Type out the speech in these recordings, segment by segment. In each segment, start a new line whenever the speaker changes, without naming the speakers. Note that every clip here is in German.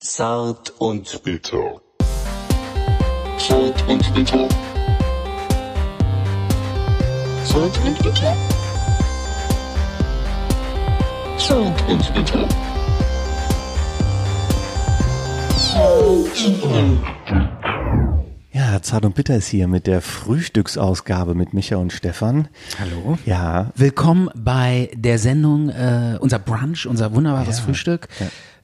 Zart und bitter.
Zart und bitter. Zart und bitter. Zart und bitter. Zart und bitter.
Ja, Zart und Bitter ist hier mit der Frühstücksausgabe mit Micha und Stefan.
Hallo.
Ja,
Willkommen bei der Sendung, äh, unser Brunch, unser wunderbares
Ja.
Frühstück,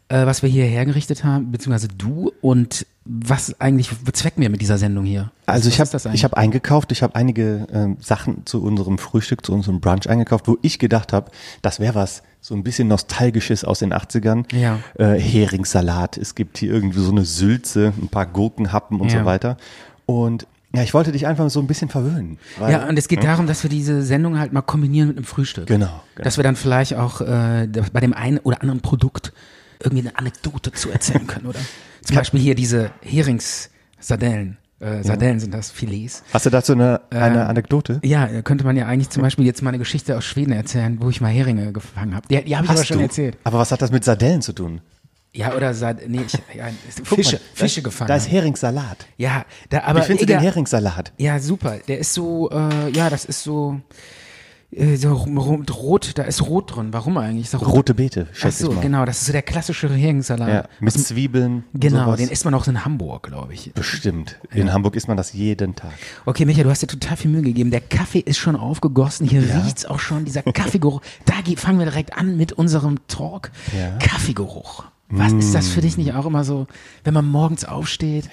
äh, was wir hier hergerichtet haben, beziehungsweise du und was eigentlich bezwecken wir mit dieser Sendung hier?
also
Was
ich
ist das
habe
eigentlich?
ich hab eingekauft, ich habe einige ähm, Sachen zu unserem Frühstück, zu unserem Brunch eingekauft, wo ich gedacht habe, das wäre was so ein bisschen nostalgisches aus den 80ern.
Ja.
Äh, Heringssalat, es gibt hier irgendwie so eine Sülze, ein paar Gurkenhappen und so
Ja.
weiter. Und ja, ich wollte dich einfach so ein bisschen verwöhnen. Weil,
ja, und es geht darum, dass wir diese Sendung halt mal kombinieren mit einem Frühstück.
Genau, genau.
Dass wir dann vielleicht auch äh, bei dem einen oder anderen Produkt irgendwie eine Anekdote zu erzählen können, oder? Zum Beispiel hier diese Herings-Sardellen. Äh, Sardellen sind das, Filets.
Hast du dazu eine,
Ähm,
eine Anekdote?
Ja, da könnte man ja eigentlich zum Beispiel jetzt mal eine Geschichte aus Schweden erzählen, wo ich mal Heringe gefangen habe. Die, die habe ich aber schon erzählt.
Aber was hat das mit Sardellen zu tun?
Ja, oder seit, nee, ich, ja,
Guck
Fische,
mal, da-
Fische gefangen.
Da ist
habe.
Heringssalat.
ja, da, aber
Wie findest du den
egal.
Heringssalat?
Ja, super. Der ist so, äh, ja, das ist so, äh, so rum- rum- rot, da ist rot drin. Warum eigentlich? Ist doch rot.
Rote Beete,
Ach
schätze
so,
ich mal.
genau, das ist so der klassische Heringssalat.
Ja, mit Zwiebeln. und
Genau,
sowas.
den isst man auch in Hamburg, glaube ich.
Bestimmt. In Hamburg isst man das jeden Tag.
Okay, Micha, du hast dir total viel Mühe gegeben. Der Kaffee ist schon aufgegossen. Hier riecht's auch schon, dieser Kaffeegeruch. Da ge- fangen wir direkt an mit unserem Talk.
Ja. Mm.
Kaffeegeruch. Was ist das für dich nicht auch immer so, wenn man morgens aufsteht?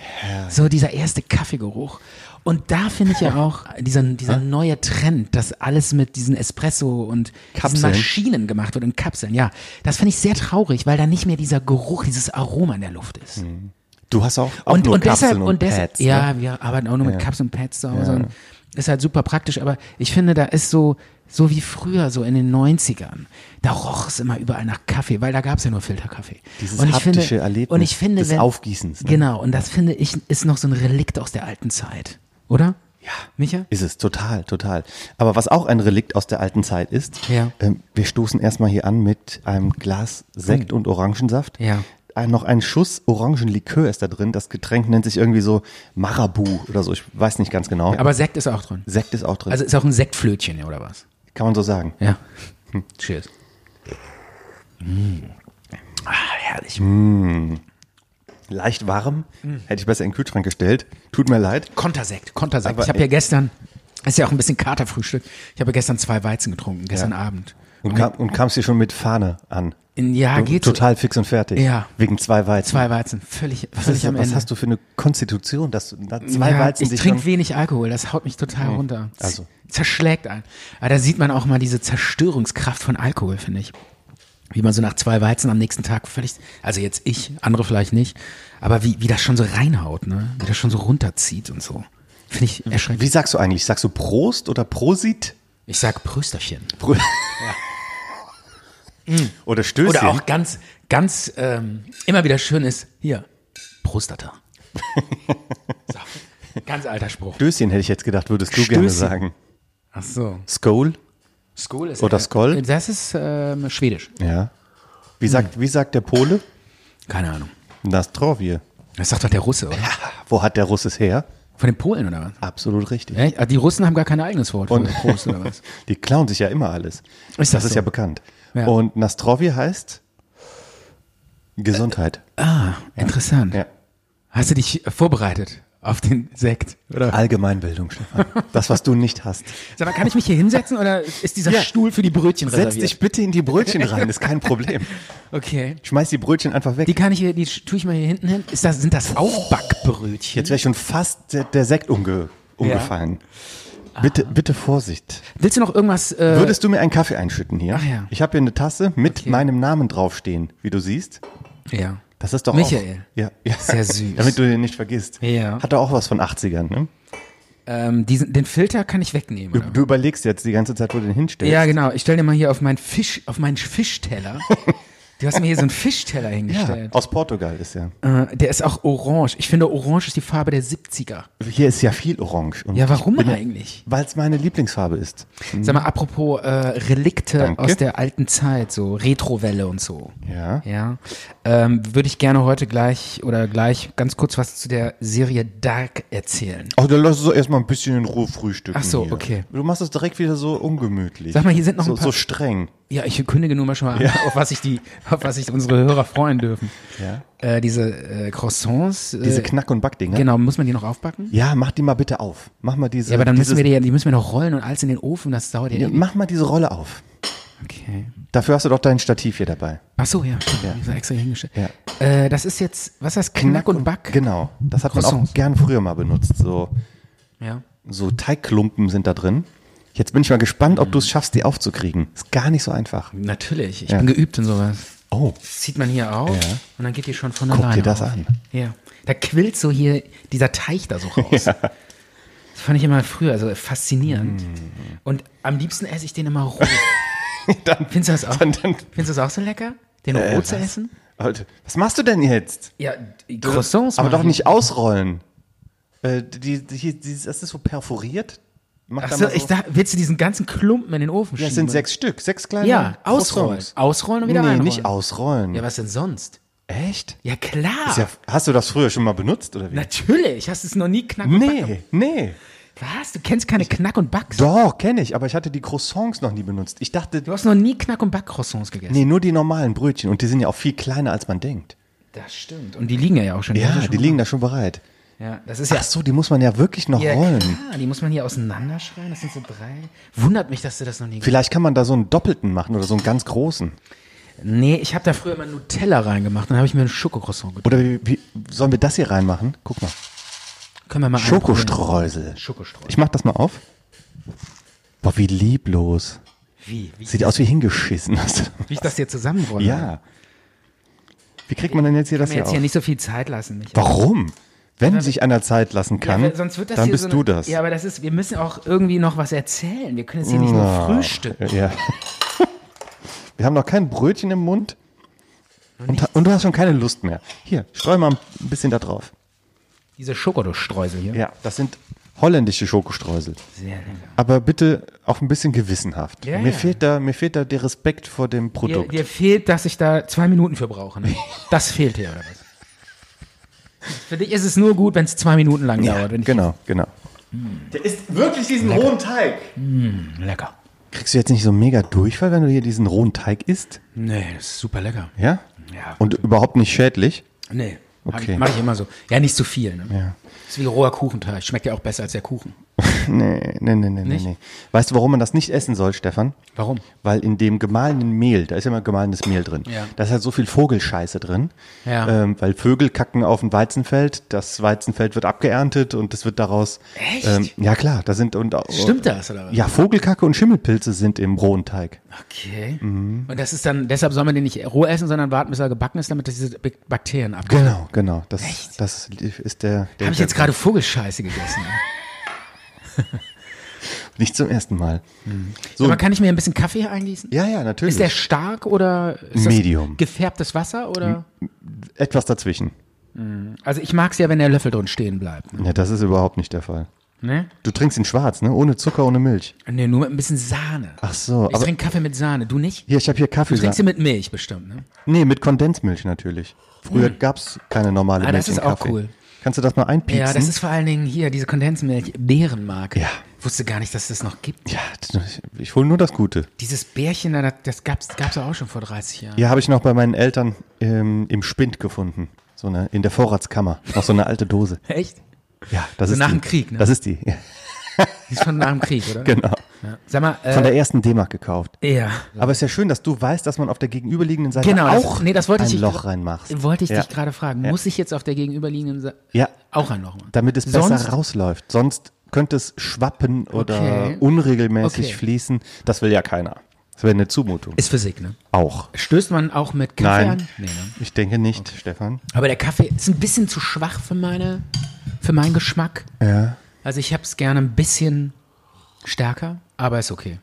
So dieser erste Kaffeegeruch. Und da finde ich ja auch dieser, dieser neue Trend, dass alles mit diesen Espresso und diesen
Kapseln.
Maschinen gemacht wird und Kapseln. Ja, das finde ich sehr traurig, weil da nicht mehr dieser Geruch, dieses Aroma in der Luft ist
Du hast auch, auch
und,
nur
und deshalb,
Kapseln und,
und deshalb,
Pads,
ja,
ne?
wir arbeiten auch nur mit Cups und Pads zu Hause und ist halt super praktisch, aber ich finde, da ist so, so wie früher, so in den 90ern, da roch es immer überall nach Kaffee, weil da gab es ja nur Filterkaffee.
Dieses
und ich finde,
haptische Erlebnis
und ich finde,
des
wenn,
Aufgießens, ne?
Genau, und das finde ich, ist noch so ein Relikt aus der alten Zeit, oder? Ja. Micha?
Ist es, total, total. Aber was auch ein Relikt aus der alten Zeit ist,
Ja.
ähm, wir stoßen erstmal hier an mit einem Glas Sekt und Orangensaft.
Oh. Ja.
Ein, noch ein Schuss Orangenlikör ist da drin. Das Getränk nennt sich irgendwie so Marabu oder so. Ich weiß nicht ganz genau.
Aber Sekt ist auch drin.
Sekt ist auch drin.
Also ist auch ein Sektflötchen, oder was?
Kann man so sagen.
Ja.
Hm.
Cheers. Ah, herrlich.
Leicht warm.
Mhm.
Hätte ich besser in den Kühlschrank gestellt. Tut mir leid.
Kontersekt, Kontersekt.
Aber
ich habe ja gestern, ist ja auch ein bisschen Katerfrühstück, ich habe gestern zwei Weizen getrunken, gestern Abend.
Und, kam, und kamst hier schon mit Fahne an.
Mhm. In, ja,
Du-
geht so.
Total fix und fertig.
Ja.
Wegen zwei Weizen.
Zwei Weizen, völlig,
was
völlig
ist,
am
was
Ende.
hast du für eine Konstitution, dass du na, zwei
ja,
Weizen
ich
dich
trinke
schon,
wenig Alkohol, das haut mich total runter. Z-
also.
Zerschlägt einen. Aber da sieht man auch mal diese Zerstörungskraft von Alkohol, finde ich. Wie man so nach zwei Weizen am nächsten Tag völlig, also jetzt ich, andere vielleicht nicht, aber wie, wie das schon so reinhaut, ne? Wie das schon so runterzieht und so. Finde ich erschreckend.
Wie sagst du eigentlich? Sagst du Prost oder Prosit?
Ich sag Prösterchen.
Pro Oder Stößchen?
Oder auch ganz, ganz ähm, immer wieder schön ist, hier, Prostata. so, ganz alter Spruch.
Stößchen hätte ich jetzt gedacht, würdest du gerne
Stößchen.
sagen.
Ach so.
Skol?
Skol ist
Oder Skol?
Das ist ähm, schwedisch.
Ja. Wie
Hm.
sagt, wie sagt der Pole?
Keine Ahnung.
Nastrowie.
Das sagt doch der Russe, oder?
Wo hat der Russ es her?
Von den Polen, oder was?
Absolut richtig.
Echt? Ah, Die Russen haben gar kein eigenes Wort
Und-
für Prost, oder was?
Die klauen sich ja immer alles.
Ist das
ist
so?
ja bekannt.
Ja.
Und Nastrowie heißt Gesundheit.
Ah, interessant.
Ja.
Hast du dich äh, vorbereitet auf den Sekt? Oder?
Allgemeinbildung, Stefan. Das, was du nicht hast.
Sag mal, kann ich mich hier hinsetzen oder ist dieser
Ja.
Stuhl für die Brötchen
Setz
reserviert?
dich bitte in die Brötchen rein, ist kein Problem.
Okay.
Schmeiß die Brötchen einfach weg.
Die kann ich hier, die tue ich mal hier hinten hin. Ist das, sind das auch Backbrötchen?
Jetzt wäre schon fast der, der Sekt umge, umgefallen. Bitte, bitte Vorsicht.
Willst du noch irgendwas? Äh,
Würdest du mir einen Kaffee einschütten hier?
Ach ja.
Ich habe hier eine Tasse mit
Okay.
meinem Namen draufstehen, wie du siehst.
ja.
Das ist doch
Michael.
Auch, ja, ja.
Sehr süß.
Damit du den nicht vergisst.
Ja.
Hat doch auch was von 80ern, ne?
Ähm, diesen, den Filter kann ich wegnehmen.
Du,
ne? oder?
du überlegst jetzt die ganze Zeit, wo du den hinstellst.
ja, genau. Ich stelle dir mal hier auf meinen Fisch, auf meinen Fischteller Du hast mir hier so einen Fischteller hingestellt.
aus Portugal ist ja.
Äh, der ist auch orange. Ich finde, orange ist die Farbe der 70er.
Hier ist ja viel Orange. Und
Ja, warum
ich bin
eigentlich?
Weil es meine Lieblingsfarbe ist.
Sag mal, apropos äh, Relikte
Danke.
aus der alten Zeit, so Retrowelle und so.
Ja.
Ja. Ähm, Würde ich gerne heute gleich oder gleich ganz kurz was zu der Serie Dark erzählen.
Ach, dann lass uns doch erstmal ein bisschen in Ruhe frühstücken.
Ach so,
hier.
okay.
Du machst es direkt wieder so ungemütlich.
Sag mal, hier sind noch
so,
ein paar- Äh,
So streng.
Ja, ich kündige nur mal schon mal an, auf was sich die, auf was sich unsere Hörer freuen dürfen.
Ja.
Äh, diese äh, Croissants. Äh,
Diese Knack- und Backdinger.
Genau, muss man die noch aufbacken?
Ja, mach die mal bitte auf. Mach mal diese.
Ja, aber dann
dieses,
müssen wir die, ja- die müssen wir noch rollen und alles in den Ofen, das dauert ja.
Ja,
ewig.
Mach mal diese Rolle auf.
okay.
Dafür hast du doch dein Stativ hier dabei.
Ach so, ja. ja. Ich extra hier hingestellt.
Ja.
Äh, das ist jetzt, was heißt Knack, und Back?
Genau. Das hat man auch
Croissants.
gern früher mal benutzt. So,
Ja.
so Teigklumpen sind da drin. Jetzt bin ich mal gespannt, ob du es schaffst, die aufzukriegen. Ist gar nicht so einfach.
Natürlich, ich
Ja.
bin geübt in sowas.
Oh.
Das zieht man hier auf
Ja.
und dann geht die schon von
Guck
alleine
dir das
auf.
an.
Ja. Da quillt so hier dieser Teich da so raus. Das fand ich immer früher also faszinierend. Und am liebsten esse ich den immer roh. Findest du das auch?
dann- dann-
Findest du das auch so lecker? Den roh zu
Äh, was?
essen?
Alter, Was machst du denn jetzt?
Ja, die Croissants.
Aber
mach
doch
ich.
nicht ausrollen. Äh, die, die, hier, die, das ist so perforiert. Mach
Ach
da
so,
mal so-
ich dachte, willst du diesen ganzen Klumpen in den Ofen
Ja,
schieben?
es sind sechs Stück. Sechs kleine.
Ja, ausrollen.
Croissants.
Ausrollen und
Nee,
wieder einrollen.
nicht ausrollen.
Ja, was denn sonst?
Echt?
Ja, klar.
Ist ja, hast du das früher schon mal benutzt oder wie?
Natürlich, hast du es noch nie knack und Back-
nee, nee.
Was? Du kennst keine Knack- und Back?
Doch, kenne ich, aber ich hatte die Croissants noch nie benutzt. Ich dachte,
Du hast noch nie Knack- und Back-Croissants gegessen.
nee, nur die normalen Brötchen und die sind ja auch viel kleiner, als man denkt.
Das stimmt. Und die liegen ja auch schon. hast
Ja,
du schon
die liegen da schon bereit.
mal- Ja, das ist ja.
Ach so, die muss man ja wirklich noch
ja,
rollen.
klar, die muss man hier auseinanderschreien. Das sind so drei. Wundert mich, dass du das noch nie
Vielleicht kann man da so einen doppelten machen oder so einen ganz großen.
hast. Nee, ich habe da früher immer Nutella reingemacht. Dann habe ich mir einen Schokocroissant getan.
Oder wie, wie sollen wir das hier reinmachen? Guck mal.
Können wir mal einen probieren?
Schokostreusel.
Schokostreusel.
Ich mach das mal auf. Boah, wie lieblos.
Wie? Wie,
Sieht aus wie hingeschissen.
wie ich das hier zusammenrolle?
ja. Wie kriegt man denn jetzt hier
Ich
das
kann mir
hier
jetzt hier
auf?
nicht so viel Zeit lassen, Michael.
Warum? Wenn sich einer Zeit lassen
Ja,
kann,
weil sonst wird das
dann
hier
bist
so eine,
du das.
Ja, aber das ist, wir müssen auch irgendwie noch was erzählen. Wir können jetzt hier nicht nur frühstücken.
Äh, Ja. Wir haben noch kein Brötchen im Mund. Und, und du hast schon keine Lust mehr. Hier, streu mal ein bisschen da drauf.
Diese Schokodustreusel hier.
Ja, das sind holländische Schokostreusel.
Sehr lecker.
Aber bitte auch ein bisschen gewissenhaft.
Ja,
mir,
ja.
Fehlt da, mir fehlt da der Respekt vor dem
Dir,
Produkt.
dir fehlt, dass ich da zwei Minuten für brauche. Ne? Das fehlt dir, oder was? Für dich ist es nur gut, wenn es zwei Minuten lang
ja,
dauert. Wenn ich,
genau, genau.
Lecker.
Kriegst du jetzt nicht so mega Durchfall, wenn du hier diesen rohen Teig isst?
Nee, das ist super lecker.
Ja?
Ja.
Und überhaupt nicht schädlich?
Nee.
Okay.
Okay. Mache ich immer so. Ja, nicht zu viel. Ne?
Ja.
Ist wie roher Kuchenteig. Schmeckt ja auch besser als der Kuchen.
Nee, nee, nee, nee, nee,
Nicht?
nee. Weißt du, warum man das nicht essen soll, Stefan?
Warum?
Weil in dem gemahlenen Mehl, da ist ja immer gemahlenes Mehl drin,
Ja.
da ist halt so viel Vogelscheiße drin,
Ja.
ähm, weil Vögel kacken auf ein Weizenfeld, das Weizenfeld wird abgeerntet und es wird daraus.
Echt?
Ähm, ja klar, da sind und
Stimmt das, oder was?
Oh. Ja, Vogelkacke und Schimmelpilze sind im rohen Teig.
Okay.
Mhm.
Und das ist dann, deshalb soll man den nicht roh essen, sondern warten, bis er gebacken ist, damit das diese Bak- Bakterien abkommen.
Genau, genau. Das, das ist der. der
Habe ich jetzt gerade Vogelscheiße gegessen. ne?
nicht zum ersten Mal. So,
Aber kann ich mir ein bisschen Kaffee eingießen?
ja, ja, natürlich.
Ist der stark oder ist
Medium. Mhm.
Das gefärbtes Wasser oder?
Etwas dazwischen.
Also ich mag es ja, wenn der Löffel drin stehen bleibt.
Ja, das ist überhaupt nicht der Fall.
Ne?
Du trinkst ihn schwarz, ne? Ohne Zucker, ohne Milch.
Ne, nur mit ein bisschen Sahne.
Ach so,
Ich
aber
trinke Kaffee mit Sahne, du nicht?
hier, ich habe hier
Du
Kaffee.
trinkst sie mit Milch bestimmt, ne?
Nee, mit Kondensmilch natürlich. Früher gab's keine normale
Hm. Ah,
Milch.
das
im
ist auch
Kaffee.
cool.
Kannst du das mal einpiepsen?
Ja, das ist vor allen Dingen hier, diese Kondensmilch, Bärenmarke.
Ja.
Wusste gar nicht, dass es das noch gibt.
Ja, das- ich hole nur das Gute.
Dieses Bärchen, da, das gab es auch schon vor 30 Jahren.
Ja, habe ich noch bei meinen Eltern ähm, im Spind gefunden. So eine, in der Vorratskammer. Noch so eine alte Dose.
Echt?
Ja, das
So
ist
nach
die.
dem Krieg, ne?
Das ist die. Ja,
Die ist von nach dem Krieg, oder?
genau.
Ja. Sag mal,
Von
äh,
der E- ersten D-Mark gekauft.
ja.
Aber es ist ja schön, dass du weißt, dass man auf der gegenüberliegenden Seite
Genau, das-
auch
nee, das wollte
ein
ich dich-
Loch reinmachst.
Wollte ich
ja.
dich gerade fragen. Muss ich jetzt auf der gegenüberliegenden Seite
Ja.
auch ein nochmal?
Damit es besser
Sonst,
rausläuft. Sonst könnte es schwappen oder
Okay.
unregelmäßig
Okay.
fließen. Das will ja keiner. Das wäre eine Zumutung.
Ist Physik, ne?
auch.
Stößt man auch mit Kaffee
Nein,
an? Nee, ne?
ich denke nicht, Stefan.
Aber der Kaffee ist ein bisschen zu schwach für meine, für meinen Geschmack.
Ja.
Also ich hab's gerne ein bisschen stärker, aber ist okay.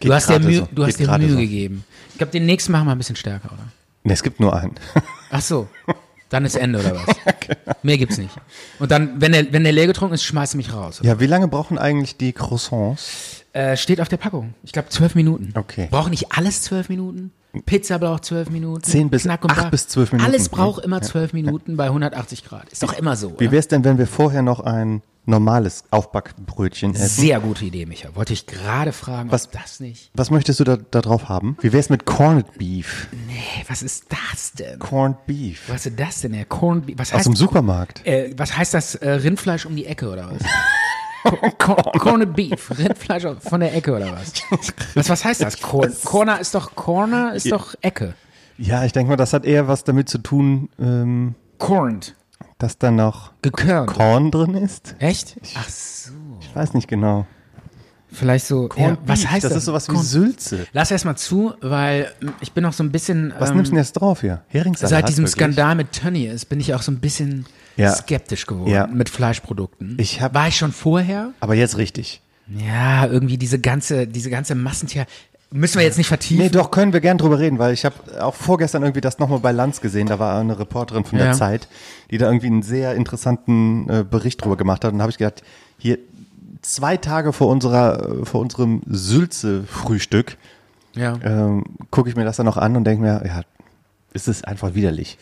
Geht
Du hast, dir
gerade
Mühe,
so.
du hast
Geht
dir
gerade
Mühe
so.
gegeben. Ich glaube, den nächsten machen wir ein bisschen stärker, oder?
Ne, es gibt nur einen.
Ach so. Dann ist Ende, oder was?
genau.
Mehr gibt's nicht. Und dann, wenn der, wenn der leer getrunken ist, schmeißt du mich raus.
ja, wie lange brauchen eigentlich die Croissants?
Äh, steht auf der Packung. Ich glaube, zwölf Minuten.
Okay.
Braucht nicht alles zwölf Minuten? Pizza braucht zwölf Minuten.
Zehn bis-
Knack und
acht
Brach.
bis zwölf Minuten,
Alles
ne?
braucht immer zwölf Minuten bei 180 Grad. Ist doch immer so.
Wie
Oder?
wär's denn, wenn wir vorher noch ein normales Aufbackbrötchen essen?
Sehr gute Idee, Micha. Wollte ich gerade fragen,
Was-
ob das nicht.
Was möchtest du da, da drauf haben? Wie wär's mit Corned Beef?
Hey, was ist das denn?
Corned Beef.
Was ist das denn, Herr Corned Beef? Was
Aus
heißt,
dem Supermarkt.
äh, was heißt das? Äh, Rindfleisch um die Ecke oder was? Cor- Cor- Corned Beef, Rindfleisch von der Ecke oder was? Was, was heißt das? Cor Corner ist doch Corner ist doch Ecke.
Ja, ich denke mal, das hat eher was damit zu tun, ähm,
Corned,
dass da noch
gekörnt.
Korn drin ist.
Echt? Ach so.
Ich weiß nicht genau.
Vielleicht so. Ja, was heißt das?
das? ist sowas wie
Corned-
Sülze.
Lass erst mal zu, weil ähm, ich bin noch so ein bisschen.
Was
ähm,
nimmst du denn jetzt drauf hier? Heringssalat?
Seit diesem
wirklich?
Skandal mit Tönnies ist, bin ich auch so ein bisschen
Ja.
skeptisch geworden
Ja.
mit Fleischprodukten.
Ich hab-
War ich schon vorher?
Aber jetzt richtig.
Ja, irgendwie diese ganze, diese ganze Massentier. Müssen wir jetzt nicht vertiefen.
Nee, doch, können wir gern drüber reden, weil ich habe auch vorgestern irgendwie das nochmal bei Lanz gesehen. Da war eine Reporterin von der
Ja.
Zeit, die da irgendwie einen sehr interessanten äh, Bericht drüber gemacht hat. Und habe ich gedacht, hier zwei Tage vor unserer, äh, vor unserem Sülze-Frühstück
Ja.
ähm, gucke ich mir das dann noch an und denke mir, ja, ist es einfach widerlich.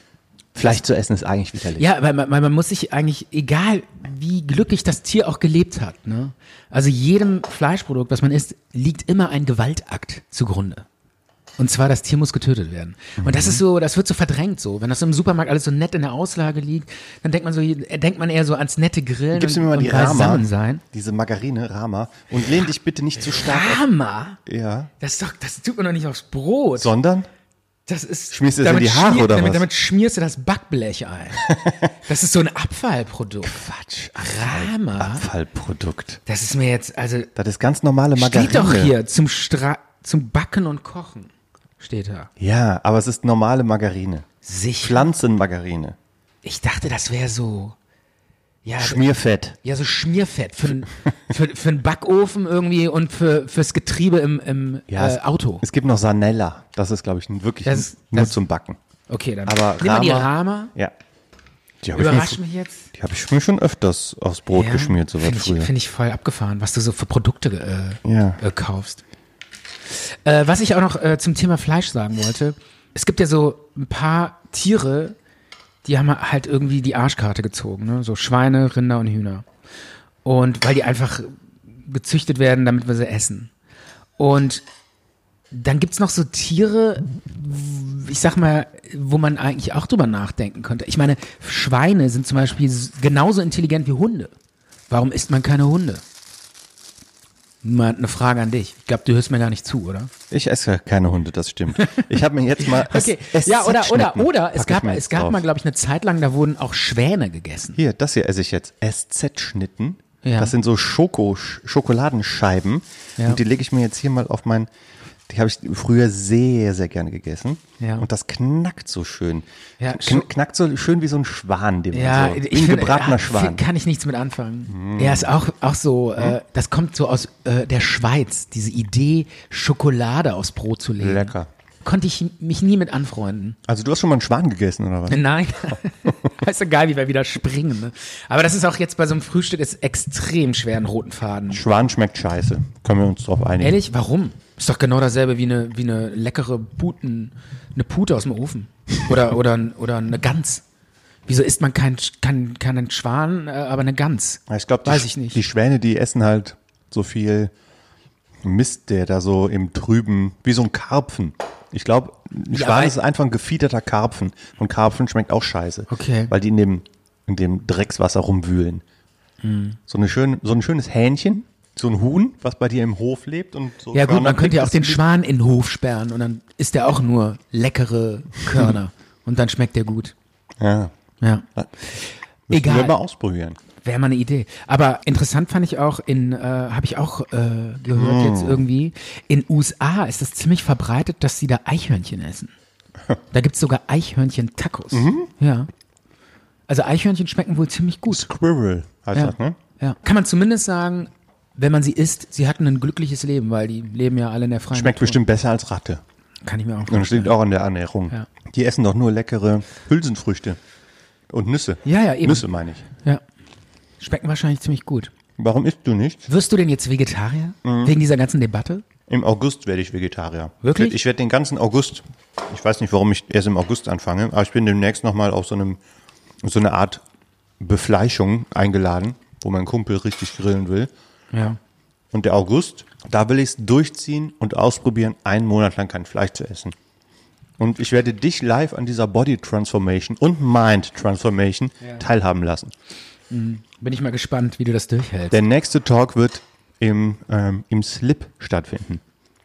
Fleisch zu essen ist eigentlich widerlich.
Ja, weil man, weil man muss sich eigentlich, egal wie glücklich das Tier auch gelebt hat, ne? also jedem Fleischprodukt, was man isst, liegt immer ein Gewaltakt zugrunde. Und zwar, das Tier muss getötet werden. Und das ist so, das wird so verdrängt so. Wenn das im Supermarkt alles so nett in der Auslage liegt, dann denkt man so, denkt man eher so ans nette Grillen
Gibst du
und,
mir mal
und
die Rama,
beisammen sein.
diese Margarine, Rama, und lehn dich bitte nicht zu stark auf,
Rama?
ja,
Das, ist doch, das tut man doch nicht aufs Brot.
sondern
Das ist,
Schmierst du das in die Haare oder
damit,
was?
Damit schmierst du das Backblech ein. das ist so ein Abfallprodukt. Quatsch. Rama.
Abfallprodukt.
Das ist mir jetzt, also
Das ist ganz normale Margarine.
steht doch hier zum, Stra zum Backen und Kochen. Steht da.
Ja, aber es ist normale Margarine.
Sicher.
Pflanzenmargarine.
Ich dachte, das wäre so. Ja,
Schmierfett.
ja, so Schmierfett für, n- für, für einen Backofen irgendwie und für, fürs Getriebe im, im
Ja,
äh,
es-
Auto.
Es gibt noch Sanella. Das ist, glaube ich, n- wirklich
Das ist-
nur
das-
zum Backen.
Okay, dann
Aber
nimm mal die
Rama-
Rama.
Ja. Die habe
Überrasch
ich,
mich
mir-
jetzt.
die hab ich mir schon öfters aufs Brot geschmiert, so weit
Finde
früher.
ich, find ich voll abgefahren, was du so für Produkte äh,
Ja.
äh, kaufst. Äh, was ich auch noch äh, zum Thema Fleisch sagen wollte, es gibt ja so ein paar Tiere, die haben halt irgendwie die Arschkarte gezogen, ne? so Schweine, Rinder und Hühner. Und weil die einfach gezüchtet werden, damit wir sie essen. Und dann gibt's noch so Tiere, ich sag mal, wo man eigentlich auch drüber nachdenken könnte. Ich meine, Schweine sind zum Beispiel s- genauso intelligent wie Hunde. Warum isst man keine Hunde? Mal eine Frage an dich. Ich glaube, du hörst mir gar nicht zu, oder?
Ich esse ja keine Hunde, das stimmt. Ich habe mir jetzt mal.
Okay.
Ess-
ja, oder, oder,
Esszeitschnecken
oder,
pack
es
ich
gab,
mir
es
jetzt
gab
drauf.
mal, glaube ich, eine Zeit lang, da wurden auch Schwäne gegessen.
Hier, das hier esse ich jetzt. SZ-Schnitten.
Ja.
Das sind so Schoko, Sch- Schokoladenscheiben.
Ja.
Und die lege ich mir jetzt hier mal auf mein. Die habe ich früher sehr, sehr gerne gegessen.
Ja.
Und das knackt so schön.
Ja,
Kn
Scho-
knackt so schön wie so ein Schwan, den
Ja,
man so,
ich
wie ein
finde,
gebratener
ja,
Schwan. Mhm.
find- kann ich nichts mit anfangen. Ja, ist auch, auch so, äh, das kommt so aus äh, der Schweiz, diese Idee, Schokolade aufs Brot zu legen.
Lecker.
Konnte ich mich nie mit anfreunden.
Also du hast schon mal einen Schwan gegessen, oder was?
Nein. ist egal, wie wir wieder springen. Ne? Aber das ist auch jetzt bei so einem Frühstück ist extrem schwer, einen roten Faden.
Schwan schmeckt scheiße. Können wir uns drauf einigen.
Ehrlich, warum? Ist doch genau dasselbe wie eine, wie eine leckere Puten, eine Pute aus dem Ofen. Oder, oder, oder eine Gans. Wieso isst man keinen kein, keinen Schwan, äh, aber eine Gans?
Ja, Ich glaube, die,
Weiß ich nicht.
die Schwäne, die essen halt so viel Mist, der da so im Trüben, wie so ein Karpfen. Ich glaube, ein
Ja,
Schwan
aber-
ist einfach ein gefiederter Karpfen. Und Karpfen schmeckt auch scheiße.
Okay.
Weil die in dem, in dem Dreckswasser rumwühlen.
Hm.
So, eine schön, so ein schönes Hähnchen, so ein Huhn, was bei dir im Hof lebt. und so
Ja gut,
Körner
man könnte ja auch
kriegt,
den
das-
Schwan in den Hof sperren und dann ist der auch nur leckere Körner und dann schmeckt der gut.
Ja,
Ja,
müssen
Egal.
wir mal ausprobieren.
wäre mal eine Idee. Aber interessant fand ich auch in, äh, habe ich auch äh,
Hm.
gehört jetzt irgendwie, in USA ist es ziemlich verbreitet, dass sie da Eichhörnchen essen. Da gibt's sogar Eichhörnchen-Tacos.
Mhm.
Ja. Also Eichhörnchen schmecken wohl ziemlich gut.
Squirrel heißt
Ja.
das, ne?
ja. Kann man zumindest sagen, wenn man sie isst, sie hatten ein glückliches Leben, weil die leben ja alle in der freien
Schmeckt
Natur.
bestimmt besser als Ratte.
Kann ich mir auch
Und das
vorstellen.
steht auch an der Ernährung.
Ja.
Die essen doch nur leckere Hülsenfrüchte und Nüsse.
Ja, ja, eben.
Nüsse meine ich.
Ja. Schmecken wahrscheinlich ziemlich gut.
Warum isst du nicht?
Wirst du denn jetzt Vegetarier?
Mhm.
Wegen dieser ganzen Debatte?
Im August werde ich Vegetarier.
Wirklich?
Ich werde den ganzen August, ich weiß nicht, warum ich erst im August anfange, aber ich bin demnächst nochmal auf so einem, so eine Art Befleischung eingeladen, wo mein Kumpel richtig grillen will.
Ja.
Und der August, da will ich es durchziehen und ausprobieren, einen Monat lang kein Fleisch zu essen. Und ich werde dich live an dieser Body Transformation und Mind Transformation teilhaben lassen.
Bin ich mal gespannt, wie du das durchhältst.
Der nächste Talk wird im, ähm, im Slip stattfinden.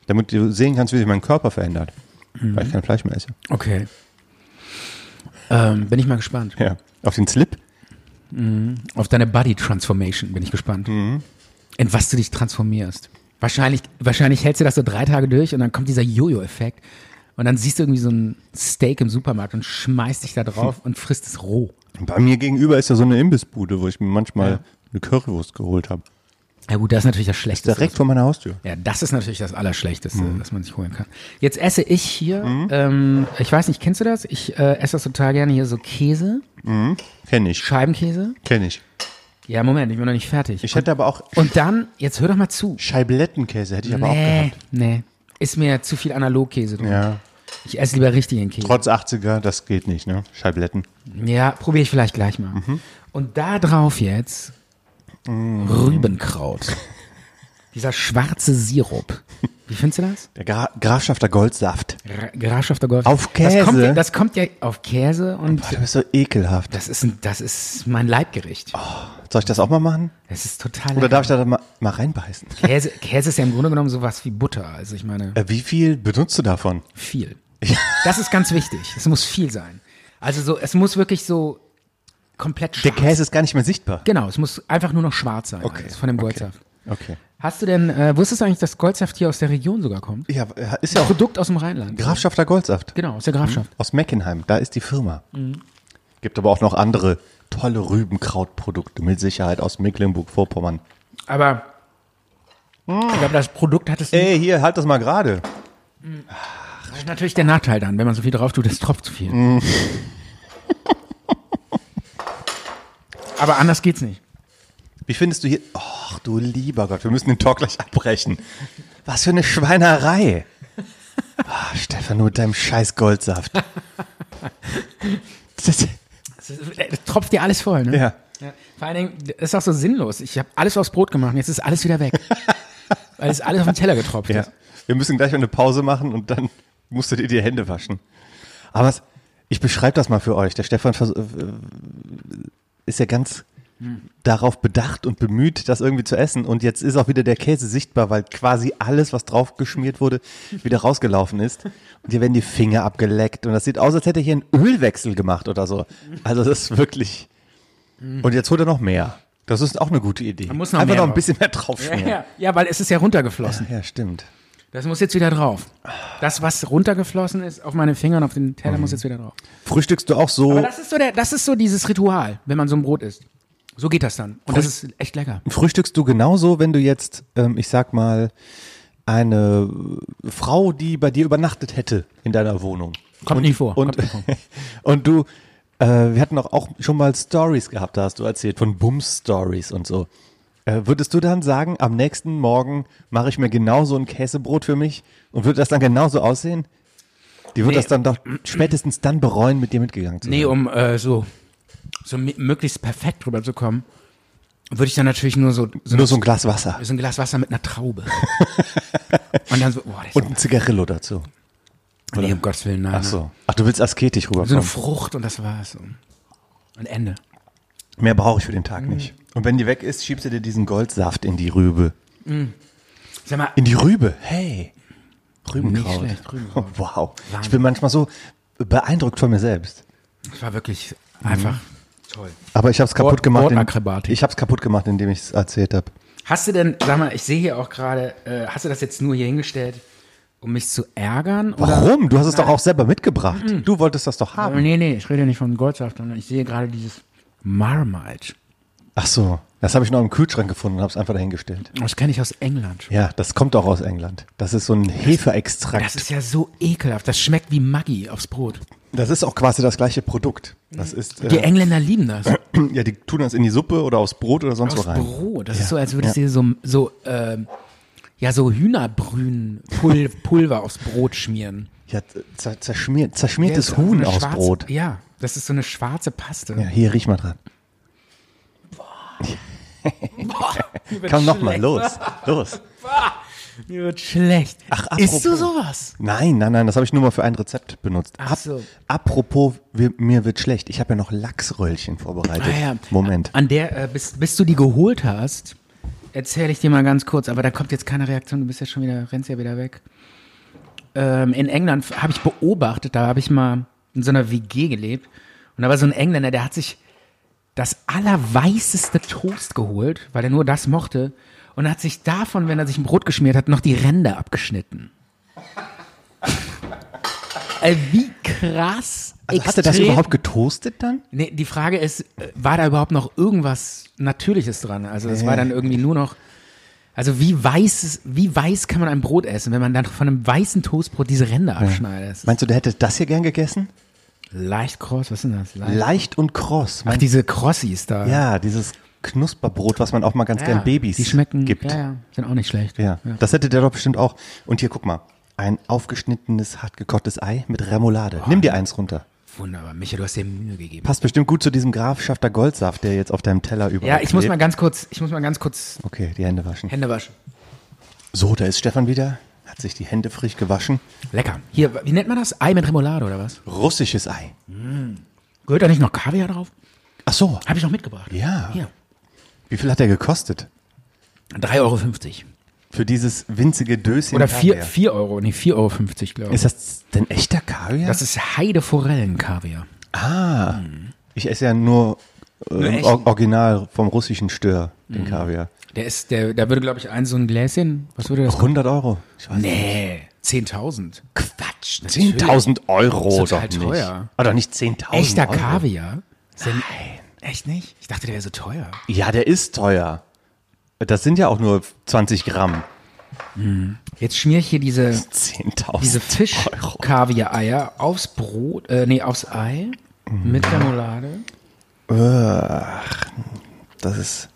Damit du sehen kannst, wie sich mein Körper verändert.
Mhm.
Weil ich kein Fleisch mehr esse.
okay. Ähm, bin ich mal gespannt.
Ja. Auf den Slip?
Auf deine Body Transformation bin ich gespannt. In was du dich transformierst. Wahrscheinlich, wahrscheinlich hältst du das so drei Tage durch und dann kommt dieser Jojo-Effekt. Und dann siehst du irgendwie so ein Steak im Supermarkt und schmeißt dich da drauf und frisst es roh.
Bei mir gegenüber ist ja so eine Imbissbude, wo ich mir manchmal
Ja.
eine Currywurst geholt habe.
Ja gut, das ist natürlich das Schlechteste.
Direkt vor meiner Haustür.
Ja, das ist natürlich das Allerschlechteste, was man sich holen kann. Jetzt esse ich hier, ähm, ich weiß nicht, kennst du das? Ich äh, esse das total gerne hier so Käse,
Kenne ich.
Scheibenkäse.
Kenne ich.
Ja, Moment, ich bin noch nicht fertig.
Ich hätte aber auch
und dann, jetzt hör doch mal zu.
Scheiblettenkäse, hätte ich aber auch
nee,
gehabt.
nee. Ist mir zu viel Analogkäse drin.
Ja.
Ich esse lieber richtigen Käse.
Trotz 80er, das geht nicht, ne? Scheibletten.
ja, probiere ich vielleicht gleich mal.
Mhm.
Und da drauf jetzt
Mm.
Rübenkraut. Dieser schwarze Sirup. Wie findest du das?
Der Gra Grafschafter Goldsaft.
Ra- Grafschafter Golf.
Auf Käse?
Das kommt, ja- das kommt ja auf Käse und
Du bist so ekelhaft.
das ist, ein, das ist mein Leibgericht.
Soll ich das auch mal machen?
Das ist
Oh.
total
Oder
lecker.
darf ich da mal, mal reinbeißen?
Käse, Käse ist ja im Grunde genommen sowas wie Butter. Also ich meine,
Äh, Wie viel benutzt du davon?
viel. Das ist ganz wichtig. Es muss viel sein. Also so, es muss wirklich so komplett
Der
schwarz.
Käse ist gar nicht mehr sichtbar.
Genau, es muss einfach nur noch schwarz sein. Alles von dem Goldsaft.
Okay.
Hast du denn, äh, wusstest du eigentlich, dass Goldsaft hier aus der Region sogar kommt?
Ja, äh, ist ja auch Hm.
Produkt aus dem Rheinland.
Grafschafter Goldsaft
Genau, aus der Grafschaft.
aus Meckenheim. Da ist die Firma. Gibt aber auch noch andere tolle Rübenkrautprodukte mit Sicherheit aus Mecklenburg-Vorpommern.
Aber ich glaube, das Produkt hat es
Ey, hier, halt das mal gerade.
Das ist natürlich der Nachteil dann, wenn man so viel drauf tut, es tropft zu viel.
Hm.
Aber anders geht's nicht.
Wie findest du hier? Och, du lieber Gott, wir müssen den Talk gleich abbrechen. Was für eine Schweinerei. Ah, Stefan, nur mit deinem scheiß Goldsaft. Das,
Es ist- es tropft dir alles voll, ne?
ja.
Ja. Vor allen Dingen, das ist auch so sinnlos. Ich habe alles aufs Brot gemacht, und jetzt ist alles wieder weg. Weil es alles auf den Teller getropft
Ja.
ist.
Wir müssen gleich mal eine Pause machen und dann musstet ihr die Hände waschen. Aber es, ich beschreibe das mal für euch. Der Stefan vers- äh, ist ja ganz darauf bedacht und bemüht, das irgendwie zu essen. Und jetzt ist auch wieder der Käse sichtbar, weil quasi alles, was drauf geschmiert wurde, wieder rausgelaufen ist. Und hier werden die Finger abgeleckt. Und das sieht aus, als hätte er hier einen Ölwechsel gemacht oder so. Also das ist wirklich. Und jetzt holt er noch mehr. Das ist auch eine gute Idee.
Mhm. muss noch
Einfach
mehr
noch ein
drauf.
bisschen mehr drauf
Ja,
schmieren.
ja. ja, weil es ist ja runtergeflossen.
ja stimmt.
Das muss jetzt wieder drauf. Das, was runtergeflossen ist auf meine Finger und auf den Teller, muss jetzt wieder drauf.
Frühstückst du auch so?
Aber das ist so der, das ist so dieses Ritual, wenn man so ein Brot isst. So geht das dann. Und das ist echt lecker.
Frühstückst du genauso, wenn du jetzt, ähm, ich sag mal, eine Frau, die bei dir übernachtet hätte in deiner Wohnung.
Kommt
und,
nie vor,
Und,
kommt nie
und du, äh, wir hatten auch, auch schon mal Stories gehabt, da hast du erzählt, von Bums-Stories und so. Äh, würdest du dann sagen, am nächsten Morgen mache ich mir genauso ein Käsebrot für mich und würde das dann genauso aussehen? Die wird
Nee.
das dann doch spätestens dann bereuen, mit dir mitgegangen zu sein.
Nee, um äh, so, so mi- möglichst perfekt rüberzukommen, würde ich dann natürlich nur so, so,
Nur so ein Glas Wasser
so ein Glas Wasser mit einer Traube. Und dann so, boah, das
und ein Zigarillo dazu.
ist nee, um Gottes Willen, nein.
Ach so. Ach, du willst asketisch
nein. So eine
rüberkommen.
Frucht und das war's. Und und Ende.
Mehr brauche ich für den Tag
Mhm.
nicht. Und wenn die weg ist, schiebst du dir diesen Goldsaft in die Rübe.
Sag mal,
In die Rübe? Hey. Rübenkraut.
Nicht schlecht, Rübenkraut.
Wow. Ich
Wahnsinn.
bin manchmal so beeindruckt von mir selbst.
das war wirklich einfach
Mhm.
toll.
Aber ich habe es kaputt
Wort-
gemacht.
Wortakrobatik.
ich habe es kaputt gemacht, indem ich es erzählt habe.
Hast du denn, sag mal, ich sehe hier auch gerade, äh, hast du das jetzt nur hier hingestellt, um mich zu ärgern? Oder? Mhm.
Warum? Du hast es doch auch selber mitgebracht. Du
Äh,
wolltest das doch haben.
Nee, nee, ich rede nicht von Goldsaft, sondern ich sehe gerade dieses Marmite.
Ach so, das habe ich noch im Kühlschrank gefunden und habe es einfach dahingestellt.
Das kenne ich aus England.
Ja, das kommt auch aus England. Das ist so ein Hefeextrakt.
Das ist ja so ekelhaft. Das schmeckt wie Maggi aufs Brot.
Das ist auch quasi das gleiche Produkt. Das ist,
Mhm. Die
äh,
Engländer lieben das.
ja, die tun das in die Suppe oder aufs Brot oder sonst
Aus
wo rein.
Brot. Das ist so, als würdest du dir so, so, ähm, ja, so Hühnerbrühenpulver Pulver aufs Brot schmieren.
Ja, zer zerschmiert,
Ja,
zerschmiertes
ist auch so
Huhn
eine
aus
schwarze,
Brot.
Ja, das ist so eine schwarze Paste.
Ja, hier, riech mal dran. Komm noch mal, los,
ne?
los.
Mir wird schlecht.
Ach,
Isst du
apropos.
sowas?
Nein, nein, nein, das habe ich nur mal für ein Rezept benutzt.
Ach so.
Apropos, wir, mir wird schlecht. Ich habe ja noch Lachsröllchen vorbereitet.
Ah, ja.
Moment.
An der, äh, bis, bis du die geholt hast, erzähle ich dir mal ganz kurz, aber da kommt jetzt keine Reaktion, du bist ja schon wieder, rennst ja wieder weg. Ähm, in England f- habe ich beobachtet, da habe ich mal in so einer WG gelebt und da war so ein Engländer, der hat sich das allerweißeste Toast geholt, weil er nur das mochte und hat sich davon, wenn er sich ein Brot geschmiert hat, noch die Ränder abgeschnitten. Ey, Wie krass.
Also hast du das
extrem-
überhaupt getoastet dann?
Nee, die Frage ist, äh, war da überhaupt noch irgendwas Natürliches dran? Also es war dann irgendwie nur noch, also wie weiß, es- wie weiß kann man ein Brot essen, wenn man dann von einem weißen Toastbrot diese Ränder abschneidet? Das ist
Meinst du, der hätte das hier gern gegessen?
Leicht kross, was ist denn das? Leicht.
Leicht und kross.
Ach, diese Crossis da.
ja, dieses Knusperbrot, was man auch mal ganz
Ja,
gern Babys
Die schmecken,
gibt.
ja, ja, sind auch nicht schlecht.
Ja, das hätte der doch bestimmt auch. Und hier, guck mal. Ein aufgeschnittenes, hart gekochtes Ei mit Remoulade. Nimm dir eins runter.
Wunderbar, Micha, du hast dir Mühe gegeben.
Passt bestimmt gut zu diesem Grafschafter Goldsaft, der jetzt auf deinem Teller überall
Ja, ich muss mal
klebt.
ganz kurz, ich muss mal ganz kurz
Okay, die Hände waschen.
Hände waschen.
So, da ist Stefan wieder. Hat sich die Hände frisch gewaschen.
Lecker. Hier, wie nennt man das? Ei mit Remoulade oder was?
Russisches Ei.
Gehört da nicht noch Kaviar drauf?
Ach so.
Habe ich noch mitgebracht.
Ja.
Hier,
Wie viel hat der gekostet?
3,50 Euro.
Für dieses winzige Döschen.
Oder 4,
Kaviar.
Euro, nee, 4,50 Euro, glaube ich.
Ist das denn echter Kaviar?
Das ist Heideforellen-Kaviar.
ah. Ich esse ja nur äh,
echten.
Or Original vom russischen Stör, den
Mhm.
Kaviar.
Der ist, der, da würde, glaube ich, ein so ein Gläschen, was würde das?
100 Euro. Ich weiß
Nee, 10.000.
Quatsch. 10.000 Euro
Ist total
doch nicht.
teuer.
Oder nicht 10.000
Echter
Euro.
Kaviar? Nein. Echt nicht? Ich dachte, der wäre so teuer.
Ja, der ist teuer. Das sind ja auch nur 20 Gramm.
Jetzt schmier ich hier diese,
10.000
diese
Euro.
Fisch-Kaviar-Eier aufs Brot, äh, nee, aufs Ei mit Remoulade.
Das ist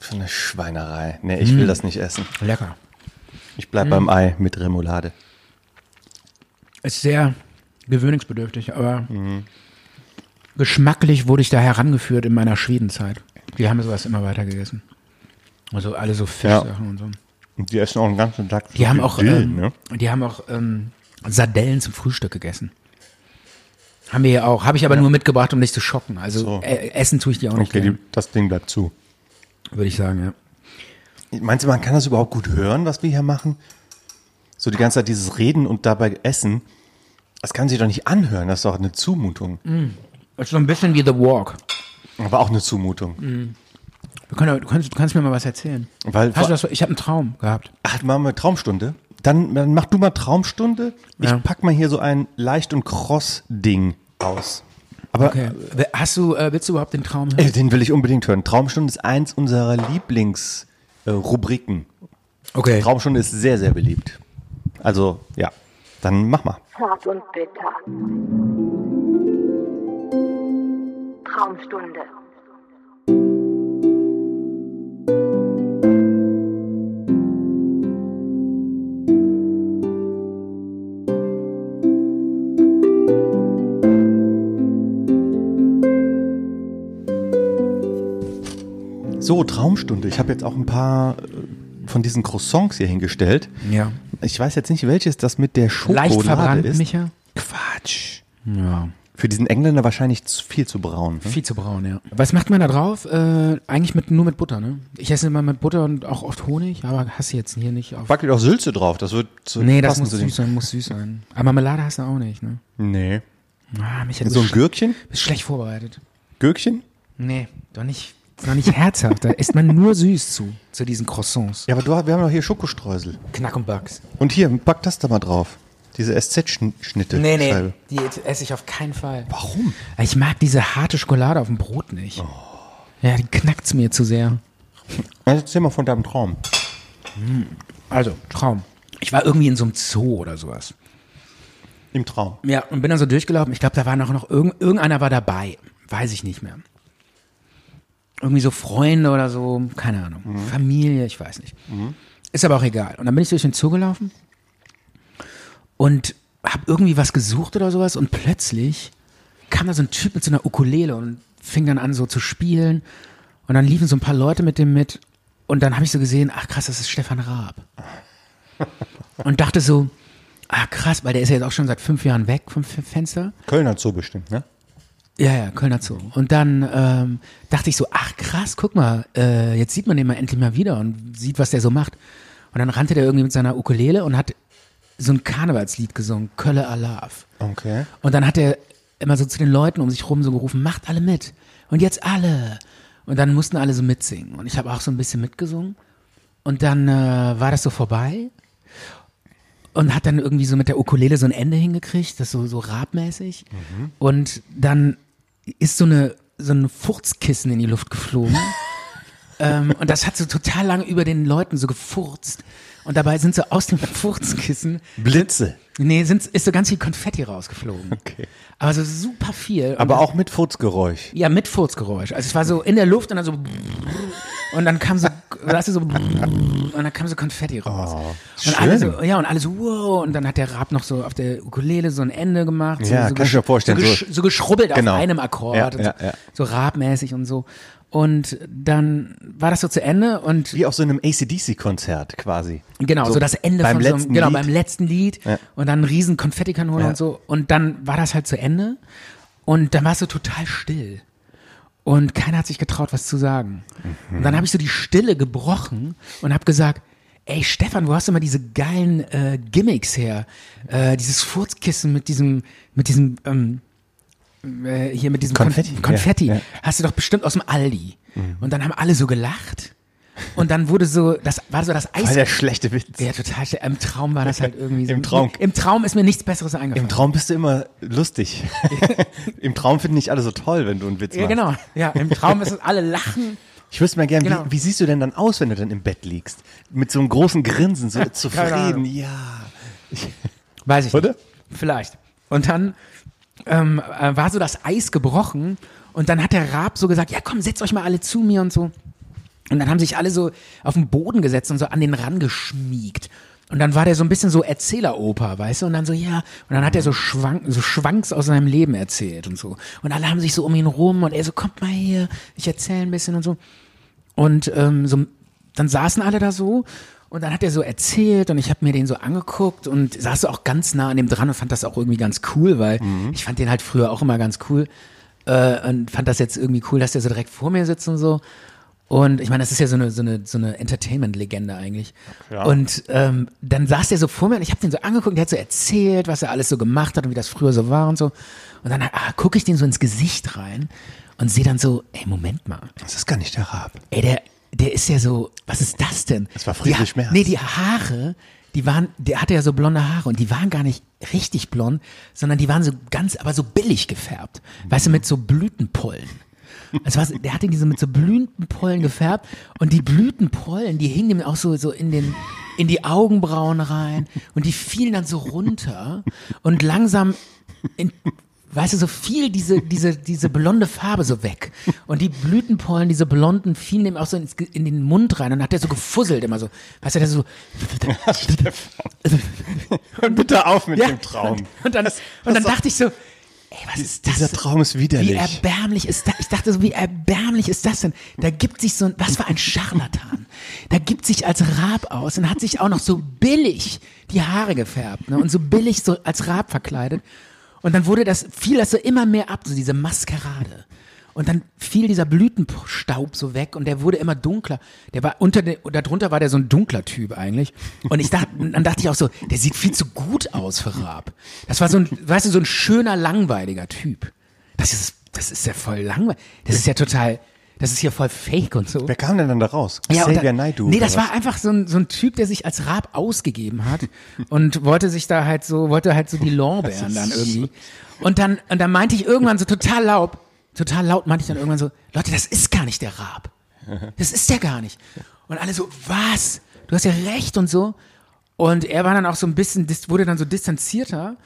für eine Schweinerei. Nee,
Hm.
ich will das nicht essen.
Lecker.
Ich
Hm.
bleib beim Ei mit Remoulade.
Ist sehr gewöhnungsbedürftig, aber
Mhm.
geschmacklich wurde ich da herangeführt in meiner Schwedenzeit. Wir haben sowas immer weiter gegessen. Also alle so Fischsachen und so.
Und die essen auch einen ganzen Tag. ne?
Die haben auch, ähm, die haben auch ähm, Sardellen zum Frühstück gegessen. Haben wir ja auch. Habe ich aber nur mitgebracht, um dich zu schocken. Also
So.
äh, essen tue ich die auch nicht,
Okay,
gern,
die, das Ding bleibt zu.
würde ich sagen. Ja.
Meinst du, man kann das überhaupt gut hören, was wir hier machen? So die ganze Zeit dieses Reden und dabei Essen. Das kann sich doch nicht anhören. Das ist doch eine Zumutung.
Hm. Ist so ein bisschen wie The Walk.
Aber auch eine Zumutung.
Wir können, aber- du, kannst, du kannst mir mal was erzählen.
Weil-
Hast du das, ich habe einen Traum gehabt.
Ach, machen wir Traumstunde. Dann, dann mach du mal Traumstunde. Ich
Ja.
pack mal hier so ein leicht und kross Ding aus. Aber
Okay. Hast du, äh, willst du überhaupt den Traum hören?
Äh, Den will ich unbedingt hören. Traumstunde ist eins unserer Lieblingsrubriken.
Okay.
Traumstunde ist sehr, sehr beliebt. Also, ja, dann mach mal.
Zart und bitter. Traumstunde.
So, Traumstunde. Ich habe jetzt auch ein paar äh, von diesen Croissants hier hingestellt.
Ja.
Ich weiß jetzt nicht, welches das mit der Schokolade
Leicht verbrannt,
ist.
Micha?
Quatsch.
Ja.
Für diesen Engländer wahrscheinlich zu viel zu braun. Ne?
Viel zu braun, ja. Was macht man da drauf? Äh, eigentlich mit, nur mit Butter, ne? Ich esse immer mit Butter und auch oft Honig, aber hast du jetzt hier nicht auf.
Pack dir doch Sülze drauf. Das wird zu
Nee, das
passen
muss
zu dem-
süß sein, muss süß sein. Aber Marmelade hast du auch nicht, ne?
Nee.
Ah, mich hat
So ein Gürkchen?
bist schlecht vorbereitet.
Gürkchen?
Nee, doch nicht, doch nicht herzhaft. Da isst man nur süß zu, zu diesen Croissants.
Ja, aber du, wir haben doch hier Schokostreusel.
Knack und Bugs.
Und hier, pack das da mal drauf. Diese SZ-Schnitte.
Nee, nee, die esse ich auf keinen Fall.
Warum?
Ich mag diese harte Schokolade auf dem Brot nicht. Ja, die knackt's mir zu sehr.
Also erzähl mal von deinem Traum.
Also, Traum. Ich war irgendwie in so einem Zoo oder sowas.
Im Traum.
Ja, und bin dann so durchgelaufen. Ich glaube, da war noch, noch irgend, irgendeiner war dabei. Weiß ich nicht mehr. Irgendwie so Freunde oder so, keine Ahnung. Familie, ich weiß nicht. Ist aber auch egal. Und dann bin ich durch den Zoo gelaufen und habe irgendwie was gesucht oder sowas und plötzlich kam da so ein Typ mit so einer Ukulele und fing dann an so zu spielen und dann liefen so ein paar Leute mit dem mit und dann habe ich so gesehen, ach krass, das ist Stefan Raab und dachte so, ah krass, weil der ist ja jetzt auch schon seit fünf Jahren weg vom F Fenster.
Köln hat so bestimmt, ne?
Ja, ja, Kölner Zoo. Und dann ähm, dachte ich so, ach krass, guck mal, äh, jetzt sieht man den mal endlich mal wieder und sieht, was der so macht. Und dann rannte der irgendwie mit seiner Ukulele und hat so ein Karnevalslied gesungen, Kölle Alarv.
Okay.
Und dann hat er immer so zu den Leuten um sich rum so gerufen, macht alle mit. Und jetzt alle. Und dann mussten alle so mitsingen. Und ich habe auch so ein bisschen mitgesungen. Und dann äh, war das so vorbei. Und hat dann irgendwie so mit der Ukulele so ein Ende hingekriegt, das so, so rabmäßig. Und dann ist so eine, so ein Furzkissen in die Luft geflogen. ähm, und das hat so total lange über den Leuten so gefurzt. Und dabei sind so aus dem Furzkissen
Blitze.
Nee, sind, ist so ganz viel Konfetti rausgeflogen.
Okay.
Aber so super viel. Und
Aber auch mit Furzgeräusch.
Ja, mit Furzgeräusch. Also es war so in der Luft und dann so und dann kam so, weißt du, so und dann kam so Konfetti raus.
Oh, schön.
und alle so, ja, und alle so, wow. Und dann hat der Raab noch so auf der Ukulele so ein Ende gemacht. So,
Ja,
so
kann ich
gesch-
mir vorstellen,
So,
so-
gesch so geschrubbelt
Genau.
auf einem Akkord.
Ja,
und
ja,
so,
ja.
so Raab-mäßig und so. Und dann war das so zu Ende und
Wie auf so einem ACDC-Konzert quasi.
Genau, so, das Ende
beim
von so
letzten
einem, genau,
Lied.
beim letzten Lied
Ja.
und dann riesen Konfettikanone
Ja.
und so und dann war das halt zu Ende und dann war es so total still und keiner hat sich getraut, was zu sagen. Und
Mhm.
dann habe ich so die Stille gebrochen und habe gesagt, ey Stefan, wo hast du immer diese geilen äh, Gimmicks her? Äh, dieses Furzkissen mit diesem, mit diesem, ähm, äh, hier mit diesem Kon-
Konfetti, ja,
Konfetti.
ja. Mhm.
Hast du doch bestimmt aus dem Aldi. Und dann haben alle so gelacht. Und dann wurde so, das war so das Eis
War der schlechte Witz.
ja, total. schlecht. Im Traum war das halt irgendwie so.
Im Traum.
Im Traum ist mir nichts Besseres eingefallen.
Im Traum bist du immer lustig. Im Traum finden nicht alle so toll, wenn du einen Witz
Ja,
machst.
genau. Ja, im Traum ist es alle lachen.
Ich wüsste mal gerne,
Genau.
wie, wie siehst du denn dann aus, wenn du dann im Bett liegst? Mit so einem großen Grinsen, so zufrieden.
Ahnung.
Ja.
Weiß ich
Oder?
nicht. Vielleicht. Und dann ähm, äh, war so das Eis gebrochen und dann hat der Raab so gesagt, ja komm, setzt euch mal alle zu mir und so. Und dann haben sich alle so auf den Boden gesetzt und so an den Rand geschmiegt. Und dann war der so ein bisschen so Erzähleroper, weißt du? Und dann so, ja. Und dann hat er so, Schwank, so Schwanks aus seinem Leben erzählt und so. Und alle haben sich so um ihn rum und er so, kommt mal hier, ich erzähle ein bisschen und so. Und ähm, so, dann saßen alle da so und dann hat er so erzählt und ich habe mir den so angeguckt und saß so auch ganz nah an dem dran und fand das auch irgendwie ganz cool, weil ich fand den halt früher auch immer ganz cool äh, und fand das jetzt irgendwie cool, dass der so direkt vor mir sitzt und so. Und ich meine, das ist ja so eine, so eine, so eine Entertainment-Legende eigentlich.
klar.
Und ähm, dann saß der so vor mir und ich habe den so angeguckt, der hat so erzählt, was er alles so gemacht hat und wie das früher so war und so. Und dann ah, gucke ich den so ins Gesicht rein und sehe dann so, ey, Moment mal.
Das ist gar nicht der Rab.
Ey, der, der ist ja so, was ist das denn?
Das war Friedrich
die, Ha-
Merz.
Nee, die Haare, die waren, der hatte ja so blonde Haare und die waren gar nicht richtig blond, sondern die waren so ganz, aber so billig gefärbt. Weißt du, mit so Blütenpollen. Das war, so- der hatte diese mit so Blütenpollen gefärbt und die Blütenpollen, die hingen ihm auch so, so in den, in die Augenbrauen rein und die fielen dann so runter und langsam in, weißt du, so viel diese, diese, diese blonde Farbe so weg. Und die Blütenpollen, diese blonden, fielen dem auch so ins, Ge- in den Mund rein. Und dann hat der so gefusselt immer so. Weißt du, der so.
Hört bitte auf mit
Ja,
dem Traum.
Und, und dann, und dann dachte ich so, ey, was ist das?
Dieser
denn?
Traum ist widerlich.
Wie erbärmlich ist das? Ich dachte so, wie erbärmlich ist das denn? Da gibt sich so ein, was für ein Scharlatan. Da gibt sich als Rab aus und hat sich auch noch so billig die Haare gefärbt ne? und so billig so als Rab verkleidet. Und dann wurde das, fiel das so immer mehr ab, so diese Maskerade. Und dann fiel dieser Blütenstaub so weg und der wurde immer dunkler. Der war unter den, darunter war der so ein dunkler Typ eigentlich. Und ich dachte, dann dachte ich auch so, der sieht viel zu gut aus für Raab. Das war so ein, weißt du, so ein schöner, langweiliger Typ. Das ist, das ist ja voll langweilig. Das ist ja total, das ist ja voll fake und so.
Wer kam denn dann da raus?
und
Xavier
dann-
Naidoo
Nee,
oder
das
was?
war einfach so ein, so ein Typ, der sich als Raab ausgegeben hat und wollte sich da halt so, wollte halt so die Lorbeeren dann irgendwie. Und dann, und dann meinte ich irgendwann so total laut, total laut meinte ich dann irgendwann so, Leute, das ist gar nicht der Raab. Das ist der gar nicht. Und alle so, was? Du hast ja recht und so. Und er war dann auch so ein bisschen, dis- wurde dann so distanzierter.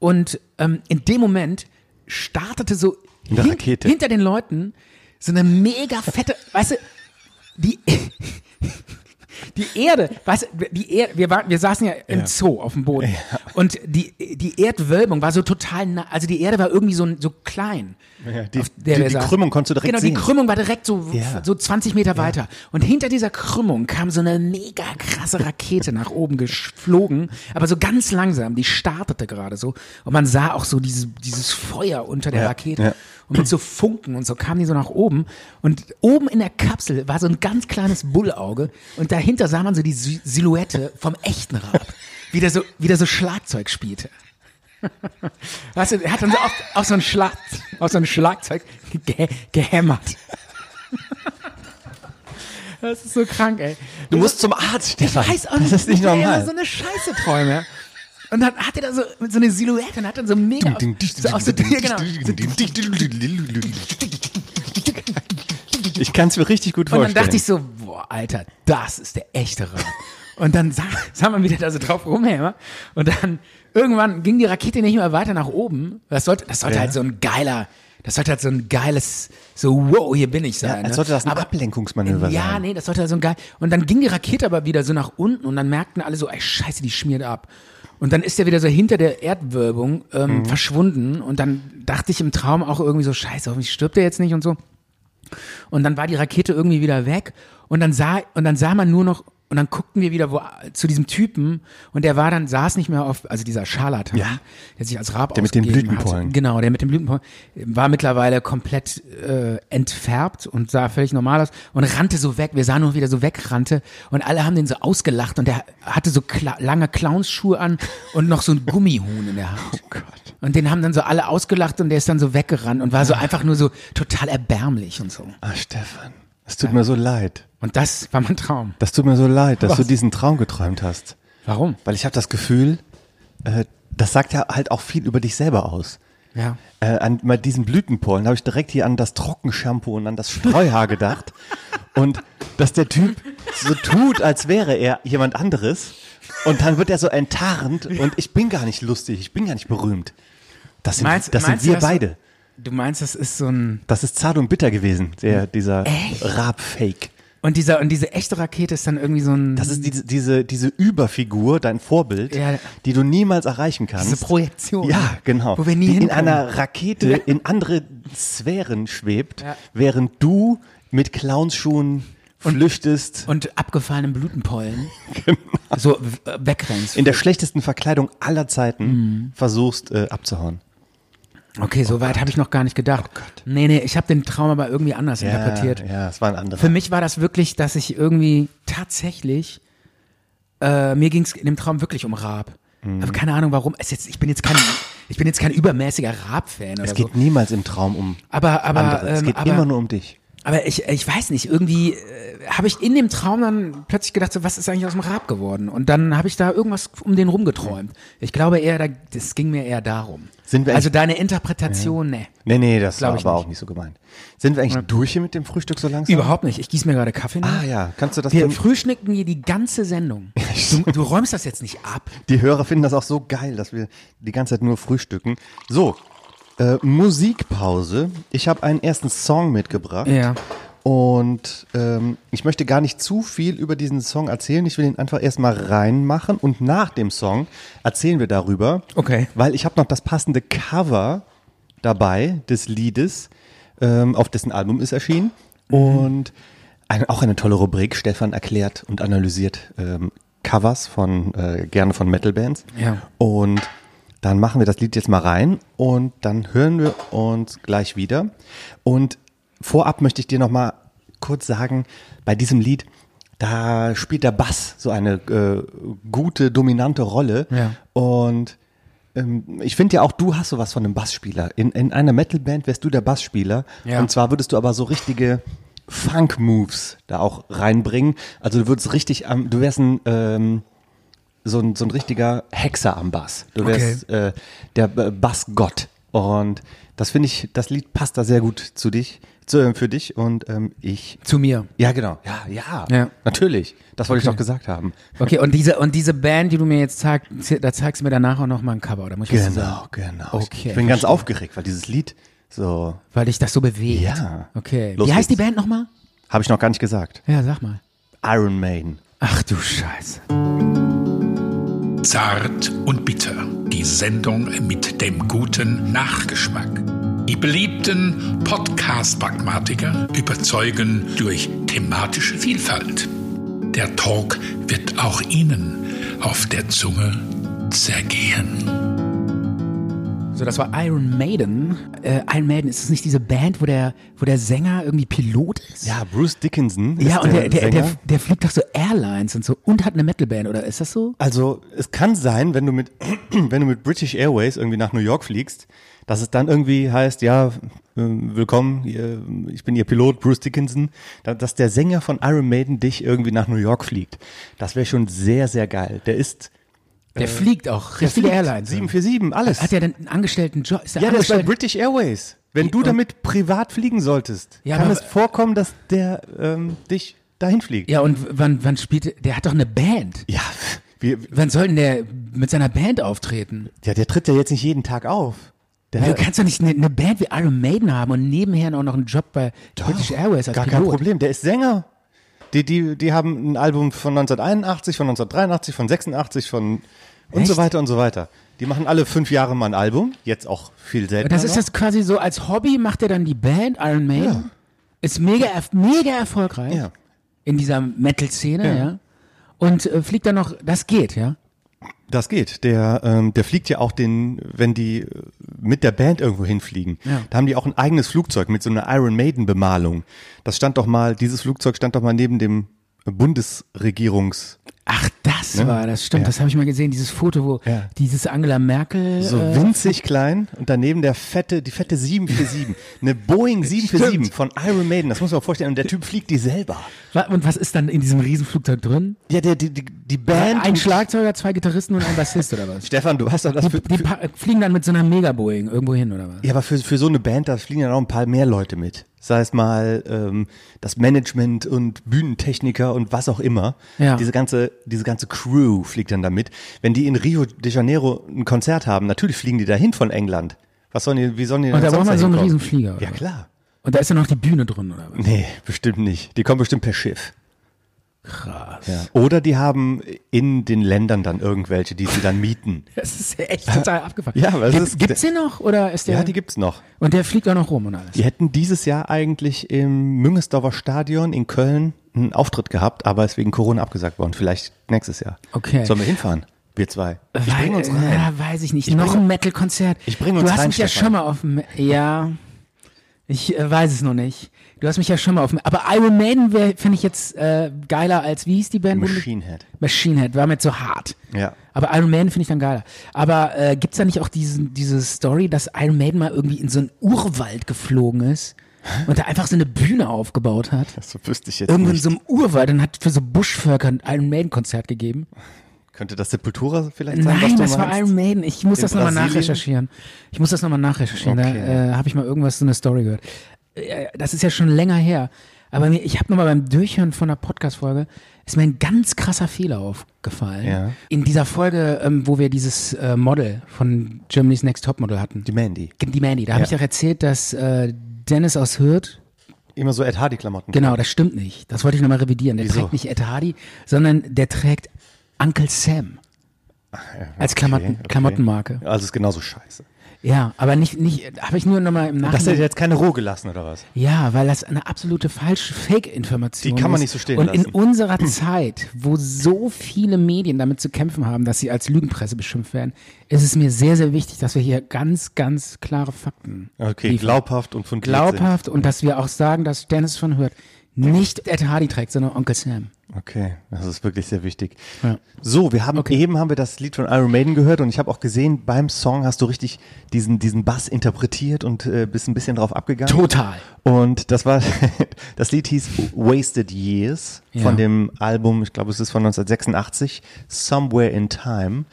Und ähm, in dem Moment startete so
Eine Rakete.
hinter den Leuten so eine mega fette, weißt du, die, die Erde, weißt du, die Erde, wir, waren, wir saßen ja im Zoo auf dem Boden. Und die, die Erdwölbung war so total nah, also die Erde war irgendwie so, so klein.
Ja, die,
auf der
die,
wir
die
saßen.
Krümmung konntest du direkt
genau,
sehen.
die Krümmung war direkt so,
Ja.
so 20 Meter weiter. Und hinter dieser Krümmung kam so eine mega krasse Rakete nach oben geflogen, aber so ganz langsam. Die startete gerade so. Und man sah auch so diese, dieses Feuer unter der
Ja,
Rakete.
ja.
Und mit so Funken und so kam die so nach oben. Und oben in der Kapsel war so ein ganz kleines Bullauge. Und dahinter sah man so die Sil- Silhouette vom echten Rab, wie der so, wie der so Schlagzeug spielte. Weißt du, er hat dann so auf, auf, so, ein Schlag, auf so ein Schlagzeug ge gehämmert. Das ist so krank, ey.
Du musst zum Arzt, Stefan.
Heiß auch
das
nicht,
ist nicht
woher er
normal.
so eine Scheiße Träume. Und dann hat er da so, so eine Silhouette und hat dann so mega. auf- so auf so, ja, genau, so
Ich kann es mir richtig gut
Und
vorstellen.
dann dachte ich so, boah, Alter, das ist der echte Rahmen. Und dann sah, sah man wieder da so drauf rumhämmer. Und dann irgendwann ging die Rakete nicht mehr weiter nach oben. Das sollte, das sollte
Ja.
halt so ein geiler, das sollte halt so ein geiles, so wow, hier bin ich sein.
als
ne?
sollte das ein Ablenkungsmanöver
Ja,
sein.
nee, das sollte halt so ein geil. Und dann ging die Rakete aber wieder so nach unten und dann merkten alle so, ey, scheiße, die schmiert ab. Und dann ist er wieder so hinter der Erdwölbung ähm,
Mhm.
verschwunden und dann dachte ich im Traum auch irgendwie so, scheiße, hoffentlich stirbt er jetzt nicht und so. Und dann war die Rakete irgendwie wieder weg und dann sah und dann sah man nur noch und dann guckten wir wieder wo, zu diesem Typen und der war dann saß nicht mehr auf also dieser Scharlatan,
Ja.
der sich als Rab
Der mit den
ausgegeben
Blütenpollen.
Hat. Genau, der mit den Blütenpollen war mittlerweile komplett äh, entfärbt und sah völlig normal aus und rannte so weg. Wir sahen nur wieder so wegrannte und alle haben den so ausgelacht und der hatte so kla lange Clownsschuhe an und noch so ein Gummihuhn in der
Oh
Hand. Und den haben dann so alle ausgelacht und der ist dann so weggerannt und war so einfach nur so total erbärmlich und so.
Ah, Stefan, es tut mir so leid.
Und das war mein Traum.
Das tut mir so leid, dass
Was?
du diesen Traum geträumt hast.
Warum?
Weil ich habe das Gefühl, äh, das sagt ja halt auch viel über dich selber aus.
Ja.
Äh, an mal diesen Blütenpollen habe ich direkt hier an das Trockenshampoo und an das Streuhaar gedacht. und dass der Typ so tut, als wäre er jemand anderes. Und dann wird er so enttarnt und ich bin gar nicht lustig, ich bin gar nicht berühmt. Das sind, das sind wir
du, dass-
beide.
Du meinst, das ist so ein
Das ist zart und bitter gewesen, der, dieser
Echt?
Raab-Fake.
und dieser und diese echte Rakete ist dann irgendwie so ein
Das ist diese, diese, diese Überfigur, dein Vorbild,
Ja.
die du niemals erreichen kannst.
diese Projektion.
Ja, genau.
Wo wir nie
die in
hinkommen.
einer Rakete in andere Sphären schwebt,
Ja.
während du mit Clownsschuhen flüchtest,
und abgefallenen Blütenpollen so w- äh, wegrennst.
Genau. in der schlechtesten Verkleidung aller Zeiten
Mhm.
versuchst äh, abzuhauen.
okay, so weit habe ich noch gar nicht gedacht. Oh Gott. Nee, nee, ich habe den Traum aber irgendwie anders interpretiert.
Ja, es war ein anderer.
Für mich war das wirklich, dass ich irgendwie tatsächlich, äh, mir ging es in dem Traum wirklich um Raab.
Mhm.
Aber keine Ahnung warum. Es ist jetzt, ich bin jetzt kein, ich bin jetzt kein übermäßiger Raab-Fan oder
es
so.
geht niemals im Traum um
Aber, aber,
andere. es
ähm,
geht
aber,
immer nur um dich.
aber ich, ich weiß nicht, irgendwie äh, habe ich in dem Traum dann plötzlich gedacht, so, was ist eigentlich aus dem Raab geworden? Und dann habe ich da irgendwas um den rumgeträumt. Ich glaube eher, da, das ging mir eher darum.
Sind wir
also
eigentlich-
deine Interpretation, ne.
Nee, nee, das war aber
Glaub ich
auch nicht so gemeint. Sind wir eigentlich durch hier mit dem Frühstück so langsam?
Überhaupt nicht. Ich gieße mir gerade Kaffee. nach.
Ah ja, kannst du das
Wir
denn-
frühschnicken hier die ganze Sendung. Du, du räumst das jetzt nicht ab.
Die Hörer finden das auch so geil, dass wir die ganze Zeit nur frühstücken. So, äh, Musikpause. Ich habe einen ersten Song mitgebracht.
Ja.
Und ähm, ich möchte gar nicht zu viel über diesen Song erzählen. Ich will ihn einfach erstmal reinmachen und nach dem Song erzählen wir darüber.
Okay.
Weil ich habe noch das passende Cover dabei des Liedes, ähm, auf dessen Album ist erschienen.
Mhm.
Und ein, auch eine tolle Rubrik. Stefan erklärt und analysiert ähm, Covers von äh, gerne von Metal-Bands.
Ja.
Und dann machen wir das Lied jetzt mal rein und dann hören wir uns gleich wieder. Und vorab möchte ich dir noch mal kurz sagen, bei diesem Lied, da spielt der Bass so eine äh, gute, dominante Rolle.
Ja.
Und ähm, ich finde ja auch, du hast sowas von einem Bassspieler. In, in einer Metalband wärst du der Bassspieler.
Ja.
Und zwar würdest du aber so richtige Funk-Moves da auch reinbringen. Also du würdest richtig am, du wärst ein, ähm, so ein, so ein richtiger Hexer am Bass. Du wärst äh, der B- Bassgott. Und Das finde ich, das Lied passt da sehr gut zu dich, zu, äh, für dich und ähm, ich.
Zu mir.
Ja, genau. Ja, ja.
Ja.
Natürlich. Das wollte ich doch gesagt haben.
Okay, und diese, und diese Band, die du mir jetzt zeigst, da zeigst du mir danach auch nochmal ein Cover, oder muss ich was zu sagen?
Genau, genau.
Okay,
ich bin ganz aufgeregt, weil dieses Lied so
Weil dich das so bewegt.
Ja.
Okay.
Los
Wie heißt die
geht's.
Band nochmal?
habe ich noch gar nicht gesagt.
Ja, sag mal.
Iron Maiden.
Ach du Scheiße.
Zart und bitter. Die Sendung mit dem guten Nachgeschmack. Die beliebten Podcast-Pragmatiker überzeugen durch thematische Vielfalt. Der Talk wird auch Ihnen auf der Zunge zergehen.
So, das war Iron Maiden. Äh, Iron Maiden, ist das nicht diese Band, wo der, wo der Sänger irgendwie Pilot ist?
Ja, Bruce Dickinson. Ist
Ja, und der, der,
Sänger.
der, der fliegt doch so Airlines und so und hat eine Metalband, oder ist das so?
Also es kann sein, wenn du mit wenn du mit British Airways irgendwie nach New York fliegst, dass es dann irgendwie heißt, ja, ähm, willkommen, ihr- ich bin ihr Pilot Bruce Dickinson, da- dass der Sänger von Iron Maiden dich irgendwie nach New York fliegt. Das wäre schon sehr sehr geil. Der ist
Der fliegt auch. Richtige
Äh, fliegt
Airlines.
747, alles.
Hat er denn einen angestellten Job? Ist der
ja, der ist bei
angestellt?
British Airways. Wenn du
Und-
damit privat fliegen solltest,
Ja,
kann
aber-
es vorkommen, dass der ähm, dich dahin fliegt.
ja, und w- wann, wann spielt Der hat doch eine Band.
ja. Wir,
Wann soll denn der mit seiner Band auftreten?
ja, der tritt ja jetzt nicht jeden Tag auf. Der,
Du kannst doch nicht eine, eine Band wie Iron Maiden haben und nebenher auch noch einen Job bei British Airways als
Gar
Pilot.
kein Problem, der ist Sänger. Die, die, die haben ein Album von 1981, von 1983, von 86, von und so
Echt?
weiter und so weiter. Die machen alle fünf Jahre mal ein Album, jetzt auch viel
Und
seltener.
das ist
noch.
das quasi so, als Hobby macht er dann die Band Iron Maiden. Ist mega, erf- mega erfolgreich
Ja.
in dieser Metal-Szene, ja.
Ja.
Und äh, fliegt dann noch, das geht, ja.
Das geht. Der, ähm, der fliegt ja auch den, wenn die äh, mit der Band irgendwo hinfliegen.
Ja.
Da haben die auch ein eigenes Flugzeug mit so einer Iron Maiden Bemalung. Das stand doch mal, dieses Flugzeug stand doch mal neben dem Bundesregierungs
Ach, das war das, stimmt. Das habe ich mal gesehen, dieses Foto, wo
Ja.
dieses Angela Merkel.
So
äh,
winzig klein und daneben der fette, die fette 747. Eine Boeing 747 von Iron Maiden, das muss man sich vorstellen. Und der Typ fliegt die selber.
wa- und was ist dann in diesem Riesenflugzeug drin?
Ja, der, die, die, die Band.
ein Schlagzeuger, zwei Gitarristen und ein Bassist oder was?
Stefan, du hast doch das
Die,
für,
die
für,
pa- fliegen dann mit so einer Mega-Boeing irgendwo hin oder was?
Ja, aber für, für so eine Band, da fliegen ja noch ein paar mehr Leute mit. Sei es mal ähm, das Management und Bühnentechniker und was auch immer.
Ja.
Diese, ganze, diese ganze Crew fliegt dann damit. Wenn die in Rio de Janeiro ein Konzert haben, natürlich fliegen die dahin von England. Was sollen die, wie sollen die
Und da
sonst
braucht man so einen
dahin kommen?
Riesenflieger, oder?
Ja, klar.
Und da ist dann noch die Bühne drin oder was?
Nee, bestimmt nicht. Die kommen bestimmt per Schiff.
Krass.
Oder die haben in den Ländern dann irgendwelche, die sie dann mieten.
Das ist echt total abgefahren.
Ja, aber es
Gibt,
ist-
gibt's den noch oder ist der?
Ja, die gibt's noch.
und der fliegt auch noch rum und alles.
Die hätten dieses Jahr eigentlich im Müngesdorfer Stadion in Köln einen Auftritt gehabt, aber ist wegen Corona abgesagt worden. Vielleicht nächstes Jahr.
Okay. äh,
Sollen wir hinfahren? Wir zwei. Ich
Wei-
bringe uns rein.
Ja, weiß ich nicht.
Ich
noch
bring-
ein Metal-Konzert.
Ich bring uns
Du hast
rein,
mich ja
Stefan.
schon mal auf dem. Ja. Ich äh, weiß es noch nicht. Du hast mich ja schon mal auf dem. Aber Iron Maiden finde ich jetzt äh, geiler als wie hieß die Band?
Machine Head.
Machine Head war mir zu hart.
Ja.
Aber Iron Maiden finde ich dann geiler. Aber äh, gibt's da nicht auch diesen, diese Story, dass Iron Maiden mal irgendwie in so einen Urwald geflogen ist und da einfach so eine Bühne aufgebaut hat?
Das wüsste ich jetzt
Irgendwo in
nicht.
so einem Urwald und hat für so Buschvölker ein Iron Maiden-Konzert gegeben.
Könnte das Sepultura vielleicht sein, was
Nein,
du
das war
meinst?
Iron Maiden. Ich muss
In
das nochmal
Brasilien?
nachrecherchieren. Ich muss das nochmal nachrecherchieren. Da
Okay.
äh, habe ich mal irgendwas so eine Story gehört. Äh, das ist ja schon länger her. Aber mir, ich habe nochmal beim Durchhören von einer Podcast-Folge, ist mir ein ganz krasser Fehler aufgefallen.
Ja.
In dieser Folge, ähm, wo wir dieses äh, Model von Germany's Next Topmodel hatten.
Die Mandy.
Die Mandy, da habe
Ja.
ich ja erzählt, dass äh, Dennis aus Hürth
Immer so Ed Hardy-Klamotten.
Genau, das stimmt nicht. Das wollte ich nochmal revidieren. Der
Wieso?
trägt nicht Ed Hardy, sondern der trägt Uncle Sam.
Ah,
Als Klamotten, Klamottenmarke.
Also ist genauso scheiße.
Ja, aber nicht, nicht, habe ich nur nochmal im
Das hätte
Nachhinein.
jetzt keine Ruhe gelassen, oder was?
Ja, weil das eine absolute falsche Fake-Information ist.
Die kann man nicht so stehen
Und in
lassen.
unserer Zeit, wo so viele Medien damit zu kämpfen haben, dass sie als Lügenpresse beschimpft werden, ist es mir sehr, sehr wichtig, dass wir hier ganz, ganz klare Fakten
Okay,
liefern.
glaubhaft und fundiert
glaubhaft und dass wir auch sagen, dass Dennis von Hürth nicht Ed Hardy trägt, sondern Onkel Sam.
sind. Okay, das ist wirklich sehr wichtig.
Ja.
So, wir haben eben haben wir das Lied von Iron Maiden gehört und ich habe auch gesehen, beim Song hast du richtig diesen diesen Bass interpretiert und äh, bist ein bisschen drauf abgegangen.
Total.
Und das war das Lied hieß Wasted Years
Ja.
von dem Album, ich glaube, es ist von 1986, Somewhere in Time.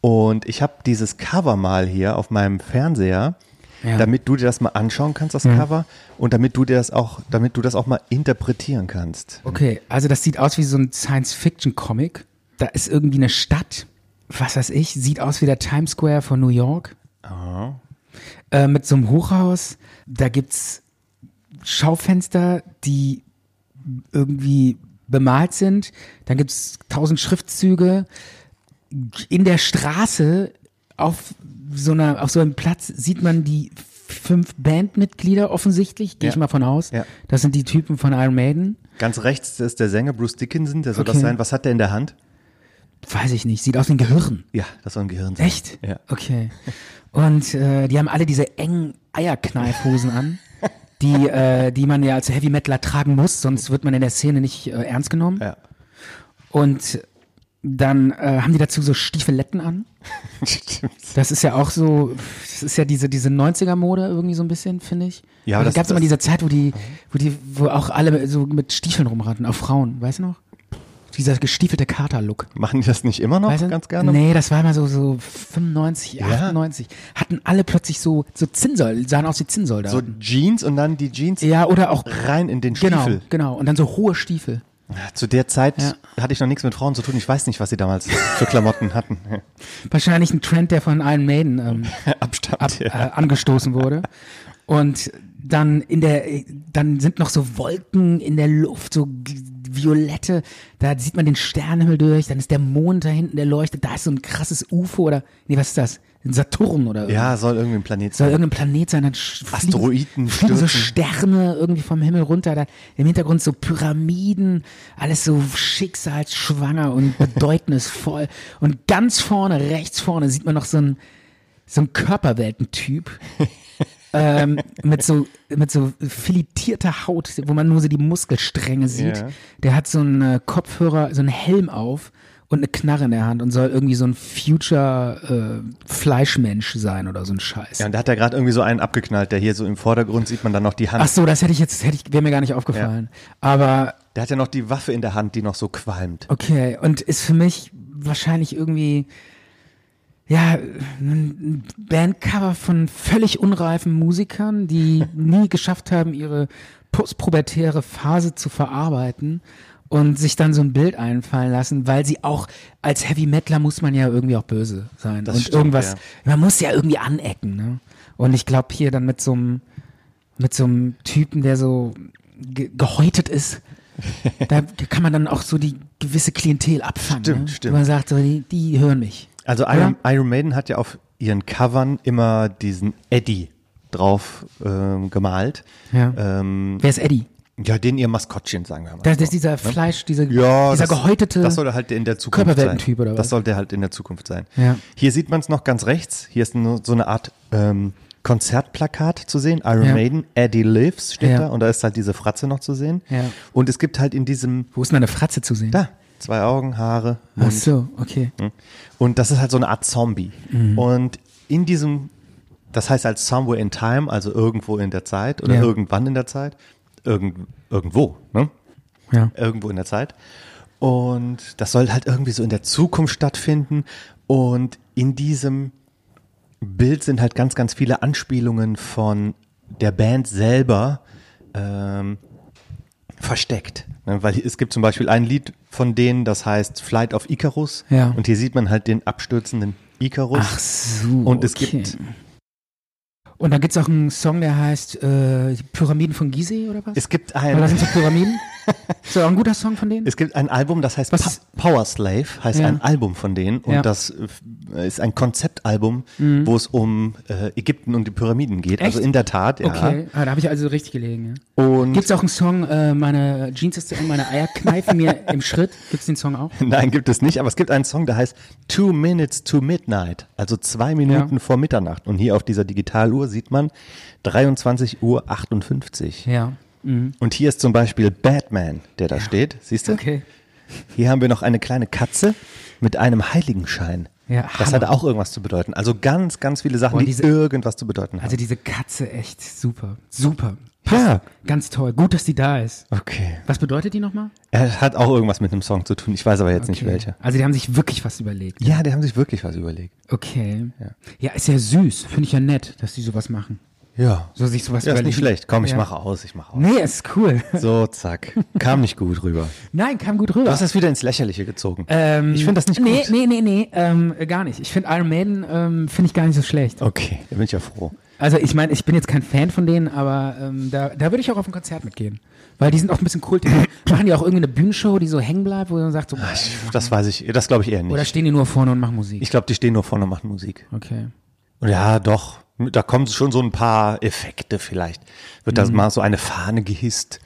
Und ich habe dieses Cover mal hier auf meinem Fernseher
Ja. Mhm.
damit du dir das mal anschauen kannst, das Cover, und damit du dir das auch, damit du das auch mal interpretieren kannst.
Okay, also das sieht aus wie so ein Science-Fiction-Comic. Da ist irgendwie eine Stadt, was weiß ich, sieht aus wie der Times Square von New York. Äh, mit so einem Hochhaus. Da gibt's Schaufenster, die irgendwie bemalt sind. Dann gibt's tausend Schriftzüge. In der Straße auf so, einer, auf so einem Platz sieht man die fünf Bandmitglieder offensichtlich, gehe
Ja.
ich mal von aus.
Ja.
Das sind die Typen von Iron Maiden.
Ganz rechts ist der Sänger Bruce Dickinson, der soll das
Okay.
sein. Was hat der in der Hand?
weiß ich nicht, sieht aus wie ein Gehirn.
Ja, das soll ein Gehirn sein.
Echt?
Ja.
Okay. Und äh, die haben alle diese engen Eierkneifhosen an, die, äh, die man ja als Heavy Metaler tragen muss, sonst wird man in der Szene nicht äh, ernst genommen.
Ja.
Und dann äh, haben die dazu so Stiefeletten an.
Stimmt.
Das ist ja auch so, das ist ja diese, diese 90er-Mode irgendwie so ein bisschen, finde ich.
Ja,
aber
aber
da
das-
gab es
das-
immer
Mhm.
diese Zeit, wo die, wo die, wo auch alle so mit Stiefeln rumrannten, auch Frauen, weißt du noch? Dieser gestiefelte Kater-Look.
Machen die das nicht immer noch
Weißt du?
ganz gerne?
Nee, das war immer so, so 95, 98. Hatten alle plötzlich so, so Zinnsoll, sahen aus wie
So
Zinnsoldaten.
Jeans und dann die Jeans
ja, oder auch,
rein in den
genau,
Stiefel.
genau. Und dann so hohe Stiefel.
Zu der Zeit
Ja.
hatte ich noch nichts mit Frauen zu tun. Ich weiß nicht, was sie damals für Klamotten hatten.
Wahrscheinlich ein Trend, der von Iron Maiden ähm,
Abstand.
ab, äh, angestoßen wurde. Und dann in der, dann sind noch so Wolken in der Luft, so g- violette, da sieht man den Sternenhimmel durch, dann ist der Mond da hinten, der leuchtet, da ist so ein krasses UFO oder, nee, was ist das? Ein Saturn oder
Ja, soll irgendein Planet
soll
sein.
irgendein Planet sein, dann sch- fliegen-
Asteroiden
fliegen so
stürzen.
Sterne irgendwie vom Himmel runter, da im Hintergrund so Pyramiden, alles so schicksalsschwanger und bedeutnisvoll und ganz vorne, rechts vorne sieht man noch so einen so einen Körperweltentyp ähm, mit so mit so filetierter Haut, wo man nur so die Muskelstränge sieht.
Ja.
Der hat so einen äh, Kopfhörer, so einen Helm auf und eine Knarre in der Hand und soll irgendwie so ein Future äh, Fleischmensch sein oder so ein Scheiß.
Ja, und da hat er gerade irgendwie so einen abgeknallt, der hier so im Vordergrund sieht man dann noch die Hand.
Ach so, das hätte ich jetzt hätte ich wäre mir gar nicht aufgefallen. Aber
Der hat ja noch die Waffe in der Hand, die noch so qualmt.
okay und ist für mich wahrscheinlich irgendwie ja, ein Bandcover von völlig unreifen Musikern, die nie geschafft haben, ihre postpubertäre Phase zu verarbeiten und sich dann so ein Bild einfallen lassen, weil sie auch als Heavy Metaler muss man ja irgendwie auch böse sein
Das
und
stimmt,
irgendwas.
ja.
Man muss ja irgendwie anecken, ne? Und ich glaube hier dann mit so einem mit so einem Typen, der so ge gehäutet ist, da kann man dann auch so die gewisse Klientel abfangen.
Stimmt,
ne?
stimmt.
Man sagt so, die, die hören mich.
Also Iron, Iron Maiden hat ja auf ihren Covern immer diesen Eddie drauf ähm, gemalt.
Ja.
Ähm,
Wer ist Eddie?
ja, den ihr Maskottchen, sagen wir mal.
Das, das ist
so,
dieser
ne?
Fleisch, diese,
ja,
dieser
das,
gehäutete.
Das soll er halt in der Zukunft
Körperweltentyp
sein.
oder was?
Das soll der halt in der Zukunft sein.
Ja.
Hier sieht man es noch ganz rechts. Hier ist nur so eine Art ähm, Konzertplakat zu sehen. Iron
Ja.
Maiden, Eddie Lives steht
Ja.
da. Und da ist halt diese Fratze noch zu sehen.
Ja.
Und es gibt halt in diesem,
Wo ist denn eine Fratze zu sehen?
da, zwei Augen, Haare,
Ach
Mund.
so, okay.
Mhm. Und das ist halt so eine Art Zombie. Und in diesem, das heißt halt somewhere in time, also irgendwo in der Zeit oder
Ja.
irgendwann in der Zeit, irgend, irgendwo, ne?
Ja.
irgendwo in der Zeit. Und das soll halt irgendwie so in der Zukunft stattfinden. Und in diesem Bild sind halt ganz, ganz viele Anspielungen von der Band selber ähm, versteckt. Ne, Weil es gibt zum Beispiel ein Lied von denen, das heißt Flight of Icarus.
Ja.
Und hier sieht man halt den abstürzenden Icarus.
Ach so.
Und es
okay.
gibt-
Und dann gibt es auch einen Song, der heißt äh, die Pyramiden von Gizeh oder was?
Es gibt
oder sind
ein,
die Pyramiden? ist das auch ein guter Song von denen?
es gibt ein Album, das heißt
Was-
pa Power Slave, heißt
Ja.
ein Album von denen. Und
Ja. Mhm.
das äh, ist ein Konzeptalbum, wo es um äh, Ägypten und die Pyramiden geht. Also
Echt?
in der Tat, ja.
Okay, ah, da habe ich also richtig gelegen. Ja.
Und
Gibt es auch einen Song, äh, meine Jeans ist zu eng, meine Eier kneifen mir im Schritt? Gibt es den Song auch?
Nein, gibt es nicht, aber es gibt einen Song, der heißt Two Minutes to Midnight, also zwei Minuten
Ja.
vor Mitternacht. Und hier auf dieser Digitaluhr sieht man 23.58 Uhr.
Ja. Mhm.
Und hier ist zum Beispiel Batman, der da steht, siehst du?
Okay.
Hier haben wir noch eine kleine Katze mit einem Heiligenschein.
Ja,
das
Hammer.
hat auch irgendwas zu bedeuten. Also ganz, ganz viele Sachen,
Boah,
die
diese-
irgendwas zu bedeuten haben.
Also diese Katze echt super. Super.
Ja.
Ganz toll. Gut, dass die da ist.
okay.
Was bedeutet die nochmal?
Er hat auch irgendwas mit einem Song zu tun. Ich weiß aber jetzt nicht
Okay.
welcher.
Also die haben sich wirklich was überlegt.
Ja, die haben sich wirklich was überlegt.
Okay. Ja, ist ja süß. Finde ich ja nett, dass die sowas machen.
Ja.
So sich sowas
ja, ist nicht
überlegen.
schlecht. Komm, ich
Ja.
mache aus, ich mache aus.
Nee, ist cool.
So, zack. Kam nicht gut rüber.
Nein, kam gut rüber.
Du hast es wieder ins Lächerliche gezogen.
Ähm,
ich finde das nicht
nee,
gut.
Nee, nee, nee, ähm, gar nicht. Ich finde Iron Maiden, ähm, finde ich gar nicht so schlecht.
Okay, da bin ich ja froh.
Also ich meine, ich bin jetzt kein Fan von denen, aber ähm, da, da würde ich auch auf ein Konzert mitgehen. Weil die sind auch ein bisschen cool. Die machen die auch irgendwie eine Bühnenshow, die so hängen bleibt, wo man sagt so, boah,
Ich, das weiß ich, das glaube ich eher nicht.
oder stehen die nur vorne und machen Musik?
ich glaube, die stehen nur vorne und machen Musik.
okay.
Ja, doch. Da kommen schon so ein paar Effekte vielleicht. Wird
Mhm.
da mal so eine Fahne gehisst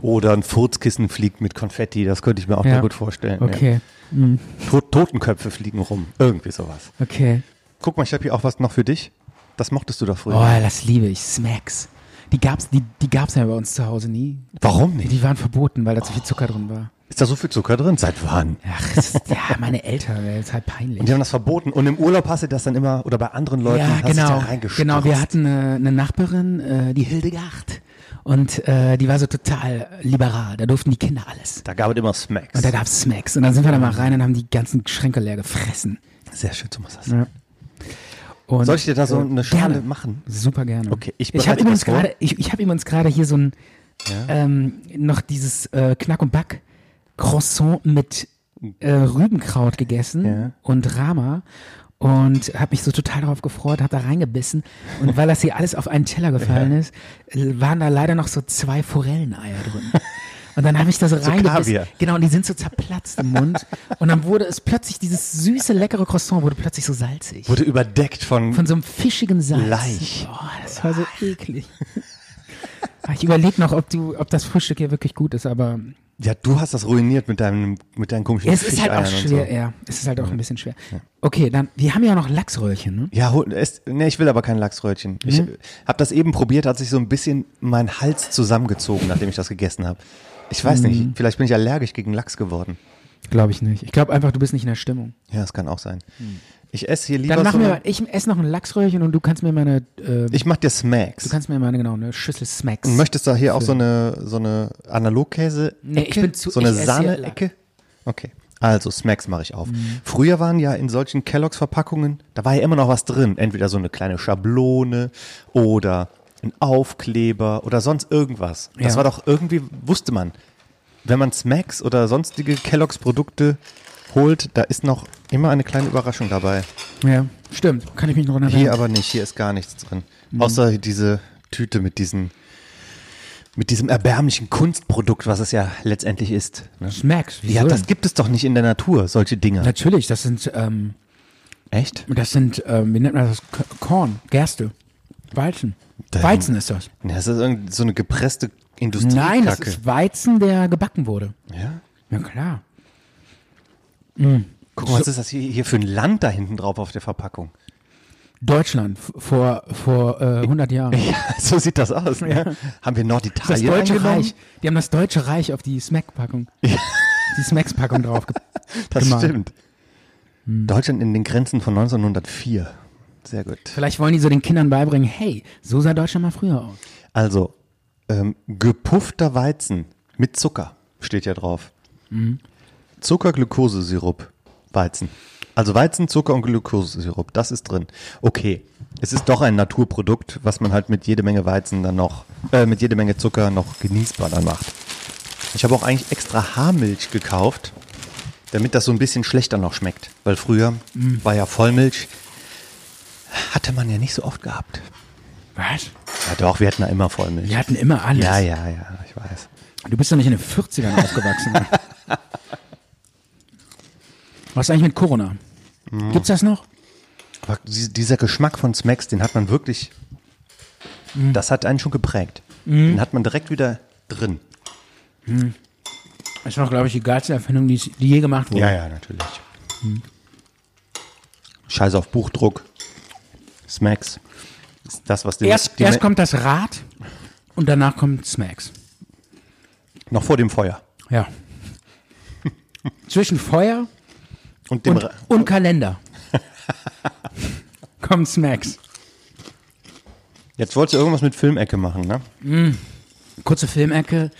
oder ein Furzkissen fliegt mit Konfetti. Das könnte ich mir auch
Ja.
mal gut vorstellen.
Okay,
Ja. To Totenköpfe fliegen rum. Irgendwie sowas.
okay.
Guck mal, ich habe hier auch was noch für dich. Das mochtest du doch früher.
Oh, das liebe ich. Smacks. Die gab's, die, die gab's ja bei uns zu Hause nie.
Warum
Die-
nicht?
Die waren verboten, weil da zu viel Zucker drin war.
Ist da so viel Zucker drin? Seit wann?
Ach, das ist, ja, meine Eltern, ey, das ist halt peinlich.
Und die haben das verboten. Und im Urlaub hast du das dann immer, oder bei anderen Leuten,
ja,
hast du
genau.
da reingestürzt.
genau, wir hatten eine, eine Nachbarin, äh, die Hildegard. Und äh, die war so total liberal. Da durften die Kinder alles.
Da gab es immer Smacks.
Und da gab's Smacks. Und dann sind wir da mal rein und haben die ganzen Schränke leer gefressen.
Sehr schön zum Massagen.
Ja. Und,
Soll ich dir da so
äh,
eine Schale
gerne.
machen?
Super gerne.
Okay, ich
ich habe
bereite
übrigens
was vor.
gerade, ich, ich habe übrigens gerade hier so ein ähm, noch dieses äh, Knack und Back Croissant mit äh, Rübenkraut gegessen
Ja.
und Rama und habe mich so total darauf gefreut, habe da reingebissen und weil das hier alles auf einen Teller gefallen ist, äh, waren da leider noch so zwei Forelleneier drin. Und dann habe ich das reingebissen.
Kaviar.
Genau, und die sind so zerplatzt im Mund. Und dann wurde es plötzlich, dieses süße, leckere Croissant wurde plötzlich so salzig.
Wurde überdeckt von,
Von so einem fischigen Salz.
Laich.
Oh, das war so eklig. Ah, Ich überlege noch, ob, du, ob das Frühstück hier wirklich gut ist, aber
ja, du hast das ruiniert mit deinem, mit deinen komischen
es ist halt auch
Fischeiern und
schwer.
So.
Ja, es ist halt auch ein bisschen schwer. Okay, dann, wir haben ja noch Lachsröllchen, ne?
Ja, hol, es, nee, ich will aber kein Lachsröllchen. Ich
Hm?
habe das eben probiert, hat sich so ein bisschen mein Hals zusammengezogen, nachdem ich das gegessen habe. Ich weiß
Hm.
nicht, vielleicht bin ich allergisch gegen Lachs geworden.
Glaube ich nicht. Ich glaube einfach, du bist nicht in der Stimmung.
Ja, das kann auch sein. Ich esse hier lieber
Hm. Dann machen
so,
wir, mal- ich esse noch ein Lachsröllchen und du kannst mir meine, äh,
ich mach dir Smacks.
du kannst mir meine, genau, eine Schüssel Smacks.
Und möchtest du hier auch so eine, so eine Analogkäse?
Nee, ich bin zu-
So eine
ich esse ja
Sahne-Ecke? Okay. Also, Smacks mache ich auf.
Mhm.
Früher waren ja in solchen Kelloggs-Verpackungen, da war ja immer noch was drin. Entweder so eine kleine Schablone oder ein Aufkleber oder sonst irgendwas. Das
Ja.
war doch irgendwie, wusste man, wenn man Smacks oder sonstige Kelloggs-Produkte holt, da ist noch immer eine kleine Überraschung dabei.
ja, stimmt. Kann ich mich noch erinnern.
Hier aber nicht, hier ist gar nichts drin.
Hm.
Außer diese Tüte mit diesen mit diesem erbärmlichen Kunstprodukt, was es ja letztendlich ist. Ne?
Smacks, wieso
Ja, das
denn?
gibt es doch nicht in der Natur, solche Dinger.
Natürlich, das sind, ähm,
Echt?
das sind, ähm, wie nennt man das? K Korn, Gerste, Weizen.
Dann-
Weizen ist das.
Ja, das ist irgend so eine gepresste Industriekacke.
Nein, das ist Weizen, der gebacken wurde.
ja?
Ja, klar.
Guck mal, was ist das hier, hier für ein Land da hinten drauf auf der Verpackung?
Deutschland f- vor, vor äh, 100 Jahren.
Ja, so sieht das aus. Ne? Haben wir
Das
Norditalien
Deutsche
eingenommen?
Reich. Die haben das Deutsche Reich auf die Smack-Packung, die Smacks-Packung drauf ge-
Das
gemacht.
stimmt.
Hm.
Deutschland in den Grenzen von 1904. Sehr gut.
Vielleicht wollen die so den Kindern beibringen, hey, so sah Deutschland mal früher aus.
Also, ähm, gepuffter Weizen mit Zucker steht ja drauf. Zucker, Glukosesirup, Weizen. Also Weizen, Zucker und Glukosesirup, das ist drin. Okay, es ist doch ein Naturprodukt, was man halt mit jede Menge Weizen dann noch, äh, mit jede Menge Zucker noch genießbar dann macht. Ich habe auch eigentlich extra Haarmilch gekauft, damit das so ein bisschen schlechter noch schmeckt. Weil früher war ja Vollmilch, hatte man ja nicht so oft gehabt.
Was?
Ja doch, wir hatten ja immer Vollmilch.
Wir hatten immer alles.
Ja, ja, ja, ich weiß.
Du bist doch nicht in den 40ern aufgewachsen. Mann. Was ist eigentlich mit Corona? Gibt's das noch?
Aber dies- dieser Geschmack von Smacks, den hat man wirklich,
Mhm.
das hat einen schon geprägt. Den hat man direkt wieder drin.
Das war, glaube ich, die geilste Erfindung, die, es- die je gemacht wurde.
ja, natürlich.
Mhm.
Scheiß auf Buchdruck. Smacks. Ist Das, was die,
Erst,
die
erst
Me-
kommt das Rad und danach kommt Smacks.
noch vor dem Feuer.
Ja. Zwischen Feuer
Und dem
und,
Ra-
und Kalender kommt Smacks.
Jetzt wolltest du irgendwas mit Filmecke machen, ne?
Kurze Filmecke.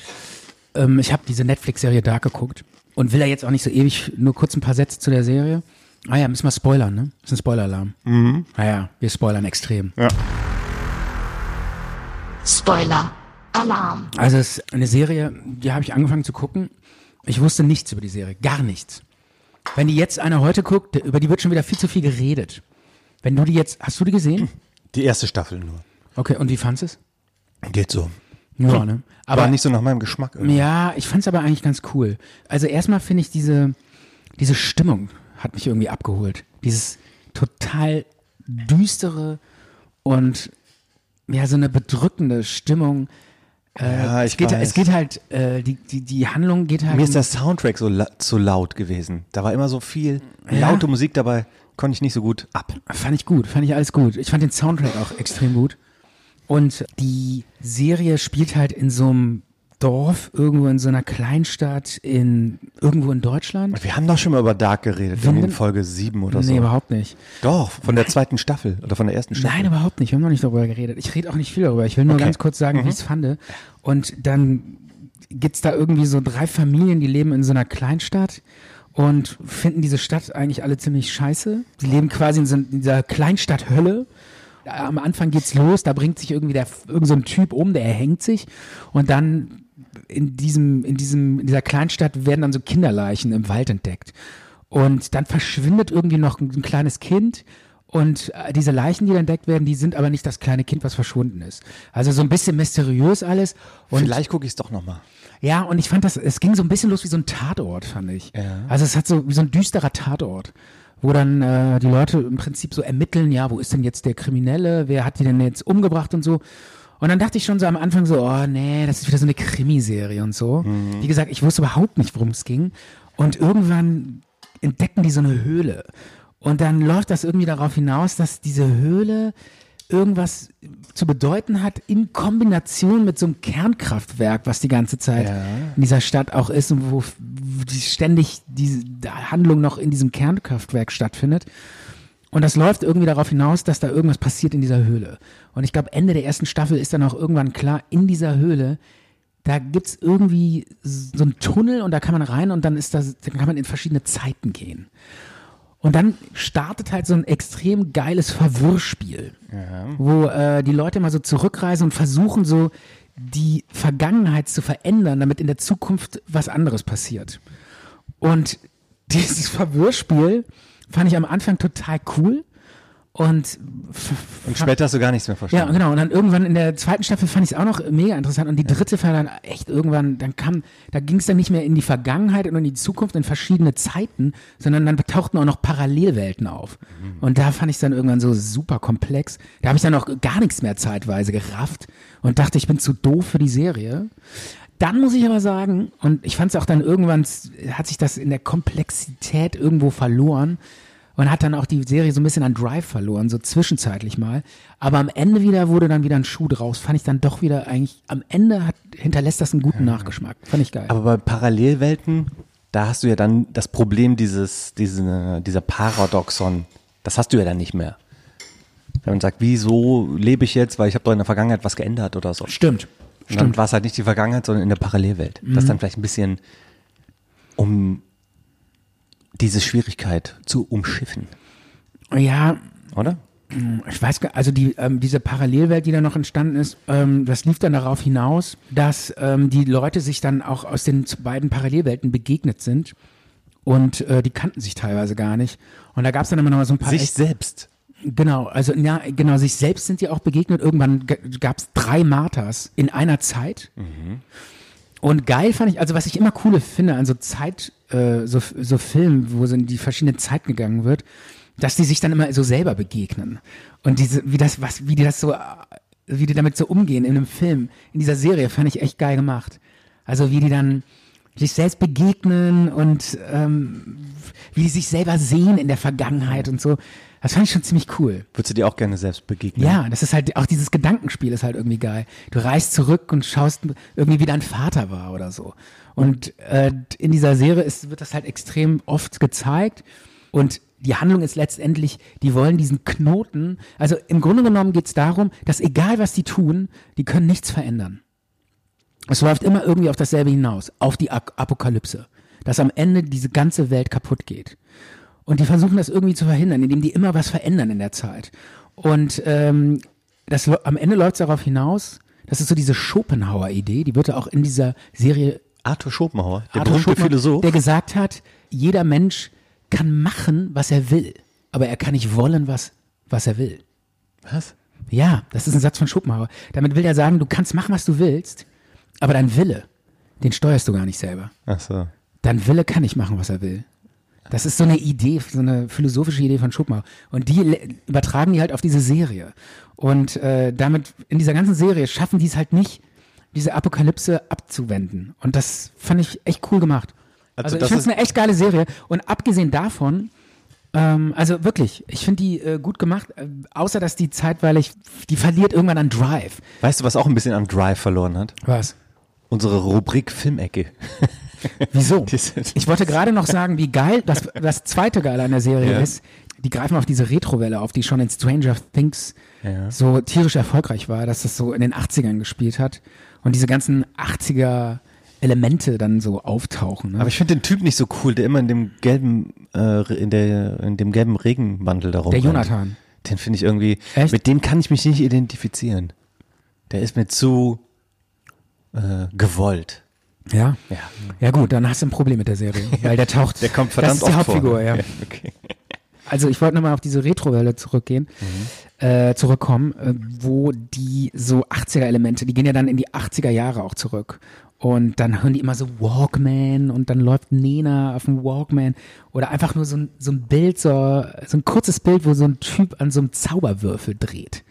Ähm, ich habe diese Netflix-Serie Dark geguckt und will da jetzt auch nicht so ewig, nur kurz ein paar Sätze zu der Serie. Ah ja, müssen wir Ah spoilern, ne? Ist ein Spoiler-Alarm. Mhm. Naja, wir spoilern extrem.
Ja.
Spoiler. Alarm.
Also es ist eine Serie, die habe ich angefangen zu gucken. Ich wusste nichts über die Serie, gar nichts. Wenn die jetzt einer heute guckt, der- über die wird schon wieder viel zu viel geredet. Wenn du die jetzt, hast du die gesehen?
Die erste Staffel nur.
Okay, und wie fandst du es?
Geht so.
Ja, ne?
Aber
Aber
nicht so nach meinem Geschmack. irgendwie.
ja, ich fand es aber eigentlich ganz cool. Also erstmal finde ich diese, diese Stimmung hat mich irgendwie abgeholt. Dieses total düstere und ja, so eine bedrückende Stimmung.
ja
Es geht, es geht halt, äh, die, die, die Handlung geht halt.
Mir
um-
ist der Soundtrack so la zu laut gewesen. Da war immer so viel laute Musik dabei, konnte ich nicht so gut ab.
Fand ich gut, fand ich alles gut. Ich fand den Soundtrack auch extrem gut. Und die Serie spielt halt in so einem Dorf, irgendwo in so einer Kleinstadt, in irgendwo in Deutschland.
Wir haben doch schon mal über Dark geredet, irgendwie in
Wenn-
Folge 7 oder so.
Nee, überhaupt nicht.
doch, von der zweiten Staffel oder von der ersten Staffel.
Nein, überhaupt nicht. Wir haben noch nicht darüber geredet. Ich rede auch nicht viel darüber. Ich will nur
Okay. Mhm.
ganz kurz sagen, wie ich es fand. Und dann gibt's da irgendwie so drei Familien, die leben in so einer Kleinstadt und finden diese Stadt eigentlich alle ziemlich scheiße. Die leben quasi in, so, in dieser Kleinstadt-Hölle. Am Anfang geht's los, da bringt sich irgendwie der, irgend so ein Typ um, der erhängt sich. Und dann in diesem, in diesem, in dieser Kleinstadt werden dann so Kinderleichen im Wald entdeckt. Und dann verschwindet irgendwie noch ein, ein kleines Kind. Und äh, diese Leichen, die da entdeckt werden, die sind aber nicht das kleine Kind, was verschwunden ist. Also so ein bisschen mysteriös alles. Und
Vielleicht gucke ich es doch nochmal.
ja, und ich fand das, es ging so ein bisschen los wie so ein Tatort, fand ich. Also es hat so wie so ein düsterer Tatort, wo dann äh, die Leute im Prinzip so ermitteln, ja, wo ist denn jetzt der Kriminelle, wer hat die denn jetzt umgebracht und so. Und dann dachte ich schon so am Anfang so, oh nee, das ist wieder so eine Krimiserie und so. Wie gesagt, ich wusste überhaupt nicht, worum es ging. Und irgendwann entdecken die so eine Höhle. Und dann läuft das irgendwie darauf hinaus, dass diese Höhle irgendwas zu bedeuten hat in Kombination mit so einem Kernkraftwerk, was die ganze Zeit in dieser Stadt auch ist und wo f- die ständig diese Handlung noch in diesem Kernkraftwerk stattfindet. Und das läuft irgendwie darauf hinaus, dass da irgendwas passiert in dieser Höhle. Und ich glaube, Ende der ersten Staffel ist dann auch irgendwann klar, in dieser Höhle, da gibt's irgendwie so einen Tunnel und da kann man rein und dann ist das, dann kann man in verschiedene Zeiten gehen. Und dann startet halt so ein extrem geiles Verwirrspiel, wo äh, die Leute mal so zurückreisen und versuchen so die Vergangenheit zu verändern, damit in der Zukunft was anderes passiert. Und dieses Verwirrspiel fand ich am Anfang total cool und
Und später hast du gar nichts mehr
ja,
verstanden.
genau. Und dann irgendwann in der zweiten Staffel fand ich es auch noch mega interessant. Und die dritte war dann echt irgendwann, dann kam, da ging es dann nicht mehr in die Vergangenheit und in die Zukunft in verschiedene Zeiten, sondern dann tauchten auch noch Parallelwelten auf. Und da fand ich es dann irgendwann so super komplex. Da habe ich dann auch gar nichts mehr zeitweise gerafft und dachte, ich bin zu doof für die Serie. Dann muss ich aber sagen, und ich fand es auch dann irgendwann, s- hat sich das in der Komplexität irgendwo verloren und hat dann auch die Serie so ein bisschen an Drive verloren, so zwischenzeitlich mal. Aber am Ende wieder wurde dann wieder ein Schuh draus, fand ich dann doch wieder eigentlich, am Ende hat, hinterlässt das einen guten Nachgeschmack. Fand ich geil.
Aber bei Parallelwelten, da hast du ja dann das Problem dieses, diese, dieser Paradoxon. Das hast du ja dann nicht mehr. Wenn man sagt, wieso lebe ich jetzt, weil ich habe doch in der Vergangenheit was geändert oder so.
Stimmt. Mhm.
Und dann war es halt nicht die Vergangenheit, sondern in der Parallelwelt. Das dann vielleicht ein bisschen, um diese Schwierigkeit zu umschiffen,
Ja,
oder?
ich weiß gar also die, ähm, diese Parallelwelt, die da noch entstanden ist, ähm, das lief dann darauf hinaus, dass ähm, die Leute sich dann auch aus den z- beiden Parallelwelten begegnet sind und äh, die kannten sich teilweise gar nicht. Und da gab es dann immer noch mal so ein paar
Sich
echt-
selbst.
Genau, also ja, genau, sich selbst sind die auch begegnet. Irgendwann gab es drei Marters in einer Zeit. Und geil fand ich, also was ich immer coole finde an so Zeit, äh, so, so Filmen, wo so in die verschiedenen Zeiten gegangen wird, dass die sich dann immer so selber begegnen. Und diese, wie das, was, wie die das so, äh, wie die damit so umgehen in einem Film, in dieser Serie, fand ich echt geil gemacht. Also wie die dann sich selbst begegnen und ähm, wie die sich selber sehen in der Vergangenheit und so. Das fand ich schon ziemlich cool.
Würdest du dir auch gerne selbst begegnen?
Ja, das ist halt, auch dieses Gedankenspiel ist halt irgendwie geil. Du reist zurück und schaust irgendwie, wie dein Vater war oder so. Und äh, in dieser Serie ist, wird das halt extrem oft gezeigt. Und die Handlung ist letztendlich, die wollen diesen Knoten. Also im Grunde genommen geht's darum, dass egal was die tun, die können nichts verändern. Es läuft immer irgendwie auf dasselbe hinaus, auf die Ak- Apokalypse. Dass am Ende diese ganze Welt kaputt geht. Und die versuchen das irgendwie zu verhindern, indem die immer was verändern in der Zeit. Und ähm, das, lo- am Ende läuft es darauf hinaus, Das ist so diese Schopenhauer-Idee, die wird ja auch in dieser Serie
Arthur Schopenhauer, der
Arthur
berühmte
Schopenhauer,
Philosoph.
der gesagt hat, jeder Mensch kann machen, was er will, aber er kann nicht wollen, was, was er will.
Was?
Ja, das ist ein Satz von Schopenhauer. Damit will er sagen, du kannst machen, was du willst, aber dein Wille, den steuerst du gar nicht selber.
Ach so. Also
Dein Wille kann nicht machen, was er will. Das ist so eine Idee, so eine philosophische Idee von Schopenhauer. Und die le- übertragen die halt auf diese Serie. Und äh, damit, in dieser ganzen Serie schaffen die es halt nicht, diese Apokalypse abzuwenden. Und das fand ich echt cool gemacht.
Also
Also,
das
ich finde es
ist-
eine echt geile Serie. Und abgesehen davon, ähm, also wirklich, ich finde die äh, gut gemacht, äh, außer dass die zeitweilig, die verliert irgendwann an Drive.
Weißt du, was auch ein bisschen an Drive verloren hat?
Was?
Unsere Rubrik Filmecke.
Wieso?
Die sind-
Ich wollte gerade noch sagen, wie geil das, das zweite Geile an der Serie
Ja.
ist. Die greifen auf diese Retrowelle auf, die schon in Stranger Things so tierisch erfolgreich war, dass das so in den 80ern gespielt hat und diese ganzen 80er Elemente dann so auftauchen. Ne?
Aber ich finde den Typ nicht so cool, der immer in dem gelben, äh, in der, in dem gelben Regenmantel darum.
Der Jonathan.
Den finde ich irgendwie,
Echt?
mit dem kann ich mich nicht identifizieren. Der ist mir zu äh, gewollt.
ja.
Ja.
Ja gut, dann hast du ein Problem mit der Serie, weil der taucht.
Der kommt verdammt
Das ist die
oft vor.
Hauptfigur, ja.
okay.
Also ich wollte nochmal auf diese Retrowelle zurückgehen, äh, zurückkommen, äh, wo die so 80er-Elemente, die gehen ja dann in die 80er Jahre auch zurück. Und dann hören die immer so Walkman und dann läuft Nena auf dem Walkman oder einfach nur so ein, so ein Bild, so, so ein kurzes Bild, wo so ein Typ an so einem Zauberwürfel dreht.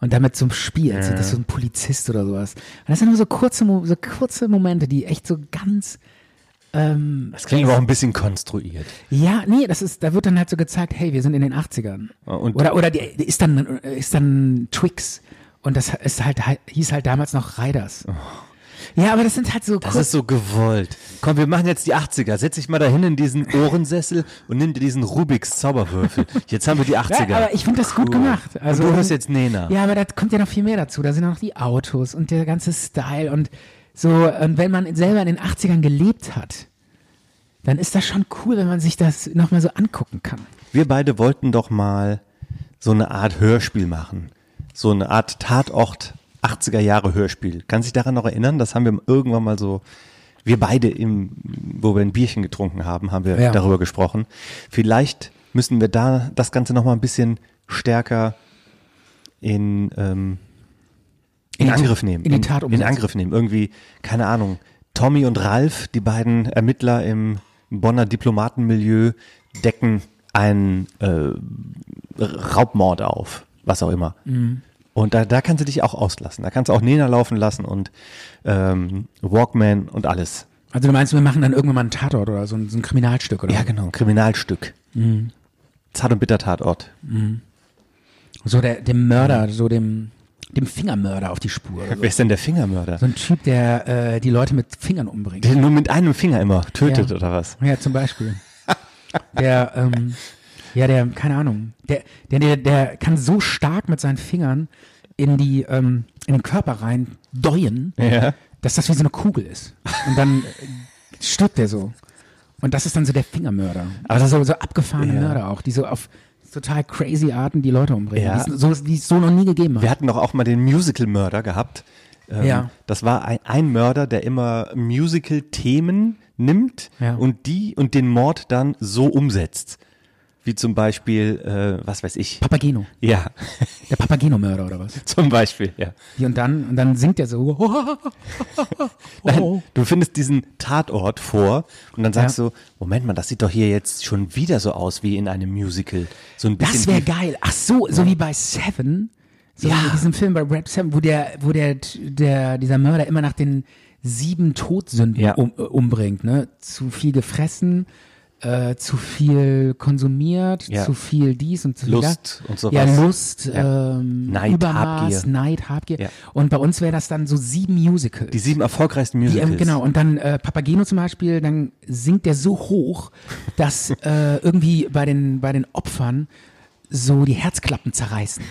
Und damit zum Spiel, also das ist so ein Polizist oder sowas. Und das sind nur so kurze, Mo- so kurze Momente, die echt so ganz
Das klingt aber auch ein bisschen konstruiert.
ja, nee, das ist, da wird dann halt so gezeigt, hey, wir sind in den 80ern.
Und-
oder oder die, die ist dann ist dann Twix und das ist halt hieß halt damals noch Riders. Ja, aber das sind halt so
Das ist so gewollt. Komm, wir machen jetzt die 80er. Setz dich mal dahin in diesen Ohrensessel und nimm dir diesen Rubiks Zauberwürfel. Jetzt haben wir die 80er.
Ja, aber ich finde das gut
Cool.
gemacht. Also,
und du hörst jetzt Nena.
Ja, aber da kommt ja noch viel mehr dazu. Da sind auch noch die Autos und der ganze Style und so. Und wenn man selber in den 80ern gelebt hat, dann ist das schon cool, wenn man sich das nochmal so angucken kann.
Wir beide wollten doch mal so eine Art Hörspiel machen. So eine Art Tatort 80er Jahre Hörspiel. Kann sich daran noch erinnern? Das haben wir irgendwann mal so, wir beide im, wo wir ein Bierchen getrunken haben, haben wir
Ja.
darüber gesprochen. Vielleicht müssen wir da das Ganze nochmal ein bisschen stärker in, ähm, in,
die-
Angriff nehmen.
in die Tat um
In
umsetzen.
Angriff nehmen. Irgendwie, keine Ahnung, Tommy und Ralf, die beiden Ermittler im Bonner Diplomatenmilieu, decken einen äh, Raubmord auf, was auch immer.
Mhm.
Und da, da kannst du dich auch auslassen. Da kannst du auch Nena laufen lassen und ähm, Walkman und alles.
Also du meinst, wir machen dann irgendwann mal einen Tatort oder so ein, so ein Kriminalstück oder so?
genau. Kriminalstück.
Mhm.
Zart und bitter Tatort.
So der, dem Mörder, so dem, dem Fingermörder auf die Spur. oder So.
Wer ist denn der Fingermörder?
so ein Typ, der äh, die Leute mit Fingern umbringt.
Der nur mit einem Finger immer tötet
Ja.
oder was?
Ja, zum Beispiel. Der, ähm, ja, der, keine Ahnung, der, der, der, der kann so stark mit seinen Fingern in die, ähm, in den Körper rein deuen,
Ja.
dass das wie so eine Kugel ist. Und dann äh, stirbt der so. Und das ist dann so der Fingermörder. Aber das sind so, so abgefahrene
Ja.
Mörder auch, die so auf total crazy Arten die Leute umbringen,
Ja.
die es so, die es so noch nie gegeben hat.
Wir hatten doch auch mal den Musical-Mörder gehabt. Ähm,
Ja.
Das war ein, ein Mörder, der immer Musical-Themen nimmt
Ja.
und die und den Mord dann so umsetzt. Wie zum Beispiel, äh, was weiß ich.
Papageno.
Ja,
Der Papageno-Mörder oder was?
zum Beispiel, ja.
Die Und dann, und dann singt er so.
Nein,
Oh.
Du findest diesen Tatort vor und dann sagst
Ja.
du, Moment mal, das sieht doch hier jetzt schon wieder so aus wie in einem Musical. So ein bisschen
Das wäre
wie-
geil. Ach so, so wie bei Seven. So ja. wie diesem Film bei Brad Seven, wo der, wo der, der, dieser Mörder immer nach den sieben Todsünden
Ja.
um, äh, umbringt, ne? Zu viel gefressen, äh, zu viel konsumiert,
Ja.
zu viel dies und zu viel
Lust
das.
und sowas.
Ja, Lust,
Ja.
Ähm,
Neid,
Übermaß,
Habgier.
Neid, Habgier.
Ja.
Und bei uns wäre das dann so sieben Musicals.
Die sieben erfolgreichsten
Die,
Musicals.
ähm, genau, und dann äh, Papageno zum Beispiel, dann singt der so hoch, dass äh, irgendwie bei den, bei den Opfern so die Herzklappen zerreißen.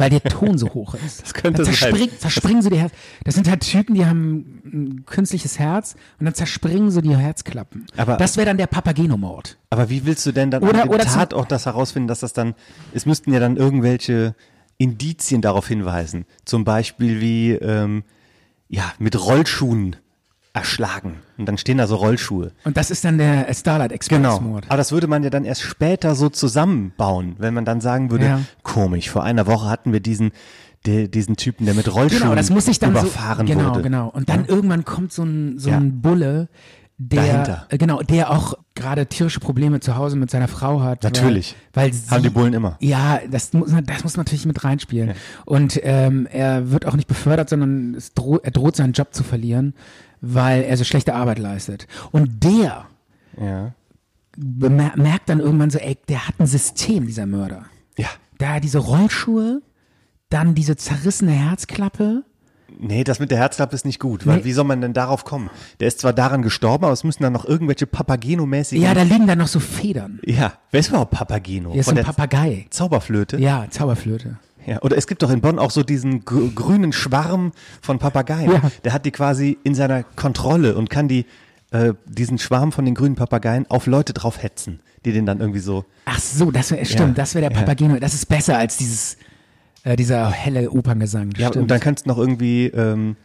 Weil der Ton so hoch ist. Das
könnte
dann
sein.
zerspringt, Zerspringen so die Herz. Das sind halt Typen, die haben ein künstliches Herz und dann zerspringen so die Herzklappen.
Aber-
das wäre dann der Papageno-Mord.
Aber wie willst du denn dann
Oder-
an dem
oder zum-
Tatort das herausfinden, dass das dann, es müssten ja dann irgendwelche Indizien darauf hinweisen. Zum Beispiel wie, ähm, ja, mit Rollschuhen erschlagen. Und dann stehen da so Rollschuhe.
Und das ist dann der Starlight Express Mord.
Aber das würde man ja dann erst später so zusammenbauen, wenn man dann sagen würde,
Ja.
komisch, vor einer Woche hatten wir diesen, de, diesen Typen, der mit Rollschuhen
Genau, das muss ich dann
überfahren
so, genau,
wurde.
genau. Und dann irgendwann kommt so ein so
Ja.
ein Bulle, der
Dahinter.
äh, genau, der auch gerade tierische Probleme zu Hause mit seiner Frau hat.
Natürlich.
weil, weil sie,
Haben die Bullen immer.
Ja, das muss man- das muss man natürlich mit reinspielen. Und ähm, er wird auch nicht befördert, sondern es droh, er droht seinen Job zu verlieren, weil er so schlechte Arbeit leistet. Und der
Ja.
bemer- merkt dann irgendwann so, ey, der hat ein System, dieser Mörder.
ja.
Da diese Rollschuhe, dann diese zerrissene Herzklappe.
Nee, das mit der Herzklappe ist nicht gut, weil
Nee.
wie soll man denn darauf kommen? Der ist zwar daran gestorben, aber es müssen dann noch irgendwelche Papageno-mäßigen.
Ja, da liegen dann noch so Federn.
ja. Wer ist überhaupt Papageno?
Hier ist
Von der
ein Papagei.
Zauberflöte?
Ja, Zauberflöte.
Ja, oder es gibt doch in Bonn auch so diesen gr- grünen Schwarm von Papageien.
Ja.
Der hat die quasi in seiner Kontrolle und kann die, äh, diesen Schwarm von den grünen Papageien auf Leute drauf hetzen, die den dann irgendwie so.
Ach so, das wäre, stimmt, das wäre der
ja.
Papageno. Das ist besser als dieses, äh, dieser helle Operngesang.
Ja,
stimmt.
und dann kannst du noch irgendwie, ähm,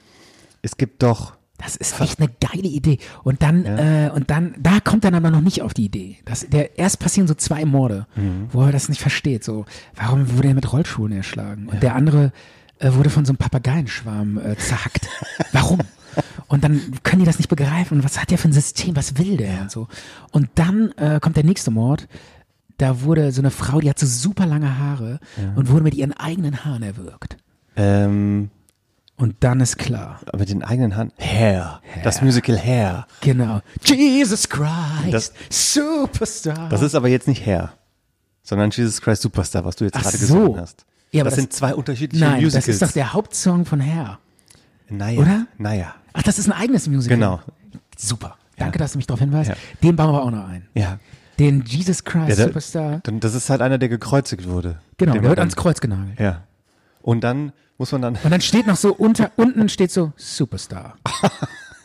es gibt doch,
das ist echt eine geile Idee. Und dann, äh, und dann, da kommt er aber noch nicht auf die Idee. Das, der, erst passieren so zwei Morde, wo er das nicht versteht. So, warum wurde er mit Rollschuhen erschlagen? Und der andere äh, wurde von so einem Papageienschwarm äh, zerhackt. warum? Und dann können die das nicht begreifen. Und was hat der für ein System? Was will der? Und so. Und dann äh, kommt der nächste Mord. Da wurde so eine Frau, die hat so super lange Haare und wurde mit ihren eigenen Haaren erwürgt.
ähm,
Und dann ist klar.
mit den eigenen Hand, Hair, das Musical Hair.
Genau. Jesus Christ,
Das-
Superstar.
Das ist aber jetzt nicht Hair, sondern Jesus Christ Superstar, was du jetzt
Ach
gerade
so.
gesungen hast.
Ja, aber
das,
das-
sind zwei unterschiedliche
Nein,
Musicals.
das ist doch der Hauptsong von Hair.
naja,
oder?
Naja.
Ach, das ist ein eigenes Musical.
Genau.
Super. Danke, dass du mich darauf hinweist.
Ja.
Den bauen wir auch noch ein.
Ja.
Den Jesus Christ
Ja, da-
Superstar.
Dann, das ist halt einer, der gekreuzigt wurde.
Genau,
Dem
der wird
dann-
ans Kreuz genagelt.
Ja. Und dann muss man dann.
Und dann steht noch so unter, unten steht so Superstar.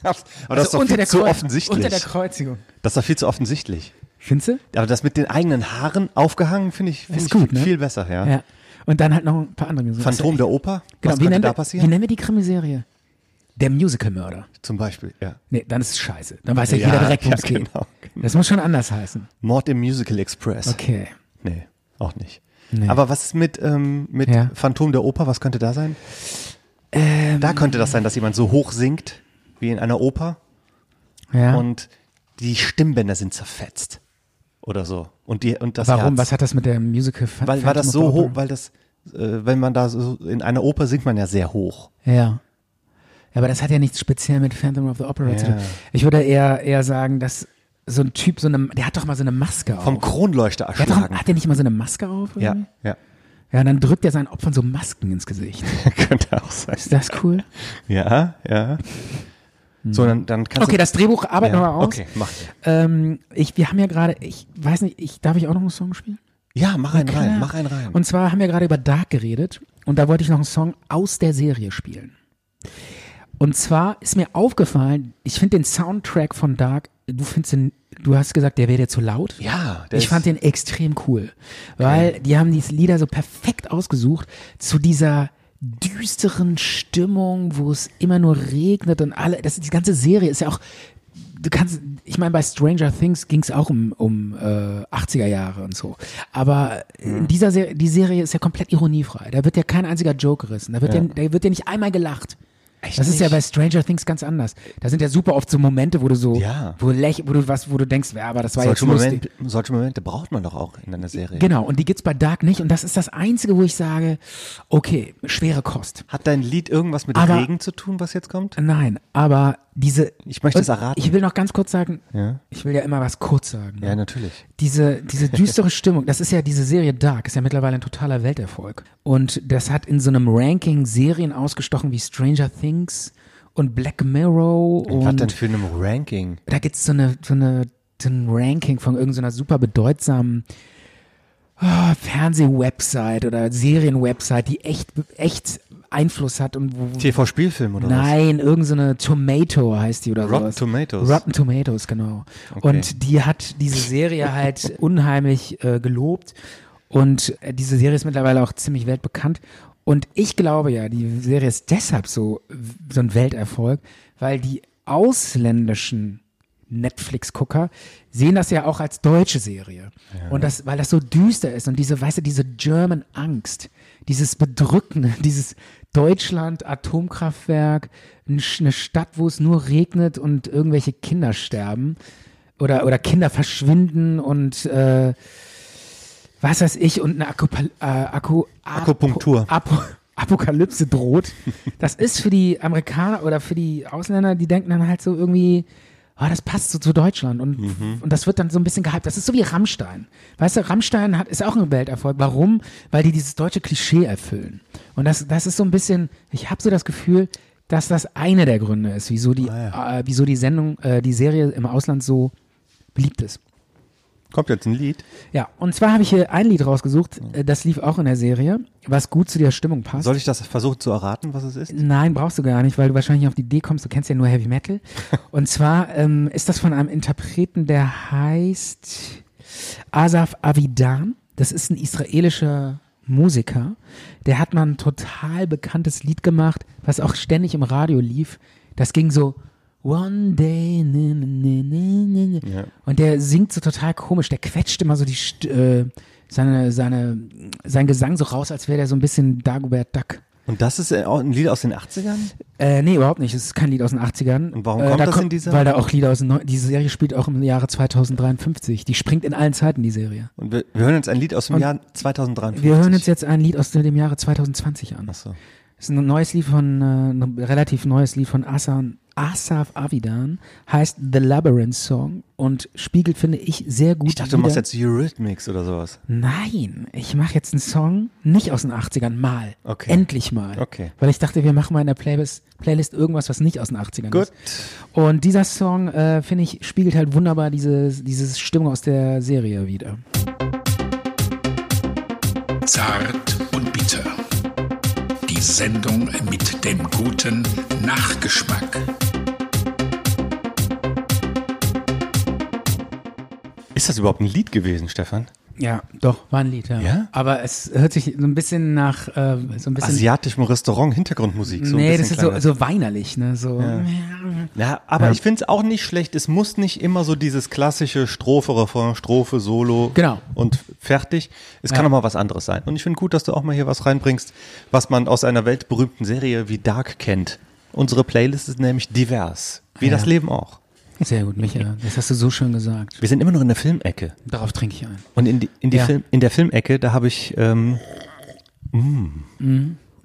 Also
Aber das ist doch
unter
viel
der
zu
Kreu-
offensichtlich.
Unter der Kreuzigung.
das ist doch viel zu offensichtlich.
Findest du?
Aber das mit den eigenen Haaren aufgehangen, finde ich, find
Ist
ich
gut,
viel,
ne?
viel besser, ja.
Ja. Und dann halt noch ein paar andere Musik.
Phantom der Oper?
Genau,
Was
wie,
könnte
nennen
da
wir, wie
passieren?
nennen wir die Krimiserie? Der Musical-Mörder.
Zum Beispiel, ja.
Nee, dann ist es scheiße. Dann weiß ja,
Ja,
jeder direkt, worum es
ja,
geht.
genau,
Das muss schon anders heißen.
Mord im Musical Express.
Okay.
Nee, auch nicht.
Nee.
Aber was ist mit, ähm, mit
Ja. Ähm.
Phantom der Oper? Was könnte da sein? da könnte das sein, dass jemand so hoch singt wie in einer Oper
Ja.
und die Stimmbänder sind zerfetzt oder so. Und, die, und das
Warum?
Herz.
Was hat das mit der Musical?
weil, war das
Phantom
so
of the
hoch,
Opera?
weil das, äh, wenn man da so, in einer Oper singt man ja sehr hoch.
Ja. ja. Aber das hat ja nichts speziell mit Phantom of the Opera zu
Ja.
tun. Ich würde eher, eher sagen, dass so ein Typ so eine, der hat doch mal so eine Maske auf.
Vom Kronleuchter
der hat, doch,
erschlagen.
hat der nicht mal so eine Maske auf?
Ja,
irgendwie?
ja.
Ja, und dann drückt er seinen Opfern so Masken ins Gesicht.
Könnte auch sein.
Ist das cool?
Ja, ja. So, dann, dann kannst
Hm. Okay,
du.
das Drehbuch arbeiten wir
Also ja.
mal aus.
Okay, mach.
Ähm, ich, wir haben ja gerade, ich weiß nicht, ich, darf ich auch noch einen Song spielen?
Ja, mach einen rein,
Klar.
mach einen rein.
Und zwar haben wir gerade über Dark geredet und da wollte ich noch einen Song aus der Serie spielen. Und zwar ist mir aufgefallen, ich finde den Soundtrack von Dark, du findest den, du hast gesagt, der wäre dir zu laut.
ja, der
Ich
ist-
fand den extrem cool, weil die haben diese Lieder so perfekt ausgesucht zu dieser düsteren Stimmung, wo es immer nur regnet und alle, das, die ganze Serie ist ja auch, du kannst, ich meine, bei Stranger Things ging es auch um, um äh, 80er Jahre und so, aber in
Mhm.
dieser Serie, die Serie ist ja komplett ironiefrei, da wird ja kein einziger Joke gerissen, da wird ja, da wird ja nicht einmal gelacht. das ist ja bei Stranger Things ganz anders. Da sind ja super oft so Momente, wo du so,
Ja.
wo, läch, wo du was, wo du denkst, ja, aber das war
solche,
jetzt lustig.
Momente, solche Momente braucht man doch auch in einer Serie.
Genau, und die gibt's bei Dark nicht. Und das ist das Einzige, wo ich sage, okay, schwere Kost.
Hat dein Lied irgendwas mit
Aber-
Regen zu tun, was jetzt kommt?
Nein, aber diese.
Ich möchte
und
es erraten.
Ich will noch ganz kurz sagen,
Ja.
ich will ja immer was kurz sagen. ne?
Ja, natürlich.
Diese, diese düstere Stimmung, das ist ja diese Serie Dark, ist ja mittlerweile ein totaler Welterfolg. Und das hat in so einem Ranking Serien ausgestochen wie Stranger Things und Black Mirror und.
Was denn für einem Ranking?
da gibt's so eine, so eine, so ein Ranking von irgendeiner super bedeutsamen ah, Fernseh-Website oder Serien-Website, die echt, echt Einfluss hat und wo.
TV-Spielfilm oder
Nein, irgendeine Tomato heißt die oder
Rotten
sowas.
Tomatoes.
Rotten Tomatoes, genau. Und die hat diese Serie halt unheimlich äh, gelobt. Und äh, diese Serie ist mittlerweile auch ziemlich weltbekannt. Und ich glaube ja, die Serie ist deshalb so, so ein Welterfolg, weil die ausländischen Netflix-Gucker sehen das ja auch als deutsche Serie. Und das, weil das so düster ist und diese, weißt du, diese German-Angst, dieses Bedrückende, dieses Deutschland, Atomkraftwerk, ein Sch- eine Stadt, wo es nur regnet und irgendwelche Kinder sterben oder, oder Kinder verschwinden und äh, was weiß ich, und eine Akupal- äh, Akku,
Akupunktur.
Apo, Apokalypse droht. Das ist für die Amerikaner oder für die Ausländer, die denken dann halt so irgendwie, oh, das passt so zu Deutschland und, und das wird dann so ein bisschen gehypt. Das ist so wie Rammstein. Weißt du, Rammstein hat, ist auch ein Welterfolg. Warum? Weil die dieses deutsche Klischee erfüllen. Und das, das ist so ein bisschen, ich habe so das Gefühl, dass das eine der Gründe ist, wieso die, äh, wieso die Sendung, äh, die Serie im Ausland so beliebt ist.
Kommt jetzt ein Lied.
Ja, und zwar habe ich hier ein Lied rausgesucht, äh, das lief auch in der Serie, was gut zu der Stimmung passt.
Soll ich das versuchen zu erraten, was es ist?
Nein, brauchst du gar nicht, weil du wahrscheinlich nicht auf die Idee kommst, du kennst ja nur Heavy Metal. Und zwar ähm, ist das von einem Interpreten, der heißt Asaf Avidan. Das ist ein israelischer Musiker. Der hat mal ein total bekanntes Lied gemacht, was auch ständig im Radio lief. Das ging so One day. ne, ni- ni- ni- ni- ni. ne, Und der singt so total komisch. Der quetscht immer so die St äh, seine, seine, sein Gesang so raus, als wäre der so ein bisschen Dagobert Duck.
Und das ist äh, auch ein Lied aus den 80ern?
Äh, nee, überhaupt nicht. Es ist kein Lied aus den 80ern.
Und warum
äh,
kommt
da
das
ko-
in dieser-
Weil da auch Lieder aus den Neu Diese Serie spielt auch im Jahre 2053. Die springt in allen Zeiten, die Serie.
Und wir, wir hören uns ein Lied aus dem Jahr 2053.
Wir hören uns jetzt ein Lied aus dem Jahre 2020 an.
Achso.
Das ist ein neues Lied von, äh, ein relativ neues Lied von Asan, Asaf Avidan. Heißt The Labyrinth Song und spiegelt, finde ich, sehr gut.
Ich dachte, du machst
wieder-
jetzt Eurythmics oder sowas.
Mhm. Nein, ich mache jetzt einen Song nicht aus den 80ern, mal.
Okay.
Endlich mal.
Okay.
Weil ich dachte, wir machen mal in der Playlist, Playlist irgendwas, was nicht aus den 80ern
Gut.
ist. Und dieser Song, äh, finde ich, spiegelt halt wunderbar diese, diese Stimmung aus der Serie wieder.
Zart und bitter. Die Sendung mit dem guten Nachgeschmack.
Ist das überhaupt ein Lied gewesen, Stefan?
Ja, doch, war ein Lied, ja.
Ja?
Aber es hört sich so ein bisschen nach, äh, so ein bisschen.
Asiatischem Restaurant, Hintergrundmusik. So
nee,
ein bisschen
das ist so,
kleiner.
so weinerlich, ne? So.
Ja, aber ich finde es auch nicht schlecht. Es muss nicht immer so dieses klassische Strophe, Refrain, Strophe, Solo
Genau.
und fertig. Es kann auch mal was anderes sein. Und ich finde gut, dass du auch mal hier was reinbringst, was man aus einer weltberühmten Serie wie Dark kennt. Unsere Playlist ist nämlich divers, wie das Leben auch.
Sehr gut, Micha. Das hast du so schön gesagt.
Wir sind immer noch in der Filmecke.
Darauf trinke ich ein.
Und in, die, in, die
Ja.
Film, in der Filmecke, da habe ich. Ähm, mh,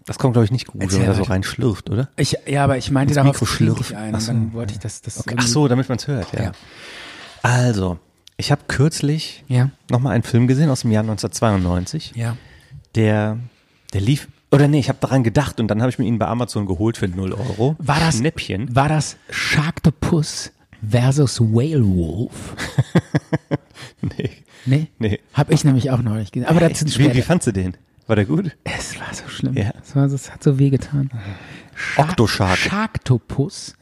Das kommt, glaube ich, nicht gut, wenn
Erzähl
man da so
weiter.
reinschlürft, oder?
Ich, ja, aber ich meinte
Ins
darauf
Mikro
trinke ich
schlürfen.
ein.
Ach
Und
so.
dann wollte ich das, das
Okay. Ach
irgendwie-
so, damit man es hört, ja.
Ja.
Also, ich habe kürzlich
Ja.
nochmal einen Film gesehen aus dem Jahr 1992,
Ja.
der, der lief, oder nee, ich habe daran gedacht und dann habe ich mir ihn bei Amazon geholt für 0 Euro.
War das,
Schnäppchen?
war das Sharktopus versus Whale Wolf?
Nee.
Nee?
Nee.
Hab ich nämlich auch neulich gesehen. Aber dazu
Wie,
später.
wie fandst du den? War der gut?
es war so schlimm.
Ja. Mhm.
Es, war, so- es hat so weh getan. Shark-
Octoshark.
Sharktopus.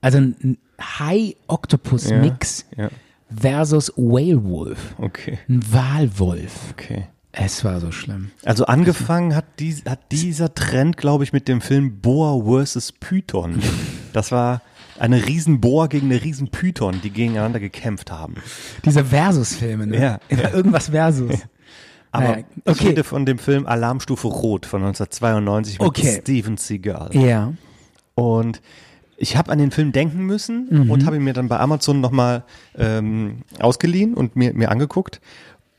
Also ein High-Octopus-Mix
Ja.
versus Whale Wolf.
Okay.
Ein Walwolf.
Okay.
Es war so schlimm.
Also angefangen hat, dies, hat dieser Trend, glaube ich, mit dem Film Boa vs. Python. Das war eine Riesenboa gegen eine Riesenpython, die gegeneinander gekämpft haben.
Diese Versus-Filme, ne?
Ja.
Immer irgendwas Versus.
Aber
Naja,
ich
okay.
rede von dem Film Alarmstufe Rot von 1992 mit
Okay.
Steven Seagal.
Ja.
Und ich habe an den Film denken müssen
Mhm.
und habe ihn mir dann bei Amazon nochmal ähm, ausgeliehen und mir, mir angeguckt.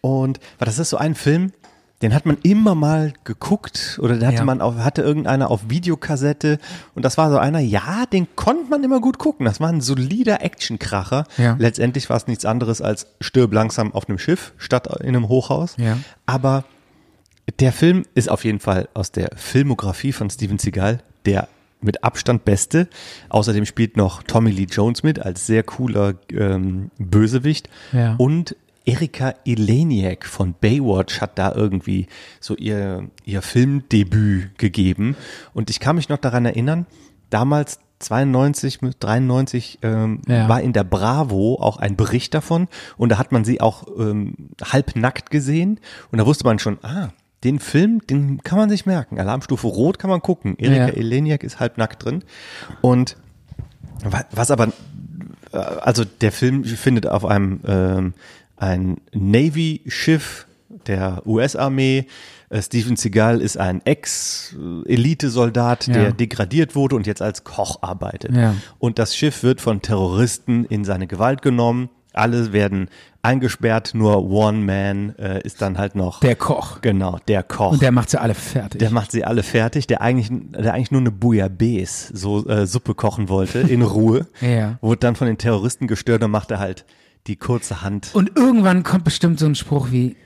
Und weil das ist so ein Film, den hat man immer mal geguckt oder den hatte
Ja.
man auf, hatte irgendeiner auf Videokassette und das war so einer, ja, den konnte man immer gut gucken. Das war ein solider Actionkracher.
Ja.
Letztendlich war es nichts anderes als stirb langsam auf einem Schiff statt in einem Hochhaus.
Ja.
Aber der Film ist auf jeden Fall aus der Filmografie von Steven Seagal der mit Abstand beste. Außerdem spielt noch Tommy Lee Jones mit als sehr cooler ähm, Bösewicht.
Ja.
Und Erika Eleniak von Baywatch hat da irgendwie so ihr, ihr Filmdebüt gegeben. Und ich kann mich noch daran erinnern, damals 92, mit 93 ähm,
Ja.
war in der Bravo auch ein Bericht davon und da hat man sie auch ähm, halbnackt gesehen und da wusste man schon, ah, den Film, den kann man sich merken. Alarmstufe Rot kann man gucken. Erika
Ja.
Eleniak ist halbnackt drin und wa- was aber also der Film findet auf einem ähm, ein Navy-Schiff der US-Armee. Äh, Steven Seagal ist ein Ex-Elite-Soldat,
Ja.
der degradiert wurde und jetzt als Koch arbeitet.
Ja.
Und das Schiff wird von Terroristen in seine Gewalt genommen. Alle werden eingesperrt, nur One Man äh, ist dann halt noch
Der Koch.
Genau, der Koch.
Und der macht sie alle fertig.
Der macht sie alle fertig, der eigentlich, der eigentlich nur eine Bouillabaisse, so äh, Suppe kochen wollte, in Ruhe.
Ja.
Wurde dann von den Terroristen gestört und machte halt die kurze Hand.
Und irgendwann kommt bestimmt so ein Spruch wie,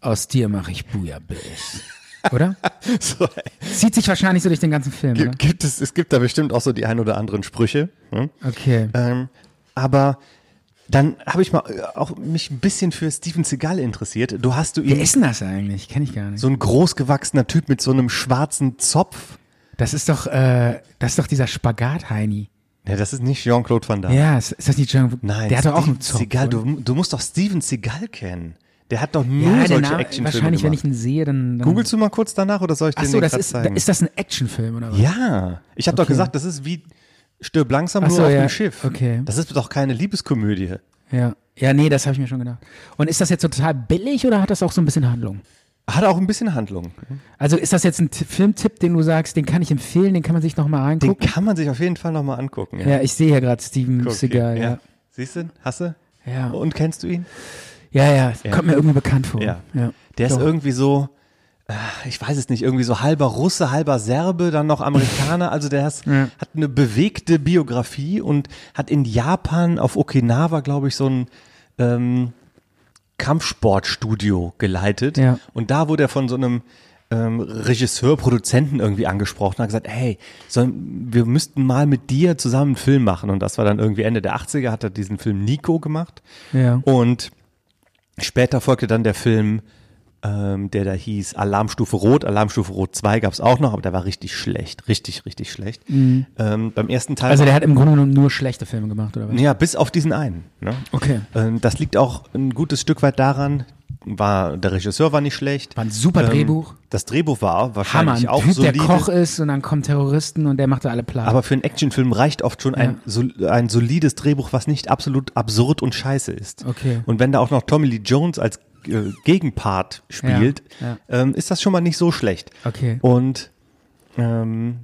aus dir mache ich Bouillabaisse. Oder?
So,
Zieht sich wahrscheinlich so durch den ganzen Film,
äh,
ne?
gibt es, es gibt da bestimmt auch so die ein oder anderen Sprüche. Hm?
Okay.
Ähm, aber dann habe ich mal äh, auch mich ein bisschen für Steven Seagal interessiert. Du hast du
Wer
ihn
ist denn das eigentlich? Kenn ich gar nicht.
so ein großgewachsener Typ mit so einem schwarzen Zopf.
Das ist doch, äh, das ist doch dieser Spagat-Heini.
Ja, das ist nicht Jean-Claude Van Damme.
Ja, ist, ist das nicht Jean?
Nein,
der hat doch auch
Steven
einen Zopf.
Seagal,
oder?
du, du musst doch Steven Seagal kennen. Der hat doch nur
ja, der
solche
Name,
Actionfilme
wahrscheinlich, wenn
gemacht.
ich ihn sehe, dann. dann
Googlest du mal kurz danach oder soll ich dir
Ach
den
so, das
grad
ist,
zeigen?
ist das ein Actionfilm oder was?
ja, ich habe doch
Okay.
gesagt, das ist wie stirb langsam
Ach
nur
so,
auf
ja.
dem Schiff.
Okay.
Das ist doch keine Liebeskomödie.
Ja, ja nee, das habe ich mir schon gedacht. Und ist das jetzt total billig oder hat das auch so ein bisschen Handlung?
Hat auch ein bisschen Handlung.
Also ist das jetzt ein T Filmtipp, den du sagst, den kann ich empfehlen, den kann man sich nochmal
Den
angucken?
kann man sich auf jeden Fall nochmal angucken. Ja,
ja, ich sehe hier gerade Steven
Guck,
Seagal,
hier,
ja.
Siehst du? Hasse?
Ja.
Und kennst du ihn?
Ja, ja, kommt mir irgendwie bekannt vor.
Ja.
ja.
Der ist
Doch.
irgendwie so, äh, ich weiß es nicht, irgendwie so halber Russe, halber Serbe, dann noch Amerikaner. Also der ist, hat eine bewegte Biografie und hat in Japan auf Okinawa, glaube ich, so ein ähm, Kampfsportstudio geleitet.
Ja.
Und da wurde er von so einem ähm, Regisseur, Produzenten irgendwie angesprochen und hat gesagt, hey, sollen, wir müssten mal mit dir zusammen einen Film machen. Und das war dann irgendwie Ende der 80er, hat er diesen Film Nico gemacht.
Ja.
Und später folgte dann der Film, ähm, der da hieß Alarmstufe Rot. Alarmstufe Rot 2 gab es auch noch, aber der war richtig schlecht. Richtig, richtig schlecht. Ähm, beim ersten Teil.
Mhm. Also der hat im Grunde genommen nur schlechte Filme gemacht, oder was?
ja, bis auf diesen einen. Ne?
Okay.
Ähm, das liegt auch ein gutes Stück weit daran, war, der Regisseur war nicht schlecht. Ähm,
War ein super Drehbuch.
Das Drehbuch war
Hammer,
wahrscheinlich
ein
auch
Typ,
solide.
der Koch ist und dann kommen Terroristen und der macht da alle Plan.
aber für einen Actionfilm reicht oft schon ein, sol- ein solides Drehbuch, was nicht absolut absurd und scheiße ist.
Okay.
Und wenn da auch noch Tommy Lee Jones als äh, Gegenpart spielt,
Ja,
Ähm, ist das schon mal nicht so schlecht.
Okay.
Und ähm,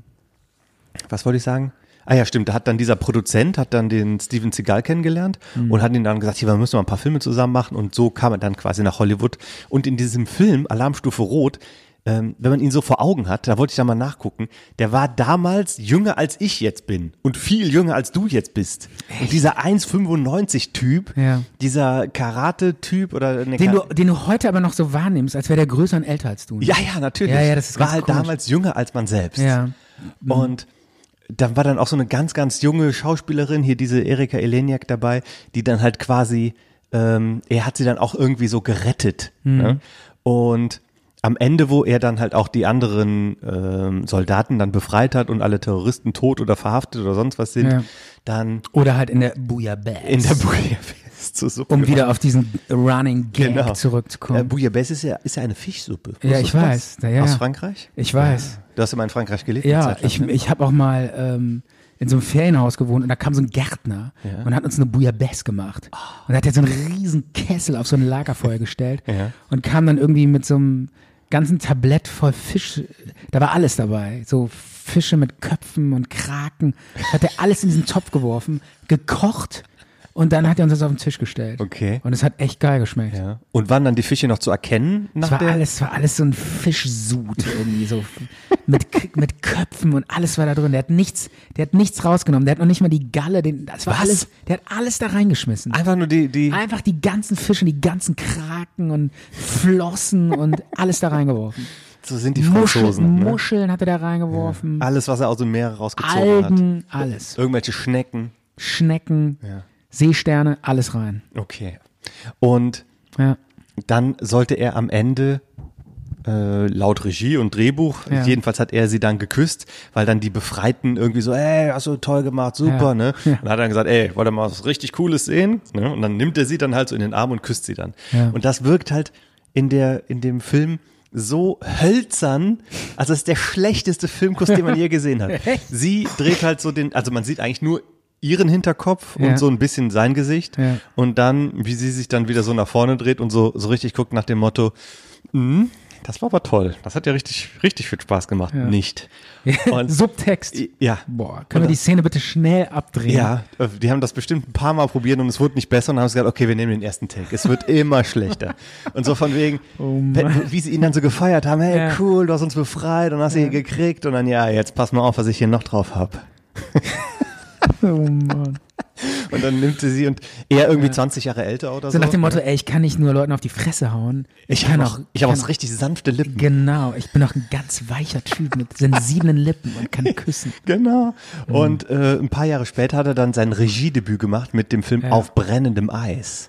was wollte ich sagen? Ah ja, stimmt. Da hat dann dieser Produzent hat dann den Steven Seagal kennengelernt
Mhm.
und hat ihn dann gesagt, hier, wir müssen mal ein paar Filme zusammen machen. Und so kam er dann quasi nach Hollywood. Und in diesem Film Alarmstufe Rot, ähm, wenn man ihn so vor Augen hat, da wollte ich da mal nachgucken, der war damals jünger als ich jetzt bin und viel jünger als du jetzt bist. Und dieser 1,95 Typ,
Ja.
dieser Karate-Typ oder ne,
den,
Ka-
du, den du heute aber noch so wahrnimmst, als wäre der größer und älter als du. ne?
ja, ja, natürlich.
Ja, ja, das ist
war
ganz
halt
komisch.
damals jünger als man selbst.
Ja. Mhm.
Und dann war dann auch so eine ganz, ganz junge Schauspielerin, hier diese Erika Eleniak dabei, die dann halt quasi, ähm, er hat sie dann auch irgendwie so gerettet.
Mhm.
Ne? Und am Ende, wo er dann halt auch die anderen ähm, Soldaten dann befreit hat und alle Terroristen tot oder verhaftet oder sonst was sind,
Ja.
dann
Oder halt in der Bouillabaisse.
in der Bouillabaisse zu Suppe
um
gemacht.
wieder auf diesen Running Gag
Genau. Äh,
zurückzukommen.
Bouillabaisse ist ja, ist ja eine Fischsuppe.
Ja,
Wusstest
ich
du das?
weiß. Ja, ja.
Aus Frankreich?
ich weiß.
Du hast immer in Frankreich gelebt. eine
Ja,
Zeit lang,
ich,
ne?
ich habe auch mal ähm, in so einem Ferienhaus gewohnt und da kam so ein Gärtner und hat uns eine Bouillabaisse gemacht.
Ah.
Und da hat er so einen riesen Kessel auf so ein Lagerfeuer gestellt
Ja.
und kam dann irgendwie mit so einem ganzen Tablett voll Fisch. Da war alles dabei. So Fische mit Köpfen und Kraken. Hat er alles in diesen Topf geworfen, gekocht und dann hat er uns das auf den Tisch gestellt.
Okay.
Und es hat echt geil geschmeckt.
Ja. Und waren dann die Fische noch zu erkennen nach
Es war
der?
alles, es war alles so ein Fischsud irgendwie so mit K- mit Köpfen und alles war da drin. Der hat nichts, der hat nichts rausgenommen. Der hat noch nicht mal die Galle, den, das war
Was?
alles, der hat alles da reingeschmissen.
Einfach nur die, die.
Einfach die ganzen Fische, die ganzen Kraken und Flossen und alles da reingeworfen.
so sind die
Muscheln,
Franzosen. Ne?
Muscheln hat er da reingeworfen.
Alles, was er aus dem Meer rausgezogen hat.
Algen, alles.
Irgendwelche Schnecken.
Schnecken, Seesterne, alles rein.
Okay. Und
Ja.
dann sollte er am Ende äh, laut Regie und Drehbuch.
Ja.
Jedenfalls hat er sie dann geküsst, weil dann die Befreiten irgendwie so, ey, hast du toll gemacht, super,
Ja.
ne?
Ja.
Und hat dann gesagt, ey, wollt ihr mal was richtig Cooles sehen? Ne? Und dann nimmt er sie dann halt so in den Arm und küsst sie dann.
Ja.
Und das wirkt halt in der, in dem Film so hölzern, also das ist der schlechteste Filmkuss, den man je gesehen hat. Sie dreht halt so den, also man sieht eigentlich nur ihren Hinterkopf
Ja.
und so ein bisschen sein Gesicht
Ja.
und dann, wie sie sich dann wieder so nach vorne dreht und so, so richtig guckt nach dem Motto, "Hm, das war aber toll. Das hat ja richtig, richtig viel Spaß gemacht. Nicht. Und-
Subtext.
Ja.
Boah,
Und
können wir die
das-
Szene bitte schnell abdrehen?
ja, äh, die haben das bestimmt ein paar Mal probiert und es wurde nicht besser und haben gesagt, okay, wir nehmen den ersten Take. Es wird immer schlechter. Und so von wegen, wenn- wie sie ihn dann so gefeiert haben, hey,
Oh Ja.
cool, du hast uns befreit und hast sie gekriegt und dann, ja, jetzt pass mal auf, was ich hier noch drauf hab.
Oh Mann.
Und dann nimmt sie sie und er irgendwie 20 Jahre älter oder so.
So nach dem Motto, ey, ich kann nicht nur Leuten auf die Fresse hauen.
ich
kann
habe auch, ich hab
kann
auch richtig sanfte Lippen.
Genau, ich bin auch ein ganz weicher Typ mit sensiblen Lippen und kann küssen.
Genau. Und äh, ein paar Jahre später hat er dann sein Regiedebüt gemacht mit dem Film Auf brennendem Eis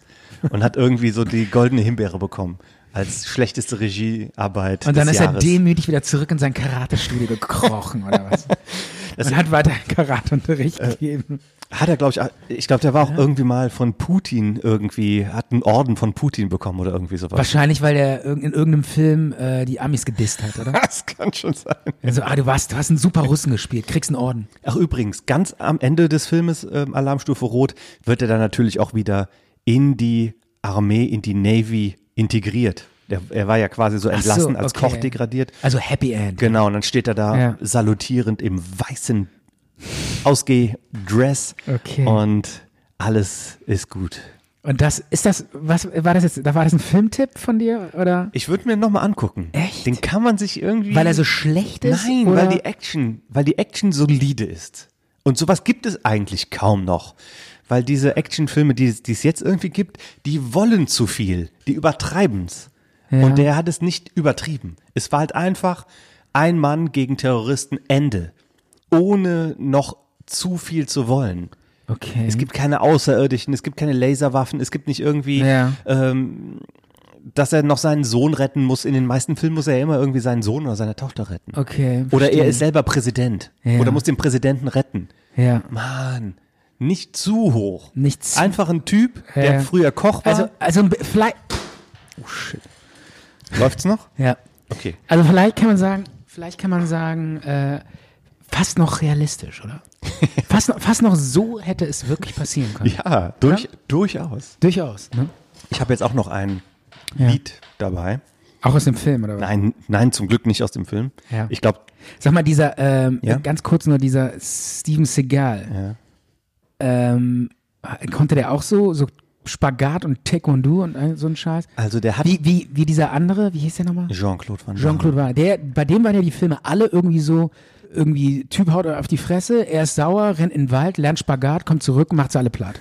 und hat irgendwie so die goldene Himbeere bekommen als schlechteste Regiearbeit
Und dann
des
ist er
Jahres.
demütig wieder zurück in sein Karatestudio gekrochen oder was. und hat weiter Karateunterricht
Äh,
gegeben.
hat er glaube ich, ah, ich glaube, der war auch irgendwie mal von Putin irgendwie hat einen Orden von Putin bekommen oder irgendwie sowas.
Wahrscheinlich, weil er irg- in irgendeinem Film äh, die Amis gedisst hat, oder?
Das kann schon sein.
Also, ah, du warst, du hast einen super Russen gespielt, kriegst einen Orden.
Ach übrigens, ganz am Ende des Filmes ähm, Alarmstufe Rot wird er dann natürlich auch wieder in die Armee, in die Navy integriert. Er, er war ja quasi so
Ach so,
entlassen, als
okay.
Koch degradiert.
Also Happy End.
Genau, und dann steht er da
Ja.
salutierend im weißen Ausgeh-Dress
Okay.
und alles ist gut.
Und das, ist das, was war das jetzt? Da war das ein Filmtipp von dir? Oder?
Ich würde mir den nochmal angucken.
Echt?
Den kann man sich irgendwie.
Weil er so schlecht ist?
Nein,
oder?
weil die Action, weil die Action solide ist. Und sowas gibt es eigentlich kaum noch. Weil diese Actionfilme, die, es- die es jetzt irgendwie gibt, die wollen zu viel. Die übertreiben's. Und der hat es nicht übertrieben. Es war halt einfach ein Mann gegen Terroristen, Ende. Ohne noch zu viel zu wollen.
Okay.
Es gibt keine Außerirdischen, es gibt keine Laserwaffen, es gibt nicht irgendwie,
Ja.
ähm, dass er noch seinen Sohn retten muss. In den meisten Filmen muss er ja immer irgendwie seinen Sohn oder seine Tochter retten.
Okay,
Oder
verstehe.
er ist selber Präsident.
Ja.
Oder muss den Präsidenten retten.
Ja.
Mann, nicht zu hoch.
Nicht zu-
Einfach ein Typ,
Ja, ja.
der früher Koch war.
Also, also ein bi- vielleicht,
läuft's noch?
ja.
Okay.
Also vielleicht kann man sagen, vielleicht kann man sagen, äh, fast noch realistisch, oder? fast, noch, fast noch so hätte es wirklich passieren können.
Ja, durch, durchaus.
Durchaus. Ne?
Ich habe jetzt auch noch ein
Ja.
Lied dabei.
Auch aus dem Film, oder was?
Nein, nein, zum Glück nicht aus dem Film.
Ja.
Ich glaube,
Sag mal, dieser, ähm,
Ja?
ganz kurz nur dieser Steven Seagal. Ähm, konnte der auch so, so Spagat und Taekwondo und all so ein Scheiß?
also der hat
Wie, wie, wie dieser andere, wie hieß der nochmal?
Jean-Claude Van Damme.
Jean-Claude Van der, bei dem waren ja die Filme alle irgendwie so, irgendwie Typ haut auf die Fresse, er ist sauer, rennt in den Wald, lernt Spagat, kommt zurück, macht sie alle platt.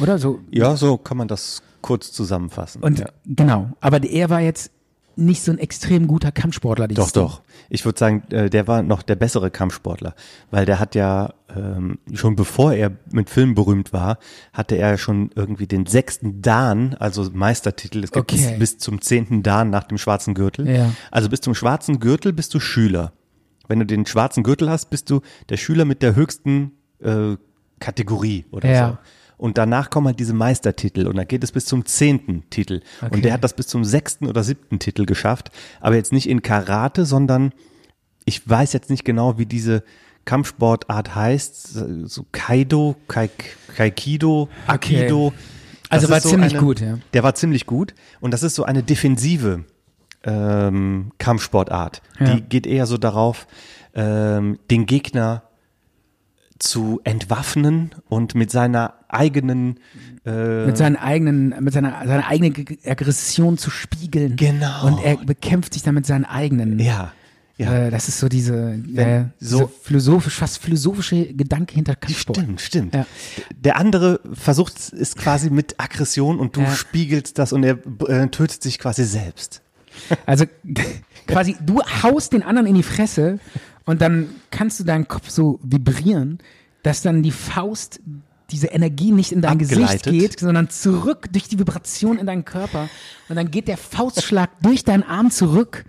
Oder so.
Ja, so kann man das kurz zusammenfassen.
Und
ja.
genau, aber er war jetzt nicht so ein extrem guter Kampfsportler. dieses
Doch, doch. Ich würde sagen, äh, der war noch der bessere Kampfsportler, weil der hat ja ähm, schon bevor er mit Filmen berühmt war, hatte er schon irgendwie den sechsten Dan, also Meistertitel. Es gibt
Okay.
bis- bis zum zehnten Dan nach dem schwarzen Gürtel.
Ja.
Also bis zum schwarzen Gürtel bist du Schüler. Wenn du den schwarzen Gürtel hast, bist du der Schüler mit der höchsten äh, Kategorie oder
Ja.
so. Und danach kommen halt diese Meistertitel und dann geht es bis zum zehnten Titel. Und der hat das bis zum sechsten oder siebten Titel geschafft, aber jetzt nicht in Karate, sondern ich weiß jetzt nicht genau, wie diese Kampfsportart heißt, so Kaido, Kaik, Kaikido,
Okay.
Aikido.
Also
Das
war
ist so
ziemlich
eine,
gut, ja.
Der war ziemlich gut und das ist so eine defensive ähm, Kampfsportart.
Ja.
Die geht eher so darauf, ähm, den Gegner zu entwaffnen und mit seiner eigenen
Mit seinen eigenen, mit seiner, seiner eigenen G- Aggression zu spiegeln.
Genau.
Und er bekämpft sich dann mit seinen eigenen.
ja ja
Äh, das ist so diese, äh,
so-
so philosophisch, fast philosophische Gedanke hinter Kampfsport.
Stimmt, stimmt.
Ja.
Der andere versucht es quasi mit Aggression und du
Ja.
spiegelst das und er äh, tötet sich quasi selbst.
Also quasi, du haust den anderen in die Fresse und dann kannst du deinen Kopf so vibrieren, dass dann die Faust diese Energie nicht in dein
Abgeleitet.
Gesicht geht, sondern zurück durch die Vibration in deinen Körper. Und dann geht der Faustschlag durch deinen Arm zurück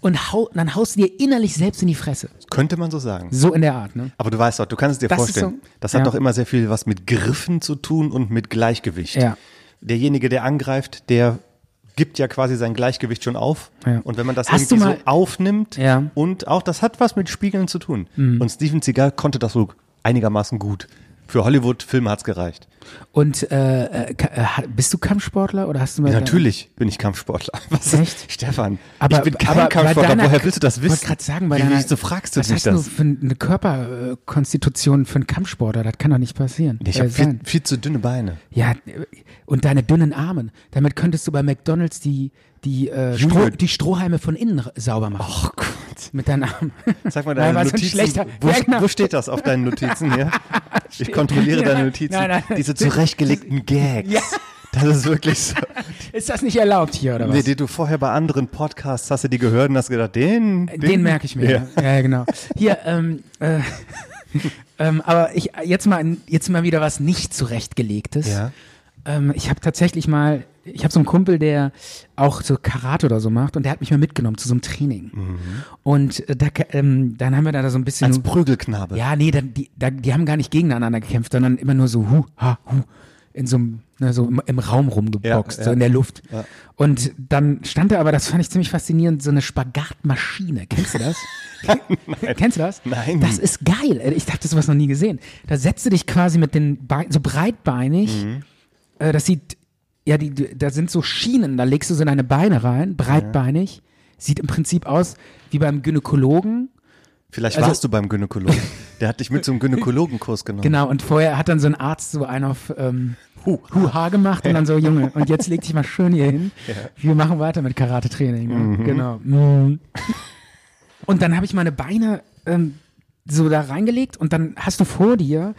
und hau, dann haust du dir innerlich selbst in die Fresse.
Könnte man so sagen.
So in der Art, ne?
Aber du weißt doch, du kannst es dir
Das ist
vorstellen.
so-
das hat
ja.
doch immer sehr viel was mit Griffen zu tun und mit Gleichgewicht.
Ja.
Derjenige, der angreift, der gibt ja quasi sein Gleichgewicht schon auf.
Ja.
Und wenn man das
Hast
irgendwie
du
so
mal-
aufnimmt
Ja. Mhm.
und auch das hat was mit Spiegeln zu tun. Und Steven Seagal konnte das so einigermaßen gut. Für Hollywood-Filme hat's gereicht.
Und äh, äh, ka- äh, ha- bist du Kampfsportler oder hast du mal
Natürlich bin ich Kampfsportler. Was?
Echt?
Stefan,
Aber,
ich bin kein
aber bei
Kampfsportler.
deiner-
Woher willst du das
Ich
wissen?
wollte gerade sagen, bei
Wie,
deiner,
wieso fragst du
was
mich
hast
das?
du für eine Körperkonstitution für einen Kampfsportler? Das kann doch nicht passieren.
Ich habe
Äh,
viel,
sein.
viel zu dünne Beine.
ja, äh, und deine dünnen Armen. Damit könntest du bei McDonalds die, die, äh,
Junge.
Stroh, die Strohhalme von innen ra- sauber machen.
Oh Gott.
Mit deinen Armen.
Sag mal
Nein,
deine
war so ein
Notizen.
schlechter-
wo,
Ja, genau.
wo steht das auf deinen Notizen hier? Ich kontrolliere deine Notizen.
Nein, nein.
Diese zurechtgelegten Gags.
Ja.
Das ist wirklich so.
Ist das nicht erlaubt hier, oder was?
Nee, die du vorher bei anderen Podcasts hast du die gehört und hast gedacht, den, den,
Den merke ich mir. Ja, ja, genau. Hier, ähm, äh, ähm, aber ich jetzt mal ein- jetzt mal wieder was nicht zurechtgelegtes.
Ja.
Ähm, ich habe tatsächlich mal, ich habe so einen Kumpel, der auch so Karate oder so macht und der hat mich mal mitgenommen zu so einem Training. Und äh, da, ka- ähm, dann haben wir da so ein bisschen.
Als
nur-
Prügelknabe.
ja, nee, dann, die, da, die haben gar nicht gegeneinander gekämpft, sondern immer nur so hu, ha, hu, in so einem, ne, so im, im Raum rumgeboxt,
Ja,
so
ja.
in der Luft. Und dann stand da aber, das fand ich ziemlich faszinierend, so eine Spagatmaschine. Kennst du das? Kennst du das?
Nein.
Das ist geil. Ich habe das sowas noch nie gesehen. Da setzt du dich quasi mit den Beinen, so breitbeinig,
Mhm.
äh, das sieht, ja, die, die- da sind so Schienen, da legst du so deine Beine rein, breitbeinig. Sieht im Prinzip aus wie beim Gynäkologen.
Vielleicht
Also-
warst du beim Gynäkologen. Der hat dich mit zum Gynäkologenkurs genommen.
Genau, und vorher hat dann so ein Arzt so einen auf ähm,
Huh.
Huha gemacht und dann so, Junge, und jetzt leg dich mal schön hier hin. Wir machen weiter mit Karate-Training. ne? Genau. Mhm. Und dann habe ich meine Beine ähm, so da reingelegt und dann hast du vor dir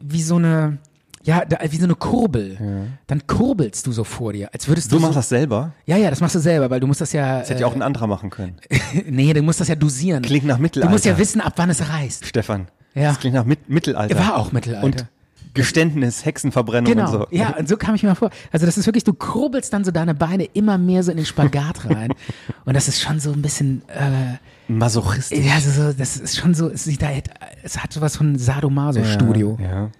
wie so eine, ja, da, wie so eine Kurbel. Dann kurbelst du so vor dir, als würdest du.
Du machst
so,
das selber?
Ja, ja, das machst du selber, weil du musst das ja.
Das hätte ja auch ein anderer machen können.
äh, nee, du musst das ja dosieren.
Klingt nach
Du musst ja
Mittelalter.
wissen, ab wann es reißt.
Stefan,
Ja.
das klingt nach Mit Mittelalter.
War auch Mittelalter.
Und Geständnis, Hexenverbrennung
Genau,
und so.
ja, und so kam ich mir vor. Also das ist wirklich, du kurbelst dann so deine Beine immer mehr so in den Spagat rein. Und das ist schon so ein bisschen, äh,
Masochistisch.
ja, so, so, das ist schon so, es, sieht da, halt, es hat sowas von Sadomaso-Studio.
Ja.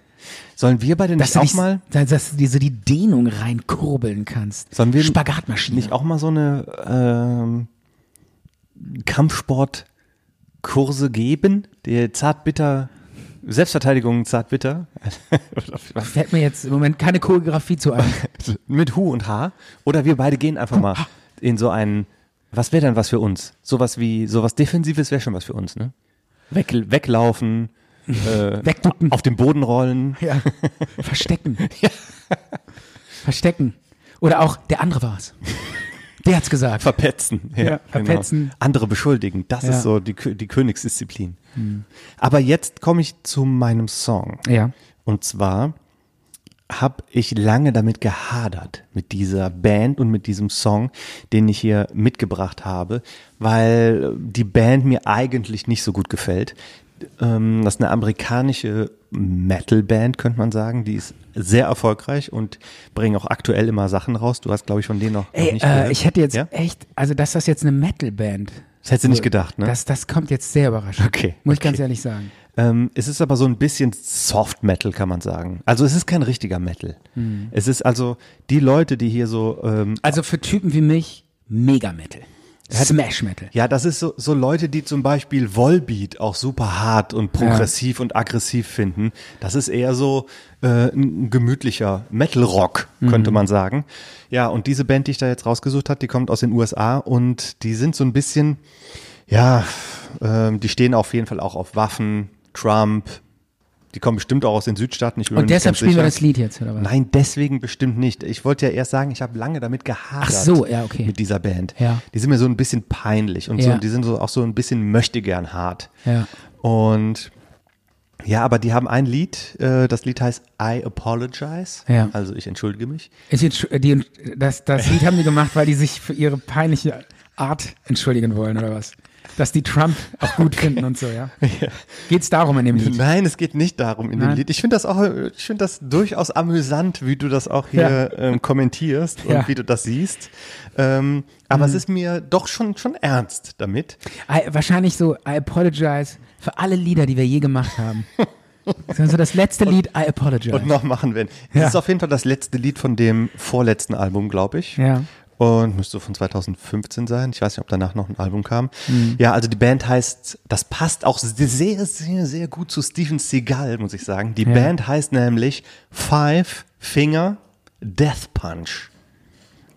Sollen wir beide nicht
Dass du
auch
dich,
mal
dass, dass du dir so die Dehnung reinkurbeln kannst.
Sollen wir
Spagatmaschine.
nicht auch mal so eine ähm, Kampfsportkurse geben? Die Zartbitter, Selbstverteidigung Zartbitter
Fällt mir jetzt im Moment keine Choreografie zu ein.
mit Hu und H. Oder wir beide gehen einfach mal in so einen, was wäre denn was für uns? Sowas wie, sowas Defensives wäre schon was für uns, ne? Weg, weglaufen, äh,
Wegducken.
auf dem Boden rollen.
Ja. Verstecken. Verstecken. Oder auch, der andere war's. Der hat's gesagt.
Verpetzen. Ja,
verpetzen.
Genau. Andere beschuldigen. Das
Ja.
ist so die, Kö- die Königsdisziplin. Aber jetzt komme ich zu meinem Song.
ja.
Und zwar habe ich lange damit gehadert, mit dieser Band und mit diesem Song, den ich hier mitgebracht habe, weil die Band mir eigentlich nicht so gut gefällt. Ähm, Das ist eine amerikanische Metal-Band, könnte man sagen. Die ist sehr erfolgreich und bringen auch aktuell immer Sachen raus. Du hast, glaube ich, von denen noch, noch
Ey,
nicht
äh,
gehört.
ich hätte jetzt
Ja?
echt, also dass das jetzt eine Metal-Band.
Das hättest du nicht gedacht, ne?
Das, das kommt jetzt sehr überraschend.
Okay,
Muss ich
okay.
ganz ehrlich sagen.
Ähm, es ist aber so ein bisschen Soft Metal, kann man sagen. Also es ist kein richtiger Metal. Es ist also die Leute, die hier so ähm,
Also für Typen wie mich, Mega-Metal. Smash-Metal.
Ja, das ist so, so Leute, die zum Beispiel Volbeat auch super hart und progressiv und aggressiv finden. Das ist eher so äh, ein gemütlicher Metal-Rock, könnte
Mhm.
man sagen. Ja, und diese Band, die ich da jetzt rausgesucht habe, die kommt aus den USA und die sind so ein bisschen, ja, ähm, die stehen auf jeden Fall auch auf Waffen, Trump. Die kommen bestimmt auch aus den Südstaaten. Ich bin mir
Und
nicht
deshalb
ganz
spielen
sicher.
wir das Lied jetzt, oder was?
Nein, deswegen bestimmt nicht. Ich wollte ja erst sagen, ich habe lange damit gehadert.
Ach so, ja, okay.
Mit dieser Band.
Ja.
Die sind mir so ein bisschen peinlich und so,
Ja.
die sind so auch so ein bisschen möchtegern hart.
Ja.
Und ja, aber die haben ein Lied, äh, das Lied heißt I Apologize.
Ja.
Also ich entschuldige mich.
Ist jetzt, sch- die, das, das Lied haben die gemacht, weil die sich für ihre peinliche Art entschuldigen wollen, oder was? dass die Trump auch gut finden und so, ja. Geht's darum in dem Lied?
Nein, es geht nicht darum in
Nein.
dem Lied. Ich finde das auch, ich finde das durchaus amüsant, wie du das auch hier ähm, kommentierst und
Ja. Mhm.
wie du das siehst. Ähm, aber es ist mir doch schon, schon ernst damit.
I, wahrscheinlich so, I apologize für alle Lieder, die wir je gemacht haben. Das ist so das letzte Lied, I apologize.
Und noch machen werden. Es
Ja.
ist auf jeden Fall das letzte Lied von dem vorletzten Album, glaube ich.
Ja.
Und müsste von 2015 sein. Ich weiß nicht, ob danach noch ein Album kam.
Mhm.
Ja, also die Band heißt, das passt auch sehr, sehr, sehr gut zu Steven Seagal, muss ich sagen. Die Band heißt nämlich Five Finger Death Punch.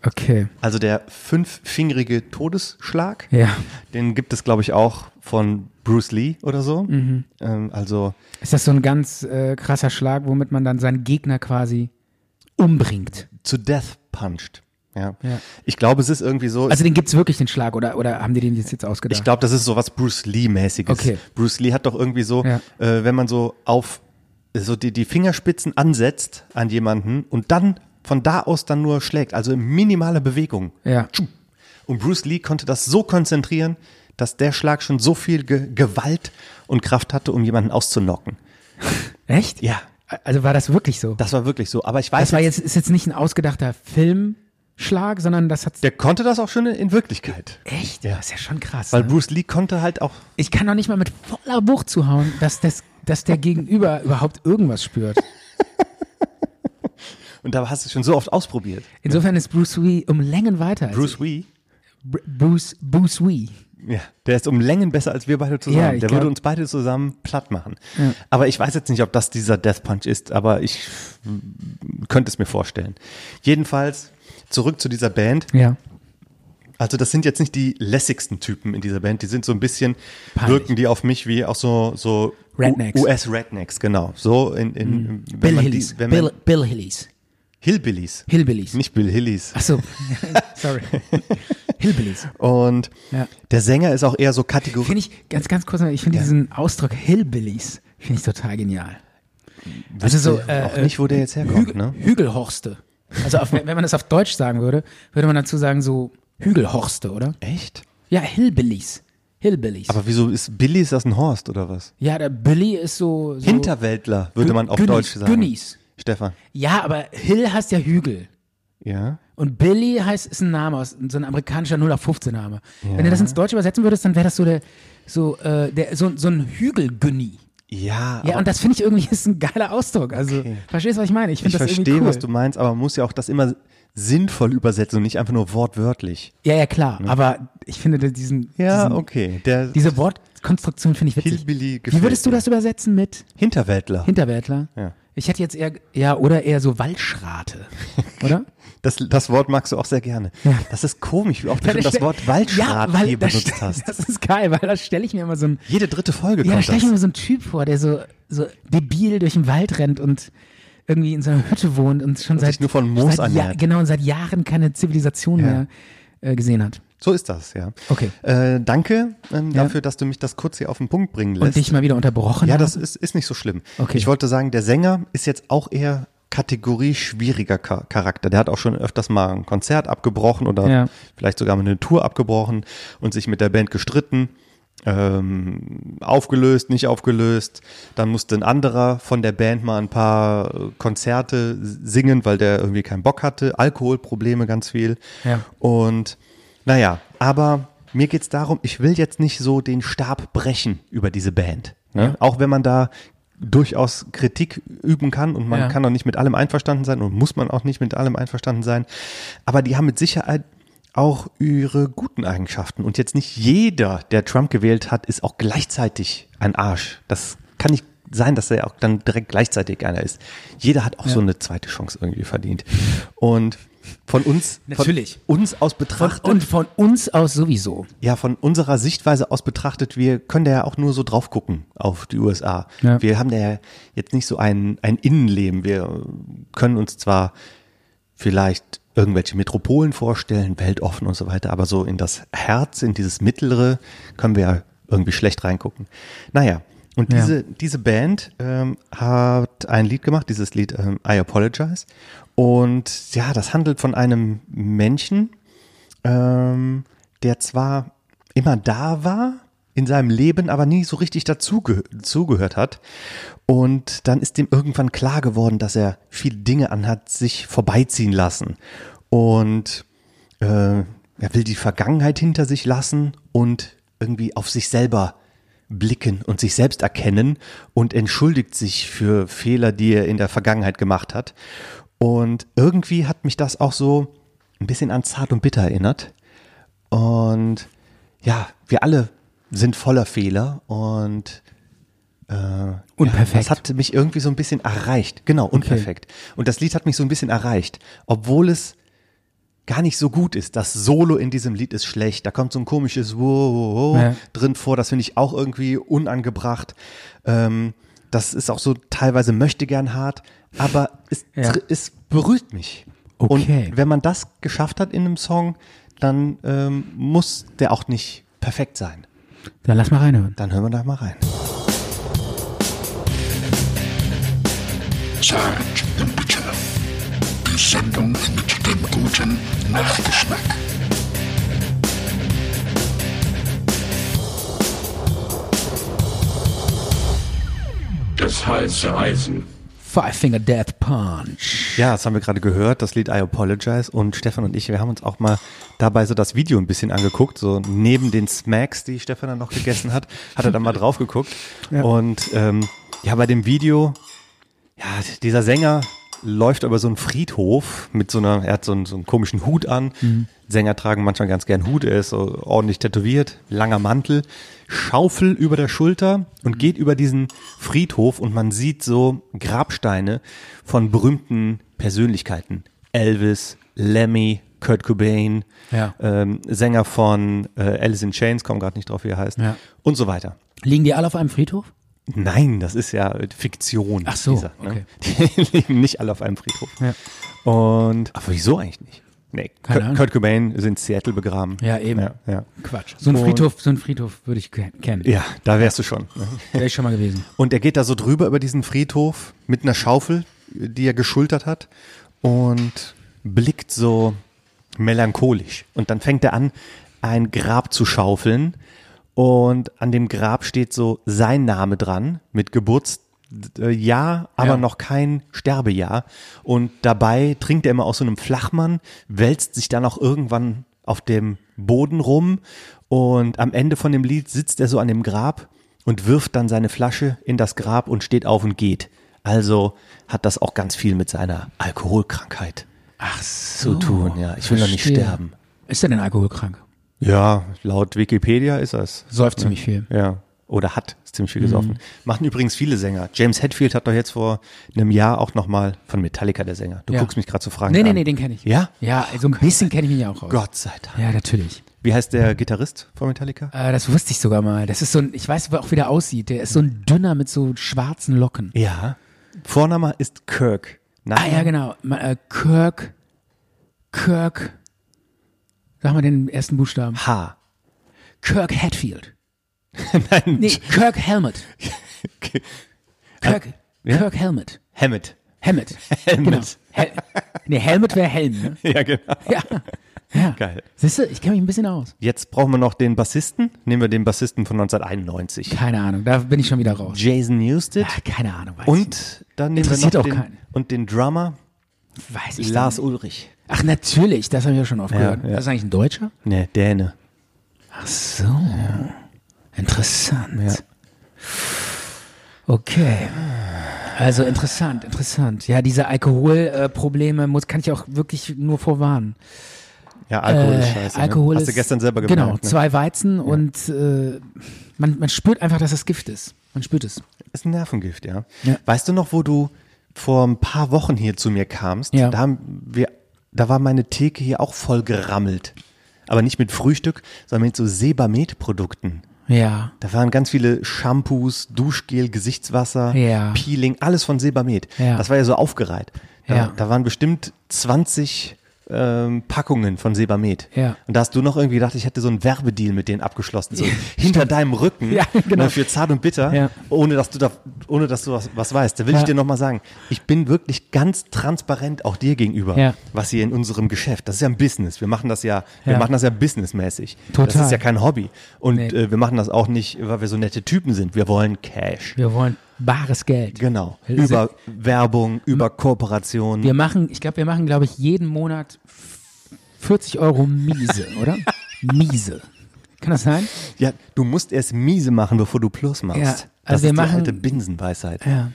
Okay.
Also der fünffingerige Todesschlag.
Ja.
Den gibt es, glaube ich, auch von Bruce Lee oder so.
Mhm.
Ähm, also
Ist das so ein ganz äh, krasser Schlag, womit man dann seinen Gegner quasi umbringt?
zu Death punched. Ja.
Ja.
Ich glaube, es ist irgendwie so.
Also den gibt's wirklich, den Schlag, oder, oder haben die den jetzt, jetzt ausgedacht?
ich glaube, das ist so was Bruce Lee-mäßiges.
Okay.
Bruce Lee hat doch irgendwie so,
Ja.
äh, wenn man so auf so die, die Fingerspitzen ansetzt an jemanden und dann von da aus dann nur schlägt, also minimale Bewegung.
Ja.
Und Bruce Lee konnte das so konzentrieren, dass der Schlag schon so viel Ge Gewalt und Kraft hatte, um jemanden auszunocken.
Echt?
Ja.
Also war das wirklich so?
Das war wirklich so. Aber ich weiß,
Das war jetzt, ist jetzt nicht ein ausgedachter Filmschlag, sondern das hat.
der konnte das auch schon in Wirklichkeit.
Echt?
Ja.
Das ist ja schon krass.
Weil
ne?
Bruce Lee konnte halt auch.
ich kann doch nicht mal mit voller Wucht zuhauen, dass, das, dass der Gegenüber überhaupt irgendwas spürt.
Und da hast du schon so oft ausprobiert.
Insofern ist Bruce Wee um Längen weiter. als
Bruce Lee.
ich. Br- Bruce, Bruce Wee.
Ja, der ist um Längen besser als wir beide zusammen.
Ja, ich
der
glaub-
würde uns beide zusammen platt machen. Aber ich weiß jetzt nicht, ob das dieser Death Punch ist, aber ich mm, könnte es mir vorstellen. Jedenfalls zurück zu dieser Band.
Ja.
Also das sind jetzt nicht die lässigsten Typen in dieser Band. Die sind so ein bisschen,
Peinlich.
wirken die auf mich wie auch so, so
Rednecks. Hm.
US-Rednecks, genau. So in, in wenn
Bill
man
Hillies.
Die, wenn man,
Bill, Bill Hillies.
Hillbillies.
Hillbillies.
Nicht Bill Hillies.
Ach so. Sorry. Hillbillies.
Und
Ja.
der Sänger ist auch eher so Kategorie.
Finde ich, ganz, ganz kurz, noch, ich finde
Ja.
diesen Ausdruck Hillbillies, finde ich total genial. Also so, äh,
auch nicht, wo der jetzt herkommt,
Hügel,
ne?
Hügelhorste. Also auf, wenn man das auf Deutsch sagen würde, würde man dazu sagen so Hügelhorste, oder?
Echt?
Ja, Hillbillies. Hillbillies.
Aber wieso ist Billy ist das ein Horst oder was?
ja, der Billy ist so, so
Hinterwäldler würde
Gü-
man auf
Günnis,
Deutsch sagen.
Günnis.
Stefan.
Ja, aber Hill heißt ja Hügel.
Ja.
Und Billy heißt, ist ein Name aus, so ein amerikanischer 0 auf 15 Name. Wenn du das ins Deutsche übersetzen würdest, dann wäre das so der, so, äh, der, so, so ein Hügelgünni.
Ja.
Ja,
aber
und das finde ich irgendwie ist ein geiler Ausdruck. Also,
Okay.
verstehst du, was ich meine? Ich
ich
finde das irgendwie
verstehe,
cool.
was du meinst, aber man muss ja auch das immer sinnvoll übersetzen und nicht einfach nur wortwörtlich.
ja, ja, klar. Aber ich finde diesen,
ne? Ja,
diesen
okay. Der
diese Wortkonstruktion finde ich witzig.
Hillbilly gefällt
Wie würdest du
mir.
das übersetzen mit
Hinterwäldler.
Hinterwäldler?
Ja.
Ich hätte jetzt eher, ja, oder eher so Waldschrate, oder?
Das, das Wort magst du auch sehr gerne. Das ist komisch, wie oft du schon das Wort Waldschrat
ja, weil
hier
das-
benutzt hast.
Das ist geil, weil da stelle ich mir immer so ein,
Jede dritte Folge
ja, da
kommt
stelle ich
das.
mir immer so einen Typ vor, der so, so debil durch den Wald rennt und irgendwie in so einer Hütte wohnt und schon
sich
seit,
nur von Moos
seit ja,
ernährt.
genau, und seit Jahren keine Zivilisation
Ja.
mehr äh, gesehen hat.
So ist das, ja.
Okay.
Äh, danke ähm,
Ja.
dafür, dass du mich das kurz hier auf den Punkt bringen
Und
lässt.
dich mal wieder unterbrochen
ja,
habe.
das ist, ist nicht so schlimm.
Okay.
Ich wollte sagen, der Sänger ist jetzt auch eher Kategorie schwieriger Cha- Charakter. Der hat auch schon öfters mal ein Konzert abgebrochen oder
Ja.
vielleicht sogar mal eine Tour abgebrochen und sich mit der Band gestritten. Ähm, aufgelöst, nicht aufgelöst. Dann musste ein anderer von der Band mal ein paar äh, Konzerte singen, weil der irgendwie keinen Bock hatte. Alkoholprobleme ganz viel.
Ja.
Und naja, aber mir geht's darum, ich will jetzt nicht so den Stab brechen über diese Band. Ne? Auch wenn man da durchaus Kritik üben kann und man
Ja.
kann auch nicht mit allem einverstanden sein und muss man auch nicht mit allem einverstanden sein. Aber die haben mit Sicherheit auch ihre guten Eigenschaften. Und jetzt nicht jeder, der Trump gewählt hat, ist auch gleichzeitig ein Arsch. Das kann nicht sein, dass er auch dann direkt gleichzeitig einer ist. Jeder hat auch so eine zweite Chance irgendwie verdient. Und von uns,
Natürlich.
von uns aus
von,
betrachtet,
und von uns aus sowieso.
ja, von unserer Sichtweise aus betrachtet, wir können da ja auch nur so drauf gucken auf die USA.
Ja.
Wir haben da ja jetzt nicht so ein, ein Innenleben. Wir äh, können uns zwar vielleicht irgendwelche Metropolen vorstellen, weltoffen und so weiter, aber so in das Herz, in dieses Mittlere können wir ja irgendwie schlecht reingucken. Naja, und
Ja.
diese, diese Band ähm, hat ein Lied gemacht, dieses Lied ähm, I Apologize. Und ja, das handelt von einem Menschen, ähm, der zwar immer da war, in seinem Leben aber nie so richtig dazuge zugehört hat. Und dann ist ihm irgendwann klar geworden, dass er viele Dinge anhat, sich vorbeiziehen lassen. Und äh, er will die Vergangenheit hinter sich lassen und irgendwie auf sich selber blicken und sich selbst erkennen und entschuldigt sich für Fehler, die er in der Vergangenheit gemacht hat. Und irgendwie hat mich das auch so ein bisschen an Zart und Bitter erinnert. Und ja, wir alle sind voller Fehler und
Unperfekt.
das hat mich irgendwie so ein bisschen erreicht. Genau, unperfekt. Und das Lied hat mich so ein bisschen erreicht. Obwohl es gar nicht so gut ist. Das Solo in diesem Lied ist schlecht. Da kommt so ein komisches Wow
Ja.
drin vor. Das finde ich auch irgendwie unangebracht. Ähm, das ist auch so teilweise möchte gern hart, aber es,
Ja.
es berührt mich.
Okay.
Und wenn man das geschafft hat in einem Song, dann ähm, muss der auch nicht perfekt sein.
Dann lass mal reinhören.
Dann hören wir da mal rein.
Zart und bitter. Die Sendung mit dem guten Nachgeschmack.
Das heiße Eisen.
Five Finger Death Punch.
Ja, das haben wir gerade gehört, das Lied I Apologize. Und Stefan und ich, wir haben uns auch mal dabei so das Video ein bisschen angeguckt. So neben den Smacks, die Stefan dann noch gegessen hat, hat er dann mal drauf geguckt. Und ähm, ja, bei dem Video, ja, dieser Sänger läuft über so einen Friedhof mit so einer, er hat so einen, so einen komischen Hut an.
Mhm.
Sänger tragen manchmal ganz gern Hut, er ist so ordentlich tätowiert, langer Mantel, Schaufel über der Schulter
Mhm.
und geht über diesen Friedhof und man sieht so Grabsteine von berühmten Persönlichkeiten. Elvis, Lemmy, Kurt Cobain,
Ja.
ähm, Sänger von äh, Alice in Chains, komm gerade nicht drauf, wie er heißt,
Ja.
und so weiter.
Liegen die alle auf einem Friedhof?
Nein, das ist ja Fiktion. ne?
Ach so, okay.
Die leben nicht alle auf einem Friedhof. Und aber wieso eigentlich nicht? Nee,
Keine
Kurt,
Ahnung.
Kurt Cobain ist in Seattle begraben.
Ja, eben.
Ja, ja.
Quatsch. So ein
Und-
Friedhof, so ein Friedhof würde ich ke- kennen.
ja da wärst du schon. ne?
Wäre ich schon mal gewesen.
Und er geht da so drüber über diesen Friedhof mit einer Schaufel, die er geschultert hat und blickt so melancholisch. Und dann fängt er an, ein Grab zu schaufeln und an dem Grab steht so sein Name dran mit Geburtsjahr, aber
Ja.
noch kein Sterbejahr. Und dabei trinkt er immer aus so einem Flachmann, wälzt sich dann auch irgendwann auf dem Boden rum und am Ende von dem Lied sitzt er so an dem Grab und wirft dann seine Flasche in das Grab und steht auf und geht. Also hat das auch ganz viel mit seiner Alkoholkrankheit zu tun. Ja, ich will doch nicht
Verstehe.
sterben.
Ist er denn alkoholkrank?
Ja, laut Wikipedia ist es.
Säuft ziemlich viel.
Ja. Mhm. Oder hat ist ziemlich viel gesoffen. Machen übrigens viele Sänger. James Hetfield hat doch jetzt vor einem Jahr auch nochmal von Metallica der Sänger. Du
Ja.
guckst mich gerade zu fragen.
Nee, nee,
an.
nee, den kenne ich.
Ja?
Ja, so ein bisschen kenne ich mich ja auch aus.
Gott sei Dank.
Ja, natürlich.
Wie heißt der Gitarrist von Metallica?
Äh, das wusste ich sogar mal. Das ist so ein, ich weiß aber auch, wie der aussieht. Der ist so ein dünner mit so schwarzen Locken.
Ja. Vorname ist Kirk.
Ah ja, genau. Ma- äh, Kirk. Kirk. Sag mal den ersten Buchstaben.
H.
Kirk Hatfield. Nein. Nee, Kirk Helmet. Kirk,
Äh, Ja?
Kirk Helmet.
Hammett.
Helmet.
Helmet.
Genau. Hel nee, Helmet wäre Helm. Ne?
Ja, genau.
Ja. ja.
Geil.
Siehst du, ich kenne mich ein bisschen aus.
Jetzt brauchen wir noch den Bassisten. Nehmen wir den Bassisten von 1991.
Keine Ahnung, da bin ich schon wieder raus.
Jason Newsted.
Ja, keine Ahnung. Weiß ich nicht.
Und dann nehmen wir noch
Interessiert auch
den,
keinen.
und den Drummer
weiß ich
Lars
nicht.
Ulrich.
Ach, natürlich, das habe ich ja schon oft
Ja,
gehört.
ja.
Das ist eigentlich ein Deutscher?
Ne, Däne.
Ach so. Interessant. Okay. Also interessant, interessant. Ja, diese Alkoholprobleme äh, Probleme muss kann ich auch wirklich nur vorwarnen.
Ja, Alkohol ist
Äh,
scheiße.
Alkohol
ne? Hast du
ist-
gestern selber gemerkt.
Genau,
ne?
zwei Weizen und äh, man, man spürt einfach, dass das Gift ist. Man spürt es.
Ist ein Nervengift, ja.
Ja.
Weißt du noch, wo du vor ein paar Wochen hier zu mir kamst?
Ja.
Da, haben wir, da war meine Theke hier auch voll gerammelt. Aber nicht mit Frühstück, sondern mit so Sebamed-Produkten.
Ja.
Da waren ganz viele Shampoos, Duschgel, Gesichtswasser,
Ja.
Peeling, alles von Sebamed.
Ja.
Das war ja so aufgereiht. Da,
Ja.
da waren bestimmt 20 ähm, Packungen von Sebamed.
Ja.
Und da hast du noch irgendwie gedacht, ich hätte so einen Werbedeal mit denen abgeschlossen, so hinter deinem Rücken
Ja, genau.
ne, für zart und bitter,
Ja.
ohne dass du da, ohne dass du was, was weißt. Da will ich
Ja.
dir nochmal sagen, ich bin wirklich ganz transparent auch dir gegenüber,
Ja.
was hier in unserem Geschäft, das ist ja ein Business, wir machen das ja, wir
Ja.
machen das ja businessmäßig. Das
Total.
ist ja kein Hobby. Und
Nee.
äh, wir machen das auch nicht, weil wir so nette Typen sind. Wir wollen Cash.
Wir wollen bares Geld.
Genau.
Also-
Über Werbung, über Kooperation.
Wir machen, ich glaube, wir machen, glaube ich, jeden Monat 40 Euro miese, oder? Miese. Kann das sein?
Ja, du musst erst miese machen, bevor du Plus machst.
Ja,
also
also
das
wir
ist
machen-
die alte Binsenweisheit.
Ja.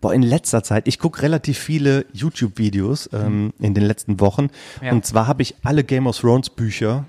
Boah, in letzter Zeit, ich gucke relativ viele YouTube-Videos ähm, in den letzten Wochen.
Mhm. Ja.
Und zwar habe ich alle Game of Thrones Bücher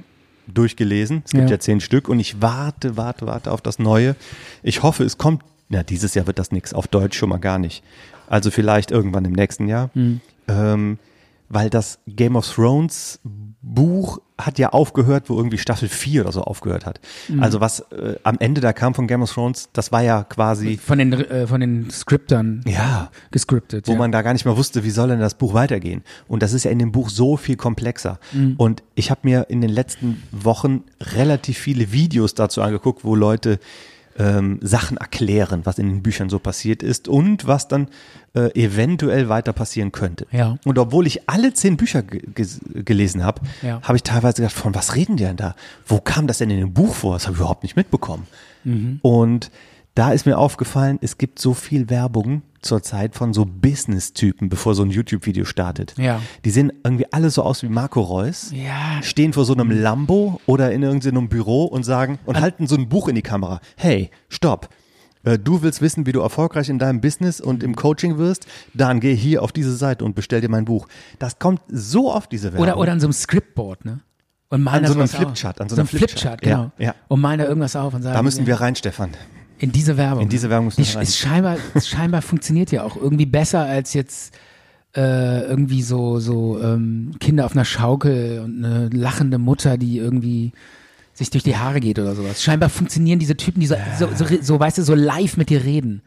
durchgelesen. Es gibt
Ja.
ja. zehn Stück und ich warte, warte, warte auf das Neue. Ich hoffe, es kommt. Na, dieses Jahr wird das nix, auf Deutsch schon mal gar nicht. Also vielleicht irgendwann im nächsten Jahr.
Mhm.
Ähm, weil das Game of Thrones Buch hat ja aufgehört, wo irgendwie Staffel 4 oder so aufgehört hat.
Mhm.
Also was äh, am Ende da kam von Game of Thrones, das war ja quasi,
Von den, äh, von den Skriptern
ja,
gescriptet.
wo
ja.
man da gar nicht mehr wusste, wie soll denn das Buch weitergehen. Und das ist ja in dem Buch so viel komplexer.
Mhm.
Und ich habe mir in den letzten Wochen relativ viele Videos dazu angeguckt, wo Leute ähm, Sachen erklären, was in den Büchern so passiert ist und was dann äh, eventuell weiter passieren könnte.
Ja.
Und obwohl ich alle zehn Bücher ge ges- gelesen habe,
Ja.
habe ich teilweise gedacht, von was reden die denn da? Wo kam das denn in dem Buch vor? Das habe ich überhaupt nicht mitbekommen.
Mhm.
Und da ist mir aufgefallen, es gibt so viel Werbung zurzeit von so Business-Typen, bevor so ein YouTube-Video startet.
Ja.
Die sehen irgendwie alle so aus wie Marco Reus,
Ja.
stehen vor so einem
Mhm.
Lambo oder in irgendeinem Büro und sagen und halten so ein Buch in die Kamera. Hey, stopp. Äh, Du willst wissen, wie du erfolgreich in deinem Business und im Coaching wirst? Dann geh hier auf diese Seite und bestell dir mein Buch. Das kommt so oft, diese Werbung.
Oder, oder an so einem Scriptboard, ne? Und malen
An
da
so einem
sowas auf.
Flipchart, an so
so
einem
einem Flipchart,
Flipchart,
genau.
ja, ja.
Und malen da irgendwas auf und sagen,
da müssen wir rein, Stefan.
in diese Werbung.
in diese Werbung müssen
Die
wir
sch-
rein.
Ist scheinbar, scheinbar funktioniert ja auch irgendwie besser als jetzt äh, irgendwie so, so ähm, Kinder auf einer Schaukel und eine lachende Mutter, die irgendwie sich durch die Haare geht oder sowas. Scheinbar funktionieren diese Typen, die so, so, so, re- so weißt du, so live mit dir reden.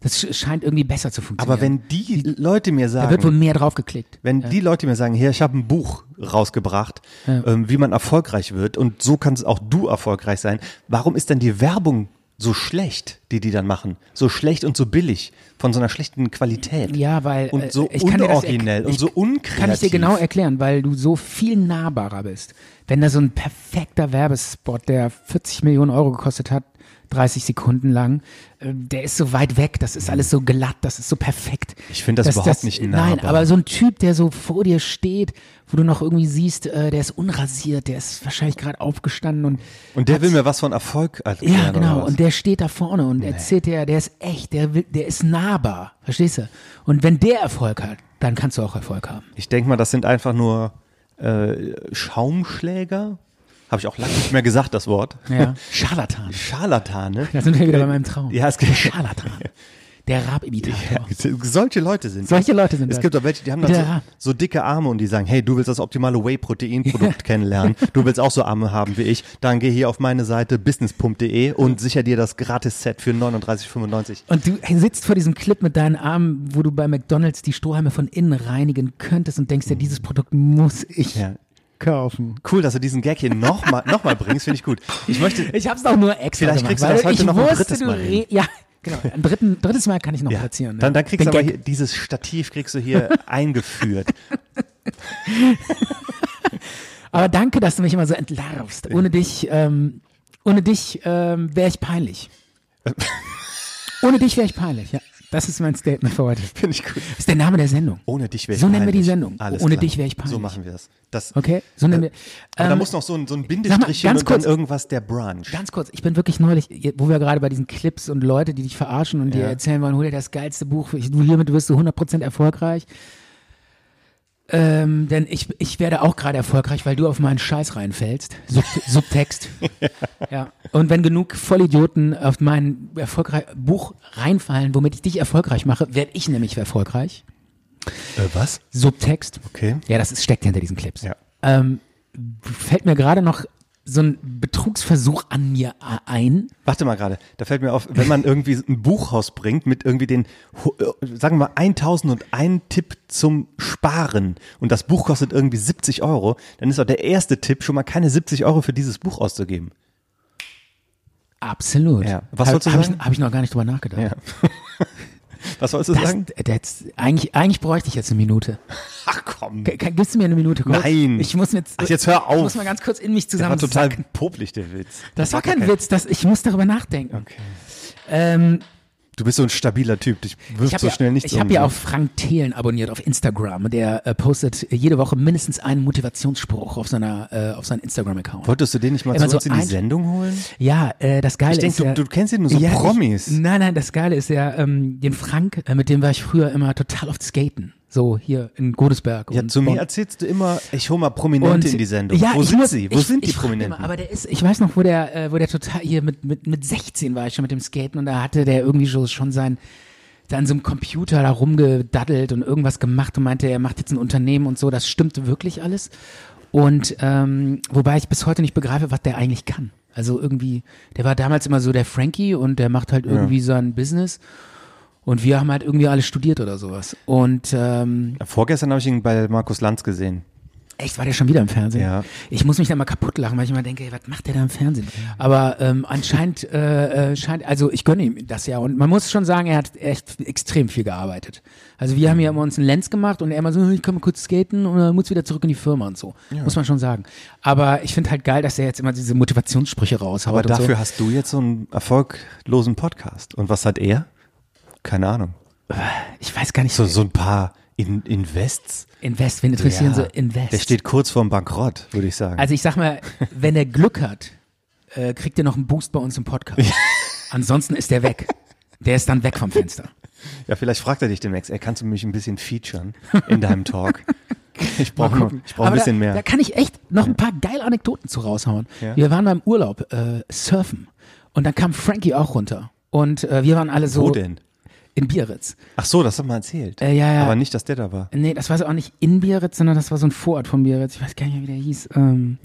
Das sch- scheint irgendwie besser zu funktionieren.
Aber wenn die Leute mir
da wird wohl
sagen,
mehr drauf geklickt.
wenn die Leute mir sagen, hier, ich habe ein Buch rausgebracht, ähm, wie man erfolgreich wird und so kannst auch du erfolgreich sein, warum ist denn die Werbung so schlecht, die die dann machen? So schlecht und so billig, von so einer schlechten Qualität.
Ja, weil äh,
Und so
ich kann dir das erk-
unoriginell und
ich-
so unkreativ.
Kann ich dir genau erklären, weil du so viel nahbarer bist. Wenn da so ein perfekter Werbespot, der 40 Millionen Euro gekostet hat, 30 Sekunden lang, äh, der ist so weit weg, das ist alles so glatt, das ist so perfekt.
Ich finde das
Dass
überhaupt nicht
Nein,
nahbar.
aber so ein Typ, der so vor dir steht, wo du noch irgendwie siehst, äh, der ist unrasiert, der ist wahrscheinlich gerade aufgestanden und
Und der will mir was von Erfolg erklären.
ja,
oder
genau.
was?
Und der steht da vorne und erzählt dir, der ist echt, der, will, der ist nahbar. Verstehst du? Und wenn der Erfolg hat, dann kannst du auch Erfolg haben.
Ich denke mal, das sind einfach nur äh, Schaumschläger. Habe ich auch lange nicht mehr gesagt, das Wort.
Ja. Scharlatan.
Scharlatane.
Da sind wir wieder bei meinem Traum.
Ja, es gibt
Scharlatan. Der Rab-Imitator.
Solche Leute sind
Solche Leute sind
Es
das.
gibt auch welche, die haben dann
Ja.
so, so dicke Arme und die sagen, hey, du willst das optimale Whey-Protein-Produkt kennenlernen, du willst auch so Arme haben wie ich, dann geh hier auf meine Seite business.de und sicher dir das Gratis-Set für 39,95.
Und du sitzt vor diesem Clip mit deinen Armen, wo du bei McDonalds die Strohhalme von innen reinigen könntest und denkst dir, dieses Produkt muss ich
Mhm. Ja.
kaufen.
Cool, dass du diesen Gag hier nochmal noch mal bringst, finde ich gut. Ich möchte,
Ich hab's doch nur extra
Vielleicht
gemacht,
kriegst du
weil
das heute
ich
noch ein
wusste,
drittes
du
Mal hin.
re- Ja, genau. Ein dritten, drittes Mal kann ich noch
ja,
platzieren. ne?
dann, dann kriegst du
Den
aber
Gag.
hier, dieses Stativ kriegst du hier eingeführt.
Aber danke, dass du mich immer so entlarvst. Ohne dich, ähm, ohne dich ähm, wäre ich peinlich. ohne dich wäre ich peinlich, ja. Das ist mein Statement für heute.
Finde ich gut.
Das ist der Name der Sendung.
Ohne dich wäre ich
So
peinlich.
nennen wir die Sendung.
Alles
Ohne
klar.
dich wäre ich peinlich.
So machen wir das. das äh,
Okay? So nennen wir.
aber da
Ähm,
muss noch so ein, so ein Bindestrichchen
ganz
und dann
kurz-
irgendwas der Branch.
Ganz kurz, ich bin wirklich neulich, wo wir gerade bei diesen Clips und Leute, die dich verarschen und dir erzählen wollen, hol dir das geilste Buch, ich- du hiermit wirst du 100% erfolgreich. Ähm, denn ich, ich werde auch gerade erfolgreich, weil du auf meinen Scheiß reinfällst. Sub, Subtext. ja. Und wenn genug Vollidioten auf mein erfolgreich Buch reinfallen, womit ich dich erfolgreich mache, werde ich nämlich erfolgreich.
Äh, was?
Subtext.
Okay.
Ja, das ist, steckt hinter diesen Clips.
Ja.
Ähm, fällt mir gerade noch so einen Betrugsversuch an mir a- ein.
Warte mal gerade, da fällt mir auf, wenn man irgendwie ein Buch rausbringt mit irgendwie den, hu- äh, sagen wir mal, 1001 Tipp zum Sparen und das Buch kostet irgendwie 70 Euro, dann ist doch der erste Tipp schon mal keine 70 Euro für dieses Buch auszugeben.
Absolut.
Ja. Was
Hab-
wolltest du
hab
sagen?
Ich, hab ich noch gar nicht drüber nachgedacht.
Ja. Was sollst du
Das,
sagen?
das, eigentlich, eigentlich bräuchte ich jetzt eine Minute.
Ach komm.
G- g- Gibst du mir eine Minute? Kurz?
Nein.
Ich muss mir jetzt.
Ach, jetzt hör auf.
Ich muss mal ganz kurz in mich
Der war
zusammen.
total popelig, der Witz.
Das war kein Witz. Das, ich muss darüber nachdenken. Okay. Ähm,
Du bist so ein stabiler Typ, dich
ich
wirft
habe
so schnell
ja,
nichts
ich hab
um.
ja auch Frank Thelen abonniert auf Instagram. Der äh, postet jede Woche mindestens einen Motivationsspruch auf, seiner, äh, auf seinem Instagram-Account.
Wolltest du den nicht mal
Immer
zu
so
uns in die
ein-
Sendung holen?
Ja, äh, das Geile
Ich denk,
ist
du-
ja,
du kennst ihn nur so Promis.
Ich, nein, nein, das Geile ist ja, ähm, den Frank, äh, mit dem war ich früher immer total oft skaten. So hier in Godesberg.
Ja,
und-
zu mir
und-
erzählst du immer, ich hole mal Prominente in die Sendung.
Ja,
wo
ich
sind
muss-
sie? Wo
ich,
sind die
ich frag
Prominenten?
Immer, aber der ist, ich weiß noch, wo der, äh, wo der total hier mit, mit, mit 16 war ich schon mit dem Skaten und da hatte der irgendwie so, schon sein, da an so einem Computer da rumgedaddelt und irgendwas gemacht und meinte, er macht jetzt ein Unternehmen und so. Das stimmte wirklich alles. Und ähm, wobei ich bis heute nicht begreife, was der eigentlich kann. Also irgendwie, der war damals immer so der Frankie und der macht halt irgendwie sein Business. Und wir haben halt irgendwie alle studiert oder sowas. Und ähm,
Vorgestern habe ich ihn bei Markus Lanz gesehen.
Echt, war der schon wieder im Fernsehen?
Ja.
Ich muss mich da mal kaputt lachen, weil ich immer denke, ey, was macht der da im Fernsehen? Aber ähm, anscheinend äh, äh, scheint, also ich gönne ihm das ja. Und man muss schon sagen, er hat echt extrem viel gearbeitet. Also wir haben ja immer uns einen Lenz gemacht und er immer so, "Hm, ich kann mal kurz skaten und dann muss wieder zurück in die Firma und so. Muss man schon sagen. Aber ich finde halt geil, dass er jetzt immer diese Motivationssprüche raushaut.
Aber
und
dafür
so.
hast du jetzt so einen erfolglosen Podcast. Und was hat er? Keine Ahnung.
ich weiß gar nicht,
So, so ein paar in Invests.
Invest, wen interessieren
Ja.
so Invest.
Der steht kurz vorm Bankrott, würde ich sagen.
Also ich sag mal, wenn er Glück hat, äh, kriegt er noch einen Boost bei uns im Podcast. Ansonsten ist er weg. Der ist dann weg vom Fenster.
ja, vielleicht fragt er dich demnächst. Ey, kannst du mich ein bisschen featuren in deinem Talk? Ich
Mal
brauche
gucken.
ich brauch ein
Aber
bisschen
da,
mehr.
Da kann ich echt noch ein paar geile Anekdoten zu raushauen.
Ja.
Wir waren beim Urlaub äh, surfen und dann kam Frankie auch runter. Und äh, wir waren alle so
Wo denn?
in Bieritz.
Ach so, das hat man erzählt.
Äh, ja, ja.
Aber nicht, dass der da war.
Nee, das war so auch nicht in Biarritz, sondern das war so ein Vorort von Biarritz. Ich weiß gar nicht mehr, wie der hieß. Ähm,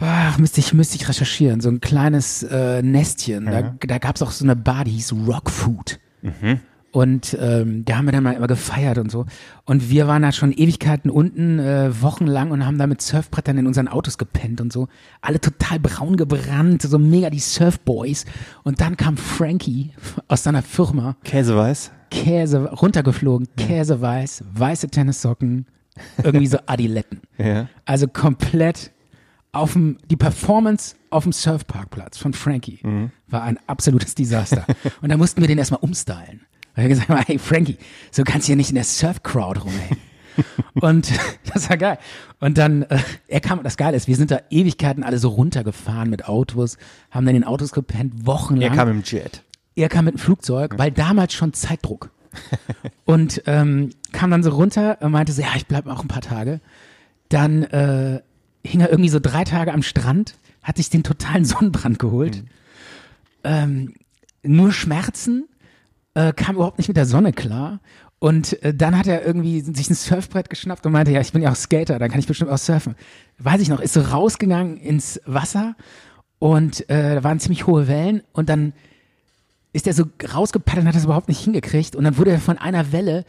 ach, müsste ich, müsste ich recherchieren. So ein kleines äh, Nestchen. Da, da gab es auch so eine Bar, die hieß Rock Food. Und ähm, da haben wir dann mal immer gefeiert und so. Und wir waren da schon Ewigkeiten unten, äh, wochenlang und haben da mit Surfbrettern in unseren Autos gepennt und so. Alle total braun gebrannt, so mega die Surfboys. Und dann kam Frankie aus seiner Firma
Käseweiß?
Käse runtergeflogen, Käseweiß, weiße Tennissocken, irgendwie so Adiletten.
Ja.
Also komplett auf dem, die Performance auf dem Surfparkplatz von Frankie
Mhm.
war ein absolutes Desaster. Und da mussten wir den erstmal umstylen. Weil wir gesagt haben, hey Frankie, so kannst du hier nicht in der Surf-Crowd rumhängen. Und das war geil. Und dann, äh, er kam, das Geile ist, wir sind da Ewigkeiten alle so runtergefahren mit Autos, haben dann in Autos gepennt, wochenlang.
Er kam im Jet.
Er kam mit dem Flugzeug, weil damals schon Zeitdruck. Und ähm, kam dann so runter und meinte so, ja, ich bleib auch ein paar Tage. Dann äh, hing er irgendwie so drei Tage am Strand, hat sich den totalen Sonnenbrand geholt. Ähm, nur Schmerzen, äh, kam überhaupt nicht mit der Sonne klar. Und äh, dann hat er irgendwie sich ein Surfbrett geschnappt und meinte, ja, ich bin ja auch Skater, dann kann ich bestimmt auch surfen. Weiß ich noch, ist so rausgegangen ins Wasser und äh, da waren ziemlich hohe Wellen und dann ist er so rausgepaddelt und hat das überhaupt nicht hingekriegt. Und dann wurde er von einer Welle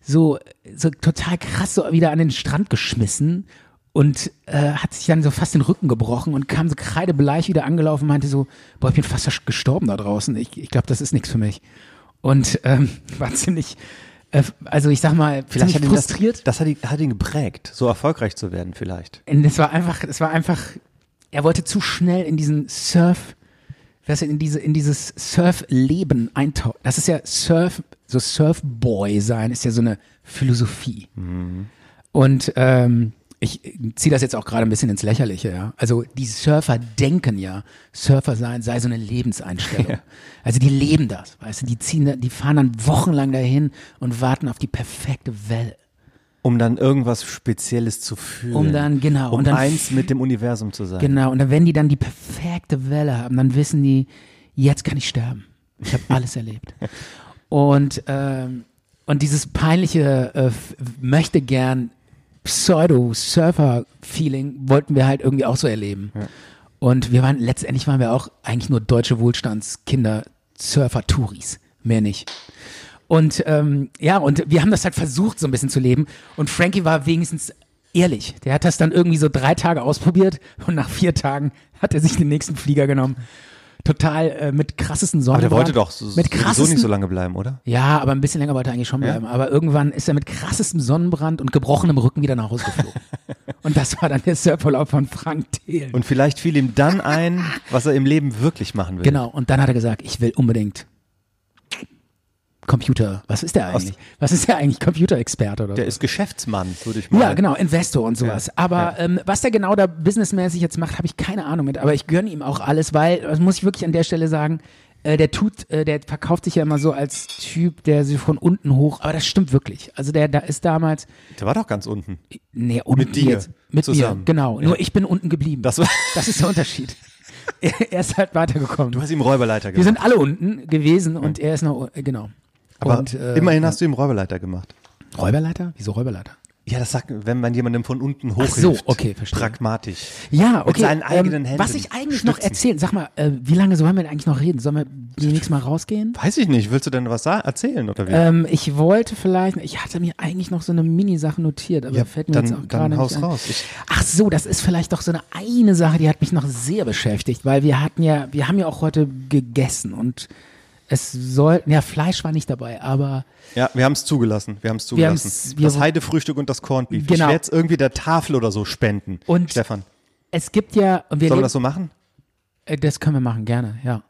so, so total krass so wieder an den Strand geschmissen und äh, hat sich dann so fast den Rücken gebrochen und kam so kreidebleich wieder angelaufen und meinte so, boah, ich bin fast versch- gestorben da draußen. Ich, ich glaube, das ist nichts für mich. Und ähm, war ziemlich, äh, also ich sag mal,
Vielleicht hat
ziemlich
ihn das,
frustriert.
das hat, ihn, hat ihn geprägt, so erfolgreich zu werden vielleicht.
Und es war einfach, es war einfach, er wollte zu schnell in diesen Surf, weißt du, in diese, in dieses Surf-Leben eintauchen. Das ist ja Surf, so Surfboy sein ist ja so eine Philosophie. Und ähm, ich ziehe das jetzt auch gerade ein bisschen ins Lächerliche, ja. Also die Surfer denken ja, Surfer sein sei so eine Lebenseinstellung. Also die leben das, weißt du, die ziehen, da- die fahren dann wochenlang dahin und warten auf die perfekte Welle.
Um dann irgendwas Spezielles zu fühlen.
Um dann- genau,
Um
und dann-
eins mit dem Universum zu sein.
Genau, und dann, wenn die dann die perfekte Welle haben, dann wissen die, jetzt kann ich sterben. Ich habe alles erlebt. Und, ähm, und dieses peinliche äh, f- möchte gern Pseudo-Surfer-Feeling wollten wir halt irgendwie auch so erleben. Und wir waren, letztendlich waren wir auch eigentlich nur deutsche Wohlstandskinder, Surfer-Touris, mehr nicht. Und ähm, ja, und wir haben das halt versucht, so ein bisschen zu leben. Und Frankie war wenigstens ehrlich. Der hat das dann irgendwie so drei Tage ausprobiert und nach vier Tagen hat er sich den nächsten Flieger genommen. Total äh, mit krassesten Sonnen.
Aber der wollte doch so,
mit
sowieso
krassesten
nicht so lange bleiben, oder?
ja, aber ein bisschen länger wollte er eigentlich schon bleiben. Aber irgendwann ist er mit krassestem Sonnenbrand und gebrochenem Rücken wieder nach Hause geflogen. und das war dann der Surferlauf von Frank Thelen.
Und vielleicht fiel ihm dann ein, was er im Leben wirklich machen will.
Genau, und dann hat er gesagt, ich will unbedingt Computer. Was ist der
Aus-
eigentlich? Was ist der eigentlich? Computerexperte oder
Der
so?
ist Geschäftsmann, würde ich mal.
Ja, genau, Investor und sowas.
Ja,
Aber ähm, was der genau da businessmäßig jetzt macht, habe ich keine Ahnung mit. Aber ich gönne ihm auch alles, weil, das muss ich wirklich an der Stelle sagen, äh, der tut, äh, der verkauft sich ja immer so als Typ, der sich von unten hoch, aber das stimmt wirklich. Also der da ist damals,
Der war doch ganz unten.
Nee, unten
Mit dir
Jetzt. Mit
zusammen.
mir, genau. Nur ich bin unten geblieben.
Das war-
das ist der Unterschied. er er ist halt weitergekommen.
Du hast ihm Räuberleiter
Wir
gemacht.
sind alle unten gewesen und er ist noch, äh, genau.
Aber
und, äh,
immerhin hast du ihm Räuberleiter gemacht.
Räuberleiter? Wieso Räuberleiter?
Ja, das sagt, wenn man jemandem von unten hochhilft.
so, okay, verstehe.
Pragmatisch.
Ja, okay. ähm,
seinen eigenen Händen
Was ich eigentlich noch
stützen.
erzählen, sag mal, äh, wie lange sollen wir denn eigentlich noch reden? Sollen wir demnächst mal rausgehen?
Weiß ich nicht. Willst du denn was sa- erzählen oder wie?
Ähm, ich wollte vielleicht, ich hatte mir eigentlich noch so eine Mini-Sache notiert, aber
Ja,
fällt mir
dann-
jetzt auch
dann
gerade
haus
nicht ein.
raus. Ich-
Ach so, das ist vielleicht doch so eine eine Sache, die hat mich noch sehr beschäftigt, weil wir hatten ja, wir haben ja auch heute gegessen und es soll, ja, Fleisch war nicht dabei, aber
ja, wir haben es zugelassen. Wir haben es
Wir haben's-
zugelassen.
wir-
das Heidefrühstück und das Corned Beef. Ich
Genau.
werde es irgendwie der Tafel oder so spenden.
Und-
Stefan,
es gibt ja, und
sollen wir
wir leben,
das so machen?
Äh, Das können wir machen, gerne, ja.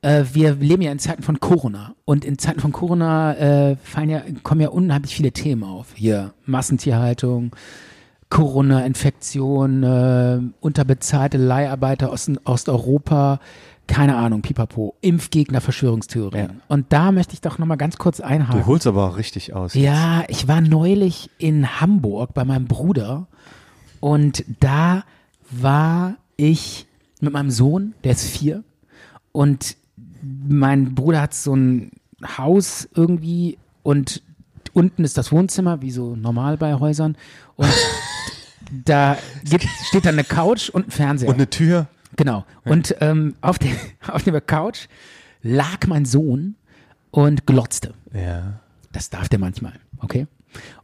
Äh, Wir leben ja in Zeiten von Corona und in Zeiten von Corona äh, fallen ja, kommen ja unheimlich viele Themen auf. Hier Massentierhaltung, Corona-Infektion, äh, unterbezahlte Leiharbeiter aus Osteuropa, keine Ahnung, Pipapo, Impfgegner, Verschwörungstheorien.
Ja.
Und da möchte ich doch nochmal ganz kurz einhaken.
Du holst aber auch richtig aus.
Ja, ich war neulich in Hamburg bei meinem Bruder und da war ich mit meinem Sohn, der ist vier, und mein Bruder hat so ein Haus irgendwie und unten ist das Wohnzimmer, wie so normal bei Häusern. Und da gibt, steht dann eine Couch und ein Fernseher.
Und eine Tür.
Genau. Und ähm, auf, der, auf der Couch lag mein Sohn und glotzte.
Ja.
Das darf der manchmal, okay?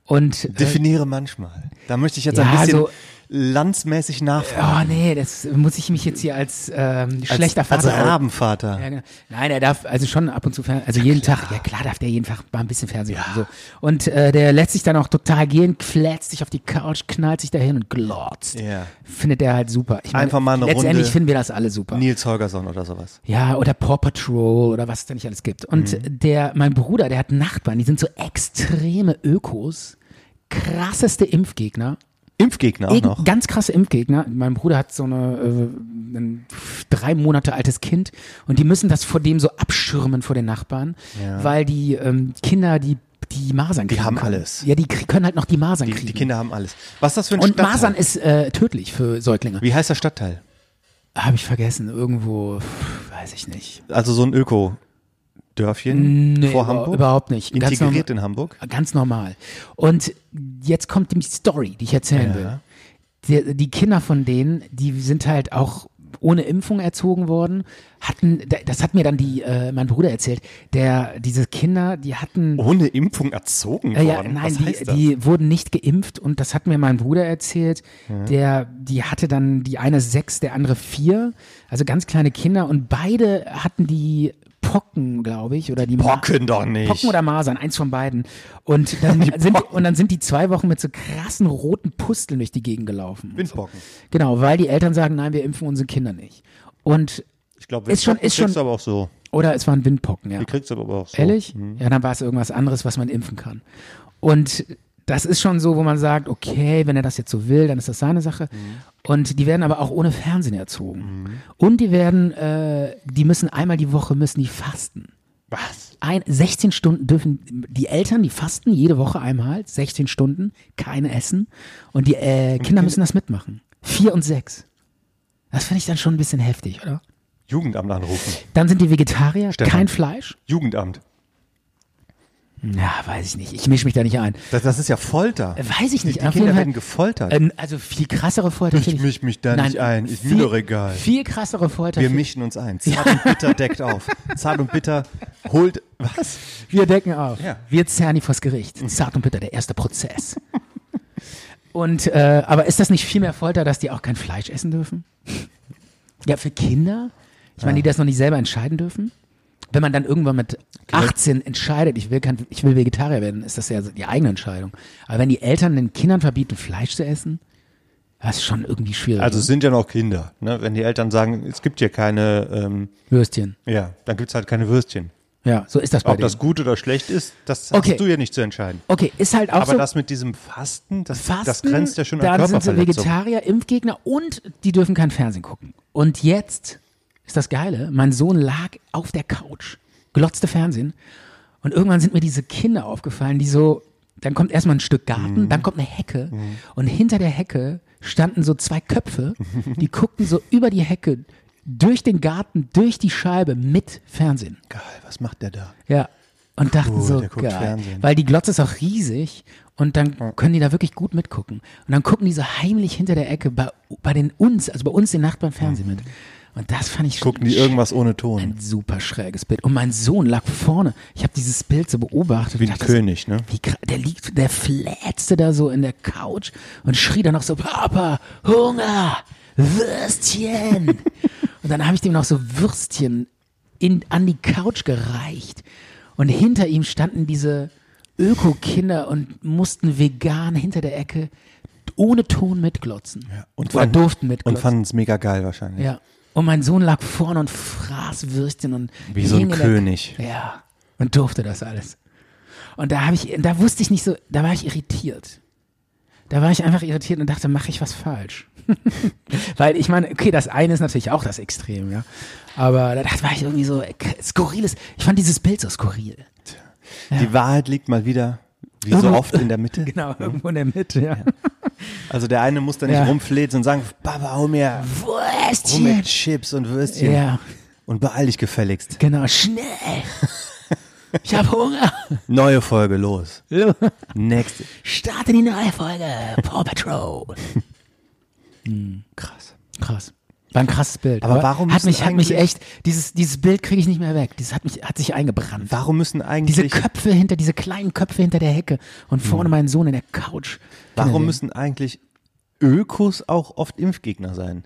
Und äh,
Definiere manchmal. Da möchte ich jetzt ein
Ja, also-
bisschen
so-
landsmäßig nachfragen.
oh nee, das muss ich mich jetzt hier als ähm, schlechter
als, also
Vater.
als Rabenvater.
Ja, genau. Nein, er darf also schon ab und zu, Fer- also jeden Tag, ja klar darf der jeden Tag mal ein bisschen Fernsehen gucken, so. Und äh, der lässt sich dann auch total gehen, flätzt sich auf die Couch, knallt sich dahin und glotzt.
Ja.
Findet er halt super. Ich meine,
Einfach mal eine
letztendlich
Runde
finden wir das alle super.
Nils Holgersson oder sowas.
Ja, oder Paw Patrol oder was es da nicht alles gibt. Und
Mhm.
der, mein Bruder, der hat Nachbarn, die sind so extreme Ökos, krasseste Impfgegner.
Impfgegner auch
Irgend-
noch.
Ganz krasse Impfgegner. Mein Bruder hat so eine, äh, ein drei Monate altes Kind und die müssen das vor dem so abschirmen vor den Nachbarn, weil die ähm, Kinder, die die Masern kriegen.
haben
können.
alles.
Ja, die krie- können halt noch die Masern
Die,
kriegen.
die Kinder haben alles. Was ist das für ein
und
Stadtteil?
Masern ist äh, tödlich für Säuglinge.
Wie heißt der Stadtteil?
Habe ich vergessen, irgendwo, pff, weiß ich nicht.
Also so ein Öko-Dörfchen vor
über-
Hamburg?
überhaupt nicht. Ganz
Integriert
normal-
in Hamburg?
Ah, Ganz normal. Und jetzt kommt die Story, die ich erzählen will. Die, die Kinder von denen, die sind halt auch ohne Impfung erzogen worden, hatten, das hat mir dann die, äh, mein Bruder erzählt, der, diese Kinder, die hatten,
Ohne Impfung erzogen
äh,
worden?
ja, nein,
Was heißt
die,
das?
die wurden nicht geimpft und das hat mir mein Bruder erzählt. Der, die hatte dann die eine sechs, der andere vier, also ganz kleine Kinder und beide hatten die Pocken, glaube ich, oder die Ma-
Pocken doch nicht.
Pocken oder Masern, eins von beiden. Und dann sind und dann sind die zwei Wochen mit so krassen roten Pusteln durch die Gegend gelaufen.
Windpocken.
Genau, weil die Eltern sagen, nein, wir impfen unsere Kinder nicht. Und
Ich glaube,
Ist schon-
Windpocken
ist schon-
kriegst du aber auch so.
oder es waren Windpocken, ja.
Die kriegst du aber auch so.
Ehrlich? Ja, dann war es irgendwas anderes, was man impfen kann. Und das ist schon so, wo man sagt, okay, wenn er das jetzt so will, dann ist das seine Sache. Und die werden aber auch ohne Fernsehen erzogen. Und die werden, äh, die müssen einmal die Woche müssen die fasten.
Was?
Ein, 16 Stunden dürfen die Eltern, die fasten jede Woche einmal, 16 Stunden, kein Essen. Und die äh, Kinder müssen das mitmachen. Vier und sechs. Das finde ich dann schon ein bisschen heftig, oder?
Jugendamt anrufen.
Dann sind die Vegetarier,
Stefan.
kein Fleisch.
Jugendamt.
Na, weiß ich nicht. Ich mische mich da nicht ein.
Das, das ist ja Folter.
Äh, Weiß ich
Die-
nicht.
Die
Auf
Kinder
jeden Fall-
werden gefoltert.
Ähm, also viel krassere Folter.
Ich
finde
misch mich da nicht ein. Ist mir doch egal.
Viel krassere Folter.
Wir
finde-
mischen uns ein. Zart und bitter deckt auf. Zart und bitter holt. Was?
Wir decken auf.
Ja.
Wir zerren die vors Gericht. Zart und bitter, der erste Prozess. und, äh, aber ist das nicht viel mehr Folter, dass die auch kein Fleisch essen dürfen? ja, für Kinder? Ich meine, die das noch nicht selber entscheiden dürfen? Wenn man dann irgendwann mit 18 entscheidet, ich will, kein, ich will Vegetarier werden, ist das ja die eigene Entscheidung. Aber wenn die Eltern den Kindern verbieten, Fleisch zu essen, das ist schon irgendwie schwierig.
Also
ne?
es sind ja noch Kinder. Ne? Wenn die Eltern sagen, es gibt hier keine, ähm,
Würstchen.
ja, dann gibt es halt keine Würstchen.
Ja, so ist das bei
Ob
denen.
das gut oder schlecht ist, das
Okay.
hast du ja nicht zu entscheiden.
okay, ist halt auch
Aber
so.
das mit diesem Fasten, das,
Fasten,
das grenzt ja schon an
dann sind sie
Körperverletzung.
Vegetarier, Impfgegner und die dürfen kein Fernsehen gucken. Und jetzt ist das Geile, mein Sohn lag auf der Couch, glotzte Fernsehen und irgendwann sind mir diese Kinder aufgefallen, die so, dann kommt erstmal ein Stück
Mhm.
Garten, dann kommt eine Hecke und hinter der Hecke standen so zwei Köpfe, die guckten so über die Hecke, durch den Garten, durch die Scheibe mit Fernsehen.
Geil, was macht der da?
Ja. Und dachten
Cool,
so,
der guckt
geil.
Fernsehen.
Weil die Glotze ist auch riesig und dann können die da wirklich gut mitgucken. Und dann gucken die so heimlich hinter der Ecke bei, bei den uns, also bei uns den Nachbarn Fernsehen mit. Und das fand ich
Gucken die irgendwas ohne Ton?
ein super schräges Bild. Und mein Sohn lag vorne. Ich habe dieses Bild so beobachtet.
Wie
und
ein
dachte so,
König, ne?
Wie, kr- der liegt, der flätzte da so in der Couch und schrie dann noch so, Papa, Hunger, Würstchen. und dann habe ich dem noch so Würstchen in, an die Couch gereicht. Und hinter ihm standen diese Öko-Kinder und mussten vegan hinter der Ecke ohne Ton mitglotzen.
Und
Oder
fanden-
durften
Und
mitglotzen.
fanden es mega geil wahrscheinlich.
Ja. Und mein Sohn lag vorne und fraß Würstchen und
Wie so ein
hing in der-
König.
Ja. Und durfte das alles. Und da habe ich, da wusste ich nicht so, da war ich irritiert. Da war ich einfach irritiert und dachte, mache ich was falsch? Weil ich meine, okay, das eine ist natürlich auch das Extrem, ja. Aber da da war ich irgendwie so äh, skurriles. Ich fand dieses Bild so skurril.
Die Wahrheit liegt mal wieder, wie so
Irgendwo-
oft, in der Mitte.
Genau, irgendwo in der Mitte, ja.
Also der eine muss da nicht
Ja.
rumflezen und sagen, Papa, hol mir, hol mir
Würstchen!
Chips und Würstchen.
Ja,
Und beeil dich gefälligst.
genau, schnell! Ich habe Hunger!
Neue Folge, los. Nächste.
Starte die neue Folge Paw Patrol.
Krass.
Hm, Krass. War ein krasses Bild.
Aber warum
hat mich
müssen
hat mich
eigentlich-
echt dieses dieses Bild kriege ich nicht mehr weg. Dieses hat mich hat sich eingebrannt.
Warum müssen
Diese
eigentlich,
Köpfe hinter diese kleinen Köpfe hinter der Hecke und vorne mein Sohn in der Couch.
Hm. warum müssen eigentlich Ökos auch oft Impfgegner sein?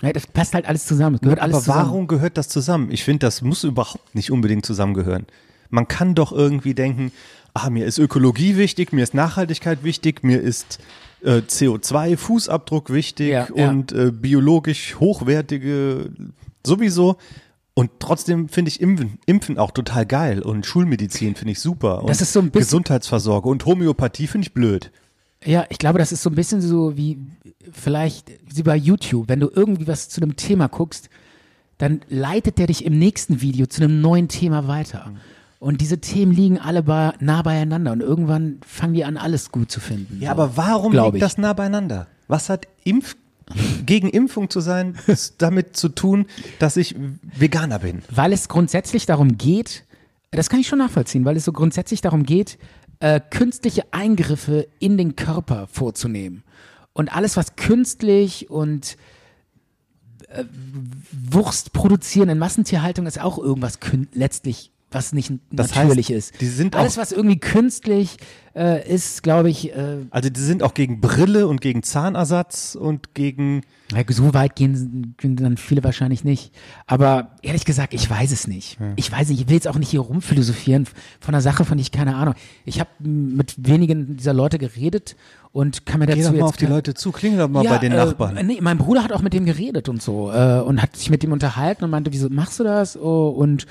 Ja, das passt halt alles zusammen. Das gehört alles
Aber
zusammen.
warum gehört das zusammen? Ich finde, das muss überhaupt nicht unbedingt zusammengehören. Man kann doch irgendwie denken, ah, mir ist Ökologie wichtig, mir ist Nachhaltigkeit wichtig, mir ist äh, CO2-Fußabdruck wichtig
Ja, ja.
und Äh, biologisch hochwertige sowieso. Und trotzdem finde ich Impfen, Impfen auch total geil und Schulmedizin finde ich super.
Das
und
ist so ein bisschen-
Gesundheitsversorgung und Homöopathie finde ich blöd.
Ja, ich glaube, das ist so ein bisschen so wie vielleicht wie bei YouTube, wenn du irgendwie was zu einem Thema guckst, dann leitet der dich im nächsten Video zu einem neuen Thema
Mhm.
weiter. Und diese Themen liegen alle bei, nah beieinander und irgendwann fangen die an, alles gut zu finden.
Ja, aber warum
Glaub
liegt
ich.
das nah beieinander? Was hat Impf gegen Impfung zu sein ist damit zu tun, dass ich Veganer bin?
weil es grundsätzlich darum geht, das kann ich schon nachvollziehen, weil es so grundsätzlich darum geht, äh, künstliche Eingriffe in den Körper vorzunehmen. Und alles, was künstlich und äh, Wurst produzieren in Massentierhaltung ist auch irgendwas kün letztlich, was nicht
Das heißt,
natürlich ist.
die sind
alles,
auch-
was irgendwie künstlich äh, ist, glaube ich, äh,
Also die sind auch gegen Brille und gegen Zahnersatz und gegen
Na, so weit gehen, gehen dann viele wahrscheinlich nicht. Aber ehrlich gesagt, ich weiß es nicht. Ich weiß nicht, ich will jetzt auch nicht hier rumphilosophieren von einer Sache, von der ich keine Ahnung. Ich habe mit wenigen dieser Leute geredet und kann mir dazu
Geh doch
jetzt
mal auf die
kein-
Leute zu, klingel doch mal bei den
äh,
Nachbarn.
Nee, mein Bruder hat auch mit dem geredet und so äh, und hat sich mit dem unterhalten und meinte, wieso machst du das? Oh, und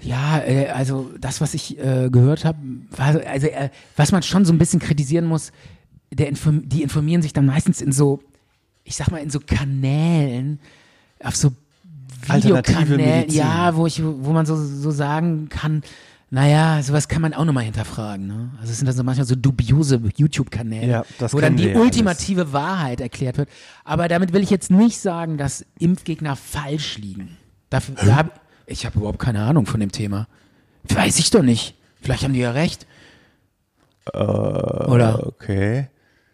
ja, äh, also das, was ich äh, gehört habe, war- also äh, was man schon so ein bisschen kritisieren muss, der inform die informieren sich dann meistens in so, ich sag mal, in so Kanälen, auf so
Alternative
Videokanälen,
Medizin.
ja, wo ich, wo man so, so sagen kann, naja, sowas kann man auch nochmal hinterfragen. Ne? Also es sind dann so manchmal so dubiose YouTube-Kanäle,
Ja, das
wo dann
kennen wir
die
ja alles.
ultimative Wahrheit erklärt wird. Aber damit will ich jetzt nicht sagen, dass Impfgegner falsch liegen. Dafür, da hab, ich habe überhaupt keine Ahnung von dem Thema. Weiß ich doch nicht. Vielleicht haben die ja recht.
Äh,
oder?
Okay.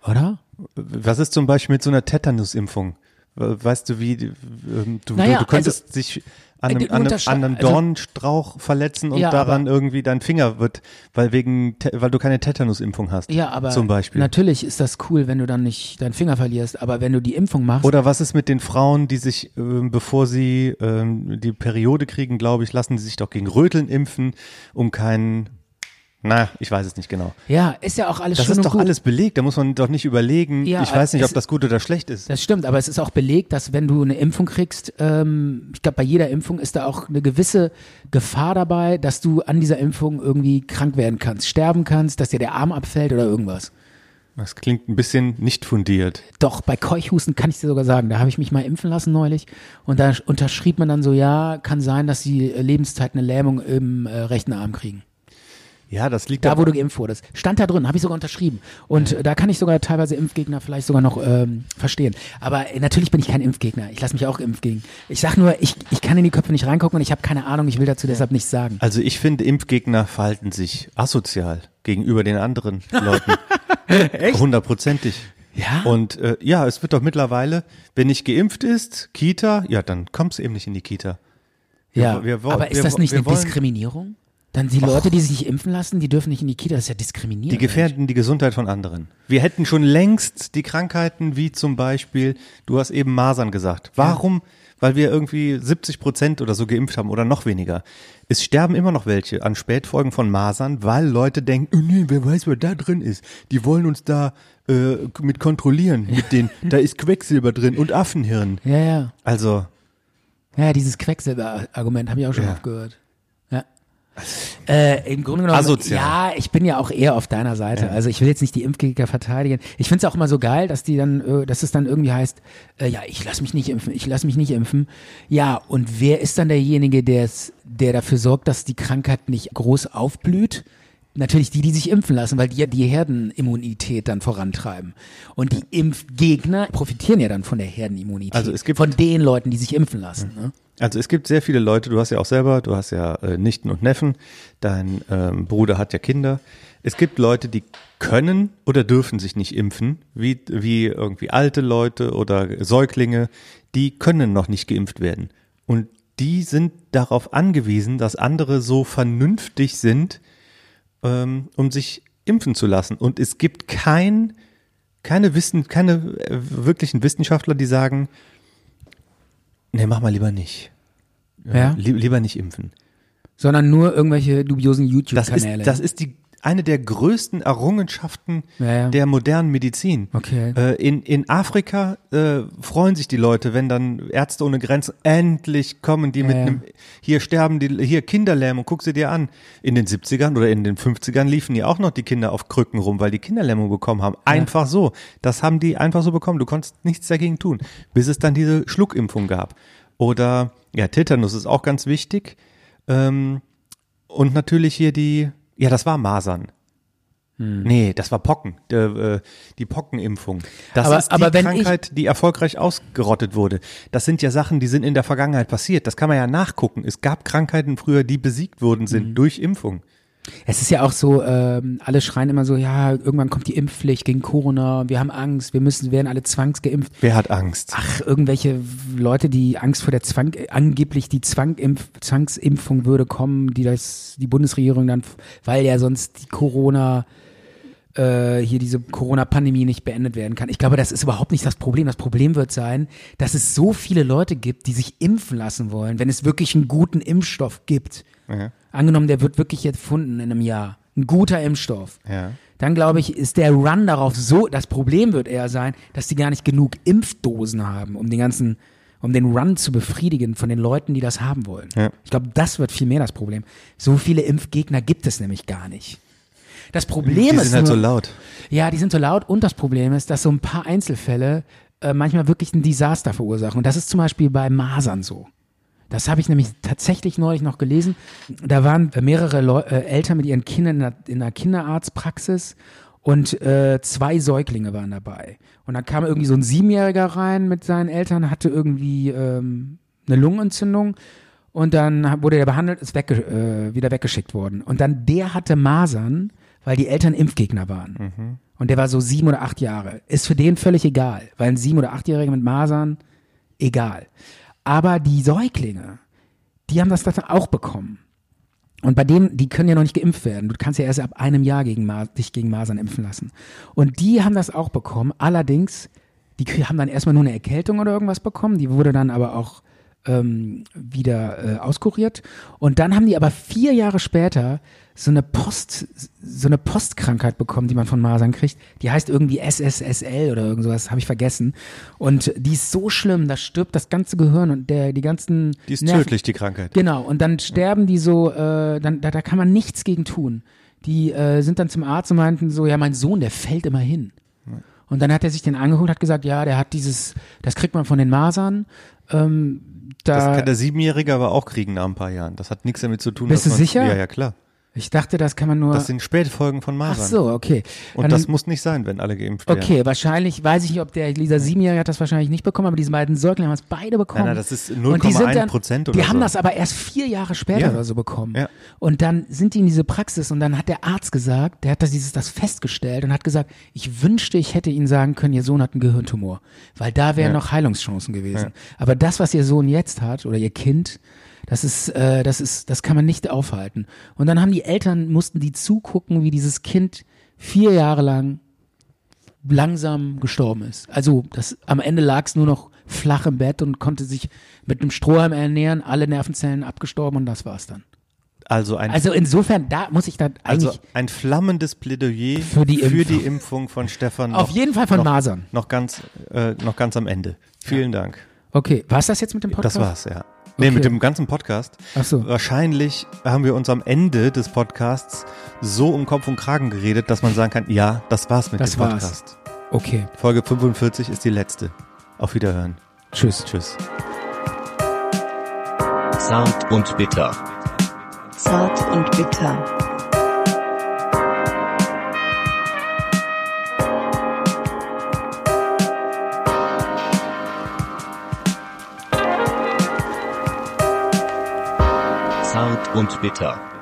Oder?
Was ist zum Beispiel mit so einer Tetanus-Impfung? We- Weißt du, wie, ähm, du,
Naja,
du, du könntest dich an
äh,
einem,
den
an einem,
Untersche-
an einem
also-
Dornstrauch verletzen und
Ja,
daran irgendwie dein Finger wird, weil wegen, Te- weil du keine Tetanus-Impfung hast.
Ja, aber
Zum Beispiel.
natürlich ist das cool, wenn du dann nicht deinen Finger verlierst, aber wenn du die Impfung machst,
Oder was ist mit den Frauen, die sich, ähm, bevor sie ähm, die Periode kriegen, glaube ich, lassen sie sich doch gegen Röteln impfen, um keinen, na, ich weiß es nicht genau.
ja, ist ja auch alles
Das
schön
ist
und
doch
gut.
alles belegt, da muss man doch nicht überlegen,
Ja, also-
ich weiß nicht,
es-
ob das gut oder schlecht ist.
Das stimmt, aber es ist auch belegt, dass wenn du eine Impfung kriegst, ähm, ich glaube, bei jeder Impfung ist da auch eine gewisse Gefahr dabei, dass du an dieser Impfung irgendwie krank werden kannst, sterben kannst, dass dir der Arm abfällt oder irgendwas.
Das klingt ein bisschen nicht fundiert.
Doch, bei Keuchhusten kann ich dir sogar sagen, da habe ich mich mal impfen lassen neulich und da unterschrieb man dann so, ja, kann sein, dass sie äh, Lebenszeit eine Lähmung im äh, rechten Arm kriegen.
Ja, das liegt
Da,
aber-
wo du geimpft wurdest. Stand da drin, habe ich sogar unterschrieben. Und äh, da kann ich sogar teilweise Impfgegner vielleicht sogar noch ähm, verstehen. Aber äh, natürlich bin ich kein Impfgegner. Ich lasse mich auch impfen. gegen. Ich sage nur, ich, ich kann in die Köpfe nicht reingucken und ich habe keine Ahnung, ich will dazu deshalb nichts sagen.
Also ich finde, Impfgegner verhalten sich asozial gegenüber den anderen Leuten. Echt? Hundertprozentig.
Ja?
Und äh, ja, es wird doch mittlerweile, wenn nicht geimpft ist, Kita, ja, dann kommst du eben nicht in die Kita.
Ja,
wir wo-
aber ist
wir
das
wo-
nicht
wir
eine
wollen-
Diskriminierung? Dann die Leute, die sich nicht impfen lassen, die dürfen nicht in die Kita. Das ist ja diskriminierend.
Die gefährden die Gesundheit von anderen. Wir hätten schon längst die Krankheiten wie zum Beispiel, du hast eben Masern gesagt. Warum? Weil wir irgendwie 70 Prozent oder so geimpft haben oder noch weniger. Es sterben immer noch welche an Spätfolgen von Masern, weil Leute denken, oh nee, wer weiß, wer da drin ist. Die wollen uns da äh, mit kontrollieren. Mit den, da ist Quecksilber drin und Affenhirn.
Ja, ja.
Also,
Ja, dieses Quecksilber-Argument habe ich auch schon
Ja. Also
oft gehört. Ja. Äh, Im Grunde genommen,
Asozial.
ja, Ah, ich bin ja auch eher auf deiner Seite. Also ich will jetzt nicht die Impfgegner verteidigen. Ich finde es auch immer so geil, dass die dann, äh, dass es dann irgendwie heißt, äh, ja, ich lasse mich nicht impfen, ich lasse mich nicht impfen. Ja, und wer ist dann derjenige, der es, der dafür sorgt, dass die Krankheit nicht groß aufblüht? Natürlich die, die sich impfen lassen, weil die ja die Herdenimmunität dann vorantreiben. Und die Impfgegner profitieren ja dann von der Herdenimmunität.
Also es gibt-
von den Leuten, die sich impfen lassen. Ne?
Also es gibt sehr viele Leute, du hast ja auch selber, du hast ja äh, Nichten und Neffen, dein ähm, Bruder hat ja Kinder. Es gibt Leute, die können oder dürfen sich nicht impfen, wie, wie irgendwie alte Leute oder Säuglinge, die können noch nicht geimpft werden. Und die sind darauf angewiesen, dass andere so vernünftig sind, ähm, um sich impfen zu lassen. Und es gibt kein, keine, Wissen, keine äh, wirklichen Wissenschaftler, die sagen, nee, mach mal lieber nicht.
Ja.
Lie- Lieber nicht impfen.
Sondern nur irgendwelche dubiosen
Das ist,
YouTube-Kanäle.
das ist die, eine der größten Errungenschaften
Ja, ja.
der modernen Medizin.
Okay.
Äh, in, in Afrika äh, freuen sich die Leute, wenn dann Ärzte ohne Grenzen endlich kommen, die mit
ja.
einem, hier sterben die, hier Kinderlähmung, guck sie dir an. In den 70ern oder in den 50ern liefen ja auch noch die Kinder auf Krücken rum, weil die Kinderlähmung bekommen haben. Einfach so. Das haben die einfach so bekommen. Du konntest nichts dagegen tun. Bis es dann diese Schluckimpfung gab. Oder, ja, Tetanus ist auch ganz wichtig. Ähm, und natürlich hier die, ja, das war Masern.
Hm.
Nee, das war Pocken, die, äh, die Pockenimpfung. Das
Aber-
ist die
aber wenn ich-
Krankheit, die erfolgreich ausgerottet wurde. Das sind ja Sachen, die sind in der Vergangenheit passiert. Das kann man ja nachgucken. Es gab Krankheiten früher, die besiegt worden sind
Hm.
durch Impfung.
es ist ja auch so, ähm, alle schreien immer so, ja, irgendwann kommt die Impfpflicht gegen Corona, wir haben Angst, wir müssen, werden alle zwangsgeimpft.
Wer hat Angst?
Ach, irgendwelche Leute, die Angst vor der Zwang, äh, angeblich die Zwangimpf, Zwangsimpfung würde kommen, die das, die Bundesregierung dann, f- weil ja sonst die Corona, äh, hier diese Corona-Pandemie nicht beendet werden kann. Ich glaube, das ist überhaupt nicht das Problem. Das Problem wird sein, dass es so viele Leute gibt, die sich impfen lassen wollen, wenn es wirklich einen guten Impfstoff gibt. Angenommen, der wird wirklich erfunden in einem Jahr. Ein guter Impfstoff.
Ja.
Dann glaube ich, ist der Run darauf so, das Problem wird eher sein, dass die gar nicht genug Impfdosen haben, um den ganzen, um den Run zu befriedigen von den Leuten, die das haben wollen.
Ja.
Ich glaube, das wird viel mehr das Problem. So viele Impfgegner gibt es nämlich gar nicht. Das Problem
die
ist
sind halt
nur,
so laut.
ja, die sind so laut und das Problem ist, dass so ein paar Einzelfälle äh, manchmal wirklich ein Desaster verursachen. Und das ist zum Beispiel bei Masern so. Das habe ich nämlich tatsächlich neulich noch gelesen. Da waren mehrere Leu äh, Eltern mit ihren Kindern in einer, in einer Kinderarztpraxis und äh, zwei Säuglinge waren dabei. Und dann kam irgendwie so ein Siebenjähriger rein mit seinen Eltern, hatte irgendwie ähm, eine Lungenentzündung Und dann hab- wurde der behandelt, ist wegge äh, wieder weggeschickt worden. Und dann der hatte Masern, weil die Eltern Impfgegner waren. Und der war so sieben oder acht Jahre. Ist für den völlig egal, weil ein sieben- oder achtjähriger mit Masern, egal. Aber die Säuglinge, die haben das dann auch bekommen. Und bei denen, die können ja noch nicht geimpft werden. Du kannst ja erst ab einem Jahr gegen Ma dich gegen Masern impfen lassen. Und die haben das auch bekommen. Allerdings, die krie- haben dann erstmal nur eine Erkältung oder irgendwas bekommen. Die wurde dann aber auch ähm, wieder äh, auskuriert. Und dann haben die aber vier Jahre später so eine Post, so eine Postkrankheit bekommen, die man von Masern kriegt. Die heißt irgendwie SSSL oder irgend sowas, habe ich vergessen. Und die ist so schlimm, da stirbt das ganze Gehirn und der, die ganzen
Die ist
Nerven-
tödlich, die Krankheit.
Genau, und dann sterben die so, äh, dann, da, da kann man nichts gegen tun. Die äh, sind dann zum Arzt und meinten so, ja, mein Sohn, der fällt immer hin. Und dann hat er sich den angeholt, hat gesagt, ja, der hat dieses, das kriegt man von den Masern. Ähm,
Das
da,
kann der Siebenjährige aber auch kriegen nach ein paar Jahren. Das hat nichts damit zu tun.
Bist
dass
du
man-
sicher?
Ja, ja, klar.
ich dachte, das kann man nur.
Das sind Spätfolgen von
ach
Masern.
so, okay.
Und
Dann-
das muss nicht sein, wenn alle geimpft werden.
Okay, wahrscheinlich, weiß ich nicht, ob der dieser Siebenjährige hat das wahrscheinlich nicht bekommen, aber diese beiden Säuglinge haben es beide bekommen.
Nein, nein, das ist
Und die sind dann-
0,1%
Die
oder
haben
so.
das aber erst vier Jahre später
Ja.
oder so bekommen.
Ja.
Und dann sind die in diese Praxis und dann hat der Arzt gesagt, der hat das, dieses, das festgestellt und hat gesagt, ich wünschte, ich hätte ihnen sagen können, ihr Sohn hat einen Gehirntumor, weil da wären noch Heilungschancen gewesen. Aber das, was ihr Sohn jetzt hat oder ihr Kind, das ist, äh, das ist, das kann man nicht aufhalten. Und dann haben die Eltern, mussten die zugucken, wie dieses Kind vier Jahre lang langsam gestorben ist. Also das, am Ende lag es nur noch flach im Bett und konnte sich mit einem Strohhalm ernähren, alle Nervenzellen abgestorben und das war's dann.
Also ein,
Also insofern, da muss ich dann eigentlich,
also ein flammendes Plädoyer
Für die Impfung.
Impfung von Stefan.
Auf
noch,
jeden Fall von
noch,
Masern.
Noch ganz, äh, noch ganz am Ende. Vielen Dank.
okay, war's das jetzt mit dem Podcast?
Das war's, ja. Nee,
Okay.
mit dem ganzen Podcast.
Ach so.
Wahrscheinlich haben wir uns am Ende des Podcasts so um Kopf und Kragen geredet, dass man sagen kann, ja, das war's mit
Das
dem
war's.
Podcast.
Okay,
Folge 45 ist die letzte. Auf Wiederhören.
tschüss.
Tschüss.
Zart und bitter.
Zart und bitter.
Zart und bitter.